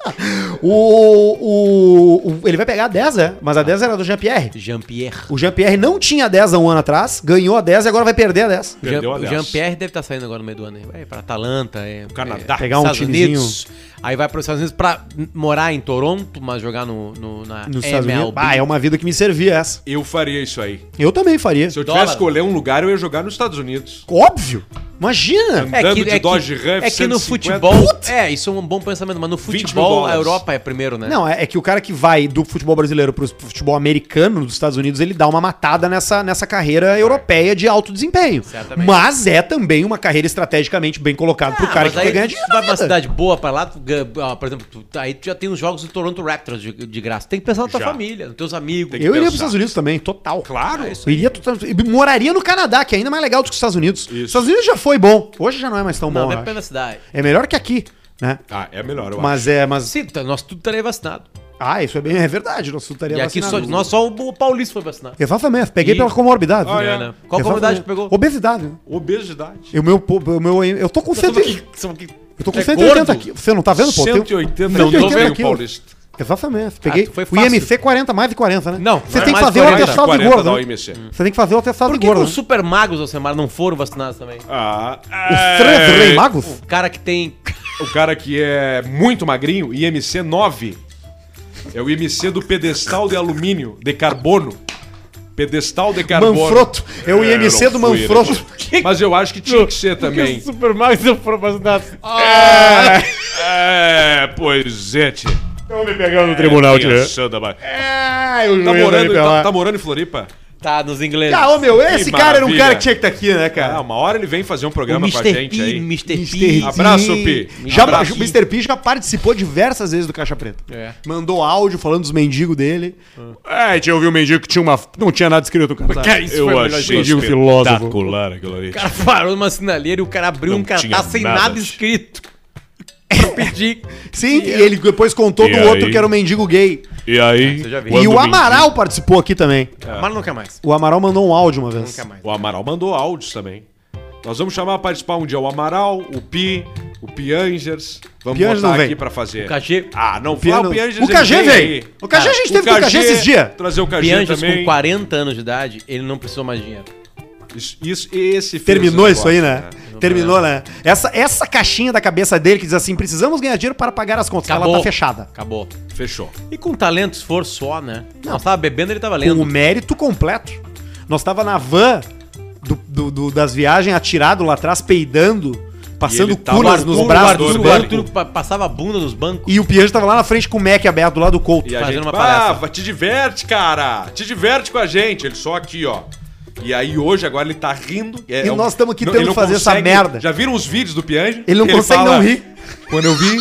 Speaker 1: O, o, o- ele vai pegar a 10, né? Mas a 10 era do Jean-Pierre.
Speaker 3: Jean-Pierre.
Speaker 1: O Jean-Pierre não tinha a 10 há um ano atrás, ganhou a 10 e agora vai perder a 10.
Speaker 3: Jean-
Speaker 2: Perdeu a
Speaker 3: o
Speaker 2: dessa.
Speaker 3: Jean-Pierre deve estar saindo agora no meio do ano. aí. Vai pra Atalanta, é,
Speaker 2: Canadá.
Speaker 3: é,
Speaker 1: Pegar um
Speaker 3: Estados
Speaker 1: timezinho.
Speaker 3: Unidos. Aí vai para os Estados Unidos pra n- morar em Toronto, mas jogar no, no, na
Speaker 1: Nos Estados
Speaker 3: MLB.
Speaker 1: Unidos. Ah, é uma vida que me servia essa.
Speaker 2: Eu faria isso aí.
Speaker 1: Eu também faria.
Speaker 2: Se eu
Speaker 3: Dólar.
Speaker 2: tivesse que escolher um lugar, eu ia jogar nos Estados Unidos.
Speaker 1: Óbvio. Imagina.
Speaker 3: É
Speaker 2: Andando
Speaker 3: que,
Speaker 2: de
Speaker 3: é,
Speaker 2: Dodge
Speaker 3: que,
Speaker 2: Ram,
Speaker 3: é que
Speaker 2: 150.
Speaker 3: no futebol. É, isso é um bom pensamento, mas no
Speaker 2: 20 mil
Speaker 3: futebol a
Speaker 2: dólares.
Speaker 3: Europa é primeiro, né?
Speaker 1: Não, é, é que o cara que vai do futebol brasileiro pro futebol americano dos Estados Unidos, ele dá uma matada nessa, nessa carreira europeia de alto desempenho.
Speaker 3: Certamente.
Speaker 1: Mas é também uma carreira estrategicamente bem colocada pro
Speaker 3: Ah,
Speaker 1: cara
Speaker 3: mas
Speaker 1: que quer
Speaker 3: aí
Speaker 1: ganhar
Speaker 3: tu
Speaker 1: dinheiro.
Speaker 3: vai
Speaker 1: na
Speaker 3: pra uma
Speaker 1: vida.
Speaker 3: cidade boa pra lá, tu ganha- ah, por exemplo, tu- aí tu já tem os jogos do Toronto Raptors de, de graça. Tem que pensar na tua
Speaker 2: Já.
Speaker 3: família, nos teus amigos.
Speaker 2: Tem que
Speaker 1: Eu
Speaker 2: pensar.
Speaker 1: iria pros Estados Unidos também, total.
Speaker 2: Claro.
Speaker 1: Eu iria total- eu moraria no Canadá, que é ainda mais legal do que os Estados Unidos. Os
Speaker 2: Isso.
Speaker 1: Estados Unidos já foi bom. Hoje já não é mais tão
Speaker 3: Não,
Speaker 1: bom. eu
Speaker 3: depende da
Speaker 1: acho.
Speaker 3: cidade.
Speaker 1: É melhor que aqui, né?
Speaker 2: Ah, é melhor, eu
Speaker 1: Mas é, mas.
Speaker 3: Sim, tá- nós tudo estaria vacinado.
Speaker 1: Ah, isso é bem é verdade. Nós estaria
Speaker 3: E aqui só,
Speaker 1: vacinado.
Speaker 3: nós só o Paulista foi vacinado.
Speaker 1: Exatamente, peguei
Speaker 3: E-
Speaker 1: pela comorbidade.
Speaker 2: Ah,
Speaker 1: né?
Speaker 2: é.
Speaker 3: Né? Qual
Speaker 1: Exatamente.
Speaker 3: comunidade que pegou?
Speaker 1: Obesidade. né?
Speaker 2: acho. Obesidade.
Speaker 1: E o meu, po- o meu. Eu tô com
Speaker 3: Nós tamo
Speaker 1: 180.
Speaker 3: aqui- tamo aqui-
Speaker 1: Eu tô com
Speaker 3: É
Speaker 1: 180
Speaker 3: gordo?
Speaker 1: aqui. Você não tá vendo, pô? Eu tenho-
Speaker 2: 180
Speaker 1: Não,
Speaker 2: não,
Speaker 1: não
Speaker 2: não
Speaker 1: veio
Speaker 2: veio o
Speaker 1: aquilo.
Speaker 2: Paulista.
Speaker 1: Exatamente. Peguei
Speaker 3: Ah, tu foi
Speaker 1: o
Speaker 3: fácil.
Speaker 1: IMC 40, mais de 40, né?
Speaker 3: Não,
Speaker 1: Você
Speaker 3: não
Speaker 1: tem
Speaker 3: é
Speaker 1: que
Speaker 3: mais
Speaker 1: fazer o
Speaker 3: 40,
Speaker 1: atestado de
Speaker 2: 40 da
Speaker 1: gordo. né?
Speaker 2: OMC.
Speaker 1: Você tem que fazer o atestado
Speaker 3: Por
Speaker 1: de
Speaker 3: que, que
Speaker 1: gordo.
Speaker 3: os
Speaker 1: né?
Speaker 3: super magos, Alcemar, não foram vacinados também?
Speaker 2: Ah,
Speaker 1: O Fred
Speaker 3: É.
Speaker 1: Rei Magos?
Speaker 3: O cara que tem...
Speaker 2: O cara que é muito magrinho, IMC 9. É o IMC do pedestal de alumínio, de carbono. Pedestal de carbono.
Speaker 1: Manfroto. É o IMC
Speaker 2: não
Speaker 1: do
Speaker 2: fui,
Speaker 1: Manfroto.
Speaker 2: não Mas eu acho que tinha que ser também. Ah,
Speaker 3: super magos não foram vacinados?
Speaker 2: É, pois é, tia.
Speaker 1: Pegando o
Speaker 2: É, tia Sandra, mas-
Speaker 1: Ah, eu
Speaker 2: Tá morando, tá, tá morando em Floripa?
Speaker 3: Tá, nos ingleses.
Speaker 1: Ah, ô meu, esse
Speaker 2: Que
Speaker 1: cara era um
Speaker 2: maravilha.
Speaker 1: cara que tinha que estar aqui, né,
Speaker 2: Ah,
Speaker 1: cara?
Speaker 2: uma hora ele vem fazer um
Speaker 3: o
Speaker 2: programa com a
Speaker 3: Mr.
Speaker 2: gente
Speaker 3: P,
Speaker 2: aí.
Speaker 3: Mr.
Speaker 1: Mr.
Speaker 3: P.
Speaker 1: P.
Speaker 2: Abraço, Pi.
Speaker 1: Já,
Speaker 2: Abraço.
Speaker 1: o Mr. P já participou diversas vezes do Caixa Preta.
Speaker 3: É.
Speaker 1: Mandou áudio falando dos mendigos dele. É, tinha ouvido um mendigo que tinha uma. Não tinha nada escrito, cara.
Speaker 3: Que isso foi a melhor
Speaker 2: achei
Speaker 1: Digo um filósofo.
Speaker 2: espetacular aquilo ali.
Speaker 3: O cara parou numa sinaleira e o cara abriu
Speaker 2: Não
Speaker 3: um
Speaker 2: tinha
Speaker 3: cartaz sem
Speaker 2: nada.
Speaker 3: nada, escrito. Pra pedir.
Speaker 1: Sim, e ele depois contou
Speaker 2: E
Speaker 1: do outro
Speaker 2: aí?
Speaker 1: que era um mendigo gay.
Speaker 2: E
Speaker 1: É,
Speaker 2: aí,
Speaker 3: Você já viu.
Speaker 2: quando
Speaker 1: e o
Speaker 2: me-
Speaker 1: Amaral participou aqui também.
Speaker 2: É.
Speaker 3: Mas não quer mais.
Speaker 1: O Amaral mandou um áudio uma
Speaker 3: Não
Speaker 1: vez.
Speaker 3: quer mais.
Speaker 2: O Amaral mandou áudios também. Nós vamos chamar pra participar um dia o Amaral, o Pi, o Piangers. Vamos
Speaker 1: Piangers não
Speaker 2: botar
Speaker 1: vem.
Speaker 2: aqui pra fazer.
Speaker 3: O KG.
Speaker 2: Ah, não,
Speaker 1: Pian
Speaker 2: fala
Speaker 1: não-
Speaker 2: o Piangers.
Speaker 1: O KG
Speaker 2: ele
Speaker 1: vem.
Speaker 2: aí.
Speaker 1: O KG a gente teve com o KG esses dias.
Speaker 2: Trazer o KG
Speaker 3: Bianchas
Speaker 2: também.
Speaker 3: com 40 anos de idade, ele não precisou mais de dinheiro.
Speaker 2: Isso, isso, esse
Speaker 1: Terminou
Speaker 2: fez o
Speaker 1: isso aí, né?
Speaker 2: negócio,
Speaker 1: Terminou, né? Essa, essa caixinha da cabeça dele que diz assim: precisamos ganhar dinheiro para pagar as contas. Ela tá fechada.
Speaker 3: Acabou.
Speaker 2: né? Fechou.
Speaker 3: E com talento, esforço só, né? Não, Nós tava bebendo, ele tava
Speaker 1: Com o
Speaker 3: lendo.
Speaker 1: mérito completo. Nós tava na van do- do- do- das viagens, atirado lá atrás, peidando,
Speaker 2: ele
Speaker 1: passando
Speaker 2: tava
Speaker 1: culas
Speaker 2: Arthur,
Speaker 1: nos braços
Speaker 2: Arthur,
Speaker 1: dos
Speaker 3: o
Speaker 1: bancos.
Speaker 3: Arthur um, pa- passava a bunda nos bancos.
Speaker 1: E o Pianjo tava lá na frente com o Mac aberto do lado do Couto.
Speaker 2: E a
Speaker 3: Fazendo
Speaker 2: gente,
Speaker 3: uma palestra.
Speaker 2: "Ah, te diverte, cara. Te diverte com a gente. Ele só aqui, ó. E aí hoje, agora ele tá rindo. É-
Speaker 1: E
Speaker 2: é um-
Speaker 1: nós tamo aqui
Speaker 2: não-
Speaker 1: tendo
Speaker 2: ele não
Speaker 1: que fazer essa
Speaker 2: consegue-
Speaker 1: merda.
Speaker 2: Já viram os vídeos do Piange?
Speaker 1: Ele não consegue não rir.
Speaker 2: Quando eu vi,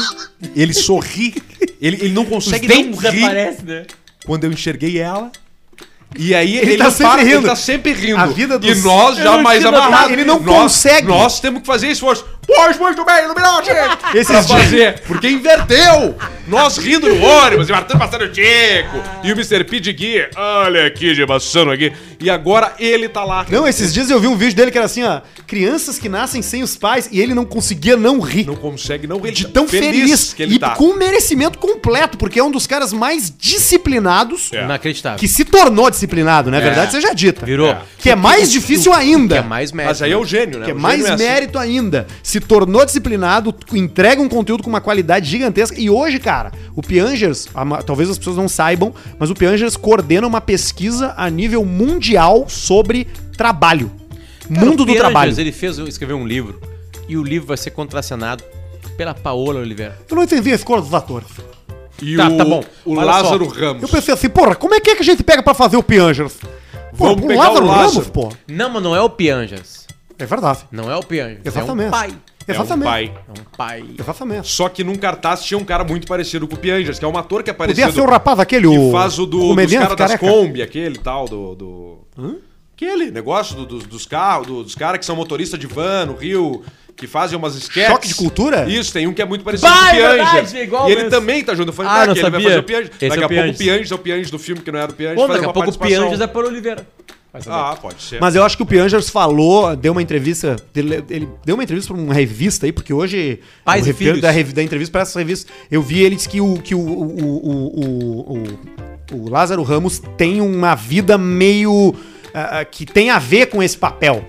Speaker 2: ele sorri. Ele, ele não consegue
Speaker 3: dentes
Speaker 2: não rir.
Speaker 3: né?
Speaker 2: quando eu enxerguei ela. E aí ele,
Speaker 1: tá
Speaker 2: não
Speaker 1: sempre
Speaker 2: para, ele
Speaker 1: rindo.
Speaker 2: tá sempre rindo.
Speaker 1: A vida dos-
Speaker 2: E nós
Speaker 1: Eu
Speaker 2: jamais
Speaker 1: não tinha notado,
Speaker 2: amarrados.
Speaker 1: ele não
Speaker 2: Nós-
Speaker 1: consegue.
Speaker 2: Nós temos que fazer esforço. Pois muito bem, Illuminati!
Speaker 1: Esses
Speaker 2: pra
Speaker 1: dias-
Speaker 2: fazer, porque inverteu! Nós rindo no ônibus, e o Arthur passando o Tico, e o Mr. P de guia. Olha aqui, de passando aqui. E agora ele tá lá.
Speaker 1: Não, esses dias eu vi um vídeo dele que era assim, ó. Crianças que nascem sem os pais e ele não conseguia não rir.
Speaker 2: Não consegue, não. Ele
Speaker 1: de
Speaker 2: tá
Speaker 1: tão feliz,
Speaker 2: que ele
Speaker 1: e
Speaker 2: tá.
Speaker 1: com merecimento completo, porque é um dos caras mais disciplinados
Speaker 2: É.
Speaker 3: Inacreditável.
Speaker 1: que se tornou disciplinado, né? Verdade seja dita.
Speaker 3: Virou.
Speaker 2: É.
Speaker 1: Que é mais difícil ainda.
Speaker 3: Que é mais médico.
Speaker 2: Mas aí é o gênio, né?
Speaker 1: Que é
Speaker 2: O gênio
Speaker 1: mais
Speaker 2: assim.
Speaker 1: mérito ainda. Se tornou disciplinado, entrega um conteúdo com uma qualidade gigantesca. E hoje, cara, o Piangers, a ma- talvez as pessoas não saibam, mas o Piangers coordena uma pesquisa a nível mundial sobre trabalho. Mundo do
Speaker 3: Pianges,
Speaker 1: trabalho.
Speaker 3: Ele fez, escreveu um livro e o livro vai ser contracenado pela Paola Oliveira.
Speaker 1: Eu não entendi a escolha dos atores.
Speaker 2: E
Speaker 3: Tá,
Speaker 2: o,
Speaker 3: tá bom.
Speaker 2: o
Speaker 3: Olha
Speaker 2: Lázaro
Speaker 1: Eu
Speaker 3: só.
Speaker 2: Ramos.
Speaker 1: pensei assim, porra, como é que é que a gente pega pra fazer o Piangers? Pô, um
Speaker 2: Vamos pegar o Lázaro.
Speaker 1: pô.
Speaker 3: Não, mas não é o Pianjas.
Speaker 1: É verdade.
Speaker 3: Não é o Pianjas.
Speaker 1: Exatamente.
Speaker 3: É um pai.
Speaker 1: Exatamente.
Speaker 2: É um pai.
Speaker 3: É um pai.
Speaker 1: Exatamente.
Speaker 2: Só que num cartaz tinha um cara muito parecido com o Pianjas, que é um ator que apareceu.
Speaker 1: Podia ser o rapaz aquele,
Speaker 2: que
Speaker 1: o
Speaker 2: faz o do, dos
Speaker 1: comediante
Speaker 2: caras das
Speaker 1: careca.
Speaker 2: Kombi, aquele tal, do. do... Aquele negócio do- dos- dos carros, do- dos caras que são motoristas de van no Rio, que fazem umas sketches.
Speaker 1: Choque de cultura?
Speaker 2: Isso, tem um que é muito parecido
Speaker 3: Vai,
Speaker 2: com o Pianjas.
Speaker 3: verdade, é igual
Speaker 2: e ele
Speaker 3: mesmo.
Speaker 2: também tá junto. Eu falei,
Speaker 3: Ah,
Speaker 2: tá,
Speaker 3: não
Speaker 2: que ele vai
Speaker 3: sabia.
Speaker 2: fazer o Pianjas.
Speaker 3: Esse é
Speaker 2: daqui
Speaker 3: o
Speaker 2: a pouco o
Speaker 3: Pianjas.
Speaker 2: Pianjas é o Pianjas do filme que não era o Pianjas.
Speaker 3: Bom,
Speaker 2: faz
Speaker 3: daqui a
Speaker 2: uma
Speaker 3: pouco o
Speaker 2: participação.
Speaker 3: Pianjas é Paola Oliveira. Vai saber.
Speaker 2: Ah, pode ser.
Speaker 1: Mas eu acho que o Piangers falou, deu uma entrevista, ele, ele deu uma entrevista pra uma revista aí, porque hoje
Speaker 3: Pais
Speaker 1: o
Speaker 3: e
Speaker 1: roteiro
Speaker 3: filhos.
Speaker 1: da, revi- da entrevista para essa revista, eu vi ele disse que o que o, o, o, o, o- o Lázaro Ramos tem uma vida meio ah, ah, que tem a ver com esse papel.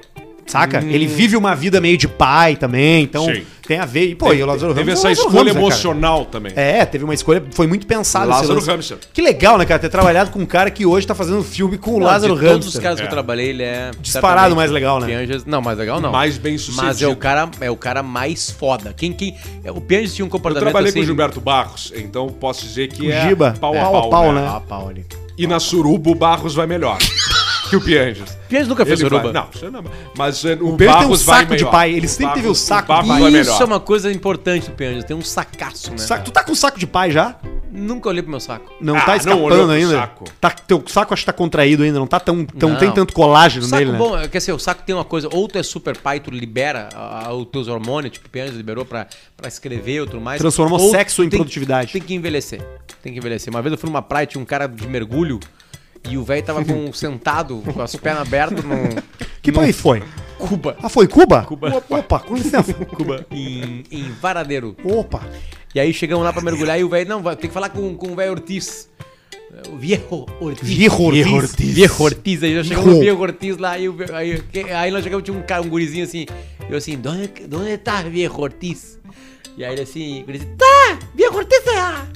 Speaker 1: Saca? Ele
Speaker 3: Hum.
Speaker 1: vive uma vida meio de pai também, então
Speaker 2: Sim.
Speaker 1: tem a ver. E, pô, e o Lázaro
Speaker 2: Teve
Speaker 1: Ramos
Speaker 2: essa
Speaker 1: é o Lázaro
Speaker 2: escolha
Speaker 1: Ramos, né, cara?
Speaker 2: emocional também.
Speaker 1: É, teve uma escolha, foi muito pensado.
Speaker 2: Lázaro
Speaker 1: esse lance.
Speaker 2: Hamster.
Speaker 1: Que legal, né, cara? Ter trabalhado com um cara que hoje tá fazendo filme com o
Speaker 3: Não,
Speaker 1: Lázaro
Speaker 3: de
Speaker 1: Ramos.
Speaker 3: Todos os caras que eu
Speaker 2: É.
Speaker 3: trabalhei, ele é.
Speaker 1: Disparado
Speaker 3: certamente,
Speaker 1: mais legal, né?
Speaker 3: Pianjas, não, mais legal não.
Speaker 2: Mais bem sucedido.
Speaker 3: Mas é o cara, é o cara mais foda. Quem, quem, é, o Pianjas tinha um
Speaker 2: Eu
Speaker 3: comportamento
Speaker 2: trabalhei com o
Speaker 3: assim-
Speaker 2: Gilberto Barros, então posso dizer que
Speaker 1: O
Speaker 2: é
Speaker 1: Giba.
Speaker 2: pau
Speaker 1: É.
Speaker 2: a
Speaker 1: Pau
Speaker 2: pau,
Speaker 1: a pau,
Speaker 2: né?
Speaker 1: né?
Speaker 3: Ah, Pauli.
Speaker 2: E na Suruba o Barros vai melhor que o Pianges.
Speaker 3: Pianjas nunca fez
Speaker 2: Ele vai-
Speaker 3: suruba.
Speaker 2: Não, isso não. Mas é, o,
Speaker 1: Pedro tem um
Speaker 2: Barros vai
Speaker 1: saco de
Speaker 2: melhor.
Speaker 1: pai, ele sempre
Speaker 2: Barros-
Speaker 1: teve o saco
Speaker 2: O Barros
Speaker 1: de-
Speaker 2: vai
Speaker 3: Isso é
Speaker 2: melhor.
Speaker 3: uma coisa importante do Pianjas, tem um sacaço, né?
Speaker 1: Saco- tu tá com saco de pai já?
Speaker 3: Nunca olhei pro meu saco.
Speaker 1: Não
Speaker 2: Ah,
Speaker 1: tá
Speaker 2: não
Speaker 1: escapando
Speaker 2: olhou pro
Speaker 1: ainda?
Speaker 2: saco.
Speaker 1: Tá, teu saco acho que tá contraído ainda, não tá tão, tão
Speaker 3: Não.
Speaker 1: tem tanto colágeno
Speaker 3: saco
Speaker 1: nele, né?
Speaker 3: bom, é, quer dizer, o saco tem uma coisa, ou tu é super pai, tu libera ah, os teus hormônios, tipo o Pianjas liberou pra, pra escrever e tudo mais.
Speaker 1: Transformou
Speaker 3: ou
Speaker 1: sexo
Speaker 3: tu
Speaker 1: em
Speaker 3: tem-
Speaker 1: produtividade.
Speaker 3: Tem que envelhecer, tem que envelhecer. Uma vez eu fui numa praia, tinha um cara de mergulho, e o velho tava com, sentado, com as pernas abertas num...
Speaker 1: Que
Speaker 3: num-
Speaker 1: país foi?
Speaker 3: Cuba.
Speaker 1: Ah, foi Cuba?
Speaker 3: Cuba.
Speaker 1: Opa, opa, com licença. Cuba.
Speaker 3: Em, em Varadeiro.
Speaker 1: Opa.
Speaker 3: E aí chegamos lá pra mergulhar e o velho, não, vai- tem que falar com, com o velho Ortiz. O Viejo Ortiz.
Speaker 1: Viejo Ortiz.
Speaker 3: Viejo Ortiz. Viejo Ortiz. Aí já chegamos
Speaker 1: Viejo.
Speaker 3: no Viejo Ortiz lá, aí, o ve- aí, que- aí nós chegamos, tinha um cara, um gurizinho assim. Eu assim, "Donde- donde tá Viejo Ortiz? E aí ele assim, o gurizinho, tá, Viejo Ortiz tá lá."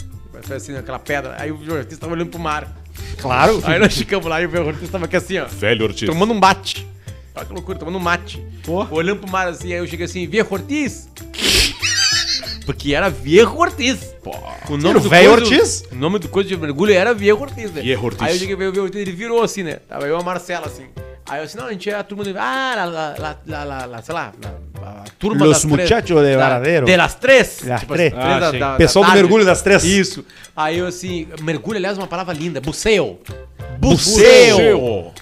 Speaker 3: Foi assim, naquela pedra. Aí o Viejo Ortiz tava olhando pro mar.
Speaker 1: Claro.
Speaker 3: Aí nós ficamos lá e o Viejo Ortiz tava aqui assim, ó.
Speaker 2: Velho Ortiz.
Speaker 3: Tomando um mate. Olha que loucura, tomando um mate. Olhando pro mar assim, aí eu chego assim, Viejo Ortiz. Porque era Viejo Ortiz. O
Speaker 1: Era o
Speaker 3: do
Speaker 1: velho
Speaker 3: coisa-
Speaker 1: Ortiz?
Speaker 3: O nome do coisa de mergulho era Viejo Ortiz, né?
Speaker 2: Viejo Ortiz.
Speaker 3: Aí eu cheguei, veio o Viejo Ortiz, ele virou assim, né? Tava eu e a Marcela, assim. Aí eu assim, não, a gente é a turma do... Ah, lá, lá, lá, lá, lá, lá, sei lá, lá, a turma
Speaker 1: Los
Speaker 3: das três-
Speaker 1: muchachos de
Speaker 3: da-
Speaker 1: Varadero.
Speaker 3: De las Tipo assim, três.
Speaker 1: Das
Speaker 3: as
Speaker 1: três.
Speaker 2: Ah, sim.
Speaker 1: Pessoal do
Speaker 3: tarde.
Speaker 1: mergulho das três.
Speaker 3: Isso. Aí eu assim, mergulho, aliás, uma palavra linda, buceo.
Speaker 2: Buceo.
Speaker 3: Buceo. Buceo.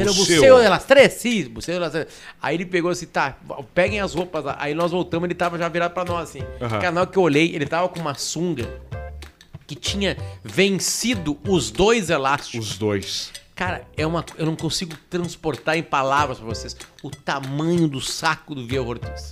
Speaker 2: Buceo.
Speaker 3: buceo de las três, sim, buceo de las três. Aí ele pegou assim, tá, peguem as roupas lá. Aí nós voltamos, ele tava já virado pra nós, assim.
Speaker 2: Aham.
Speaker 3: Canal que eu olhei, ele tava com uma sunga que tinha vencido os dois elásticos.
Speaker 2: Os dois.
Speaker 3: Cara, é uma, eu não consigo transportar em palavras pra vocês o tamanho do saco do Viejo Ortiz.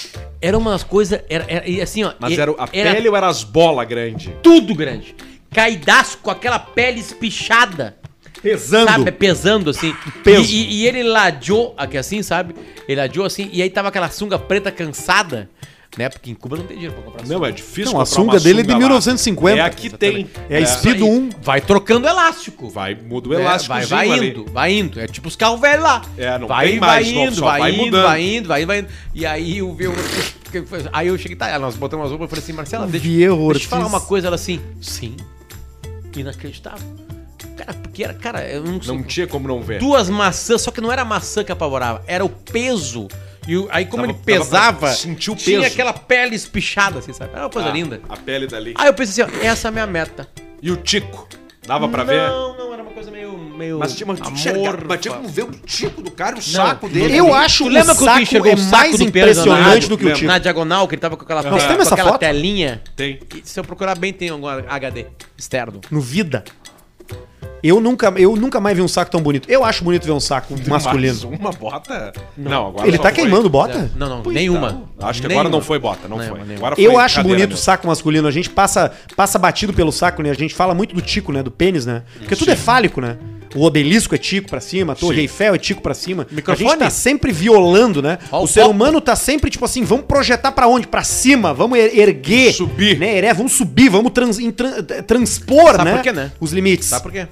Speaker 3: Era umas coisas, era, era- e assim, ó.
Speaker 2: Mas
Speaker 3: e-
Speaker 2: era a pele ou era as bolas grandes?
Speaker 3: tudo grande. Caidaço com aquela pele espichada.
Speaker 1: Pesando.
Speaker 3: Sabe, pesando assim.
Speaker 1: peso.
Speaker 3: E, e- e ele ladeou aqui assim, sabe? Ele ladeou assim, e aí tava aquela sunga preta cansada, né? Porque em Cuba não tem dinheiro pra comprar
Speaker 2: Não, é difícil
Speaker 1: Não, a
Speaker 2: comprar uma
Speaker 1: sunga dele é de
Speaker 2: lá.
Speaker 1: 1950.
Speaker 2: É a que tem.
Speaker 1: É a
Speaker 3: Isso aí.
Speaker 1: Speed 1.
Speaker 3: Vai trocando elástico.
Speaker 2: Vai, muda o
Speaker 3: É,
Speaker 2: elástico.
Speaker 3: vai, vai indo, vai indo. É tipo os carros velhos lá.
Speaker 2: É, não
Speaker 3: vai,
Speaker 2: tem
Speaker 3: vai
Speaker 2: mais
Speaker 3: indo,
Speaker 2: novo, só
Speaker 3: vai,
Speaker 2: vai
Speaker 3: indo,
Speaker 2: mudando.
Speaker 3: vai indo, vai indo, vai indo. E aí o Viejo Aí eu cheguei, tá, nós botamos as roupas e falei assim, Marcela, deixa,
Speaker 1: Viejo
Speaker 3: deixa eu te falar
Speaker 1: Ortiz.
Speaker 3: uma coisa. Ela assim, sim. Inacreditável. Cara, porque era, cara, eu não sei.
Speaker 2: Não tinha como não ver.
Speaker 3: É. Duas maçãs, só que não era a maçã que apavorava, era o peso. E o- aí, como
Speaker 2: Tava-
Speaker 3: ele pesava,
Speaker 2: tava- sentiu o
Speaker 3: tinha
Speaker 2: peso.
Speaker 3: aquela pele espichada, assim, sabe? Era uma coisa
Speaker 2: Ah,
Speaker 3: linda.
Speaker 2: A pele dali.
Speaker 3: Aí eu pensei assim, ó, essa é a minha meta.
Speaker 2: E o Tico. Dava pra ver?
Speaker 3: Não, não, era uma coisa meio. meio
Speaker 2: Mas tinha, mas tu enxergava, mas tinha um como ver o tico do cara, o
Speaker 3: Não,
Speaker 2: saco
Speaker 3: tu
Speaker 2: dele.
Speaker 1: Eu
Speaker 3: lembra-
Speaker 1: acho
Speaker 3: tu
Speaker 1: o
Speaker 3: lembra quando
Speaker 1: saco
Speaker 3: tu enxergou
Speaker 1: é
Speaker 3: o saco
Speaker 1: mais
Speaker 3: do Pedro
Speaker 1: impressionante
Speaker 3: Zanardo?
Speaker 1: do que o
Speaker 3: Lembra?
Speaker 1: Tico.
Speaker 3: Na diagonal, que ele tava com aquela,
Speaker 1: Nós temos
Speaker 3: com
Speaker 1: essa
Speaker 3: aquela
Speaker 1: foto?
Speaker 3: telinha.
Speaker 2: Tem.
Speaker 3: E se eu procurar bem, tem algum HD externo.
Speaker 1: No Vida. Eu nunca, eu nunca mais vi um saco tão bonito. Eu acho bonito ver um saco
Speaker 2: Masculino.
Speaker 1: masculino.
Speaker 2: Uma bota? Não, agora
Speaker 1: Ele
Speaker 2: só É.
Speaker 1: tá
Speaker 2: foi.
Speaker 1: queimando bota?
Speaker 3: Não, não,
Speaker 2: Pois
Speaker 3: nenhuma.
Speaker 1: então.
Speaker 2: não. Acho que agora
Speaker 3: Nenhuma.
Speaker 2: não foi bota, não
Speaker 3: Nenhuma,
Speaker 2: foi.
Speaker 3: nenhuma.
Speaker 2: Agora
Speaker 1: Eu
Speaker 2: foi
Speaker 1: acho
Speaker 2: cadeira
Speaker 1: bonito o
Speaker 2: mesmo.
Speaker 1: saco masculino. A gente passa, passa batido pelo saco, né? A gente fala muito do tico, né? Do pênis, né? Porque tudo é fálico, né? O obelisco é tico pra cima, a Torre
Speaker 2: Sim.
Speaker 1: Eiffel é tico pra cima.
Speaker 3: Microfone?
Speaker 1: A gente tá sempre violando, né?
Speaker 3: Ó,
Speaker 1: o
Speaker 3: o
Speaker 1: ser
Speaker 3: copo.
Speaker 1: humano tá sempre tipo assim, vamos projetar pra onde? Pra cima, vamos er- erguer,
Speaker 2: Subir.
Speaker 1: né? Ere- vamos subir, vamos trans- em tran- transpor,
Speaker 3: Sabe
Speaker 1: né?
Speaker 3: por quê, né?
Speaker 1: Os limites.
Speaker 3: Sabe por quê?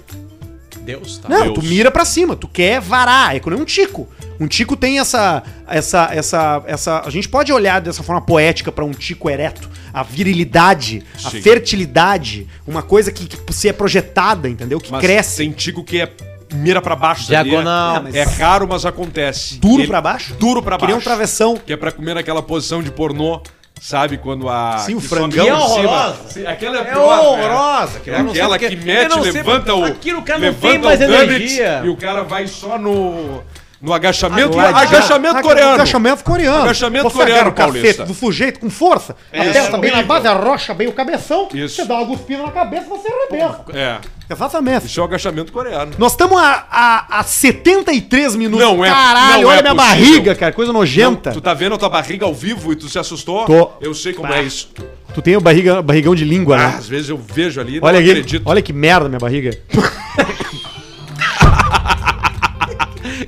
Speaker 3: Deus, tá?
Speaker 1: Não,
Speaker 2: Deus.
Speaker 1: tu mira pra cima, tu quer varar, é que nem um tico. Um tico tem essa essa essa essa, a gente pode olhar dessa forma poética pra um tico ereto, a virilidade, a
Speaker 2: Sim.
Speaker 1: fertilidade, uma coisa que, que se é projetada, entendeu? Que
Speaker 2: Mas
Speaker 1: cresce
Speaker 2: Tem tico que é mira pra baixo.
Speaker 3: Diagonal.
Speaker 2: sabia? É raro, mas acontece.
Speaker 1: duro
Speaker 2: Ele-
Speaker 1: pra baixo,
Speaker 2: Duro pra
Speaker 1: que nem um
Speaker 2: baixo.
Speaker 1: travessão.
Speaker 2: Que é pra comer naquela posição de pornô, sabe? Quando a.
Speaker 1: Sim, o
Speaker 2: que sobe em
Speaker 1: frangão.
Speaker 3: Que é
Speaker 2: cima.
Speaker 3: horrorosa.
Speaker 2: Sim, Aquela é,
Speaker 3: É
Speaker 2: pior,
Speaker 3: horrorosa,
Speaker 2: velho.
Speaker 3: aquela
Speaker 2: É
Speaker 3: eu não sei
Speaker 2: aquela
Speaker 3: porque-
Speaker 2: que
Speaker 3: eu não
Speaker 2: mete,
Speaker 3: sei
Speaker 2: levanta
Speaker 3: porque
Speaker 2: o.
Speaker 3: aquilo o cara não
Speaker 2: levanta
Speaker 3: tem mais
Speaker 2: o gummit
Speaker 3: energia.
Speaker 2: E o cara vai só no. No agachamento.
Speaker 1: Lá de-
Speaker 2: agachamento
Speaker 1: Ah,
Speaker 2: coreano.
Speaker 1: Agachamento coreano.
Speaker 2: Agachamento
Speaker 1: Você agarra
Speaker 2: coreano,
Speaker 1: o cacete
Speaker 2: paulista.
Speaker 1: do sujeito com força.
Speaker 2: Isso.
Speaker 1: a testa bem na
Speaker 2: Horrível.
Speaker 1: base, arrocha bem o cabeção.
Speaker 2: Isso.
Speaker 1: Você dá uma guspida na cabeça, você arrebenta.
Speaker 2: É.
Speaker 1: Exatamente.
Speaker 2: Isso é o agachamento coreano.
Speaker 1: Nós estamos a, a, a 73 minutos.
Speaker 2: Não é-
Speaker 1: Caralho,
Speaker 2: não
Speaker 1: olha
Speaker 2: é
Speaker 1: minha
Speaker 2: possível.
Speaker 1: barriga, cara. Coisa nojenta.
Speaker 2: Não, tu tá vendo a tua barriga ao vivo e tu se assustou?
Speaker 1: Tô.
Speaker 2: Eu sei como
Speaker 1: Pá.
Speaker 2: é isso.
Speaker 1: tu... tem o barriga, barrigão de língua,
Speaker 2: Ah,
Speaker 1: né?
Speaker 2: às vezes eu vejo ali e
Speaker 1: Olha aqui.
Speaker 2: acredito.
Speaker 1: Olha que merda minha barriga.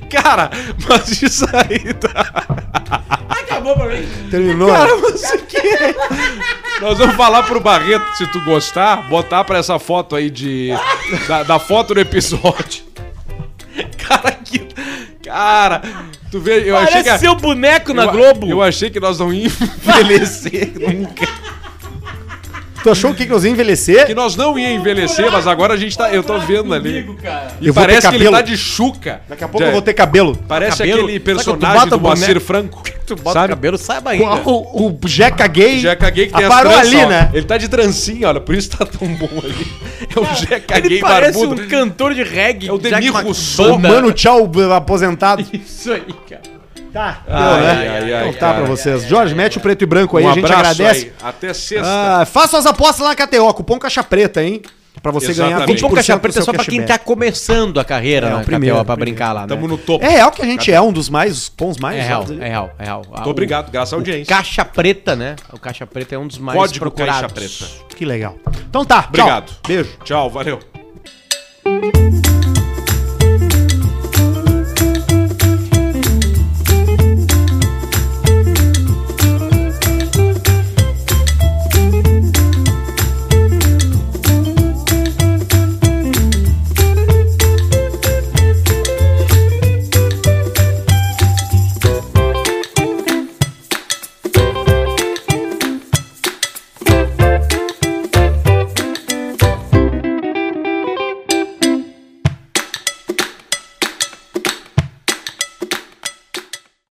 Speaker 2: Cara, mas isso aí tá...
Speaker 3: Acabou pra mim.
Speaker 1: Terminou.
Speaker 2: Nós vamos falar pro Barreto, se tu gostar, botar pra essa foto aí de... Da, da foto do episódio. Cara, que... Cara, tu vê... Eu achei que...
Speaker 3: Parece seu boneco na
Speaker 2: eu-
Speaker 3: Globo.
Speaker 2: Eu achei que nós não íamos envelhecer nunca.
Speaker 1: tu achou que, que nós ia envelhecer?
Speaker 2: Que nós não ia envelhecer, mas agora a gente tá... Eu tô vendo ali.
Speaker 3: cara.
Speaker 2: E
Speaker 1: Eu vou ter
Speaker 2: parece que ele tá
Speaker 1: cabelo.
Speaker 2: de chuca.
Speaker 1: Daqui a pouco
Speaker 2: De-
Speaker 1: eu vou ter cabelo.
Speaker 2: Parece
Speaker 3: Cabelo.
Speaker 2: aquele
Speaker 3: Sabe quando tu
Speaker 2: personagem
Speaker 3: bota
Speaker 2: do
Speaker 3: o boneco-
Speaker 2: Moacir Franco.
Speaker 3: Tu bota
Speaker 2: sabe?
Speaker 3: o cabelo, saiba
Speaker 2: é.
Speaker 3: ainda.
Speaker 1: O, o, o Jeca Gay.
Speaker 2: Já caguei que tem as
Speaker 1: Aparou
Speaker 2: tranças,
Speaker 1: ali,
Speaker 2: ó.
Speaker 1: né?
Speaker 2: Ele tá de trancinha, olha, por isso tá tão bom ali. É o Jeca
Speaker 3: Ele
Speaker 2: caguei
Speaker 3: parece
Speaker 2: barbudo.
Speaker 3: um cantor de reggae.
Speaker 2: É o
Speaker 3: Jack
Speaker 2: Demi
Speaker 3: Mac-
Speaker 2: Rousseau.
Speaker 3: Banda.
Speaker 1: Mano, tchau, b- aposentado.
Speaker 3: Isso aí, cara.
Speaker 1: Tá.
Speaker 2: Ai,
Speaker 1: né?
Speaker 2: ai, ai, ai,
Speaker 1: então tá pra
Speaker 2: cara.
Speaker 1: vocês. Jorge, mete o preto e branco aí,
Speaker 2: Um
Speaker 1: a gente
Speaker 2: abraço
Speaker 1: agradece.
Speaker 2: aí. Até sexta.
Speaker 1: Ah, faça as apostas lá na KTO, cupom caixa preta, hein? Pra você ganhar
Speaker 2: Exatamente.
Speaker 3: Pão caixa
Speaker 1: 20% do
Speaker 3: preta é
Speaker 1: seu
Speaker 3: só pra quem
Speaker 1: cashback.
Speaker 3: tá começando a carreira,
Speaker 1: É,
Speaker 3: né?
Speaker 1: o primeiro,
Speaker 3: KTO,
Speaker 1: o
Speaker 3: pra
Speaker 1: primeiro.
Speaker 3: brincar lá, né?
Speaker 2: Tamo no topo.
Speaker 1: É, é o que a gente é, um dos mais, os pons mais
Speaker 3: É real,
Speaker 1: usados ali.
Speaker 3: é real, é real. Muito
Speaker 2: obrigado, graças à audiência.
Speaker 3: Caixa Preta, né? O Caixa Preta é um dos mais
Speaker 2: Código
Speaker 3: procurados.
Speaker 2: Caixa Preta.
Speaker 1: Que legal. Então tá, tchau.
Speaker 2: Obrigado.
Speaker 1: Beijo.
Speaker 2: Tchau, valeu.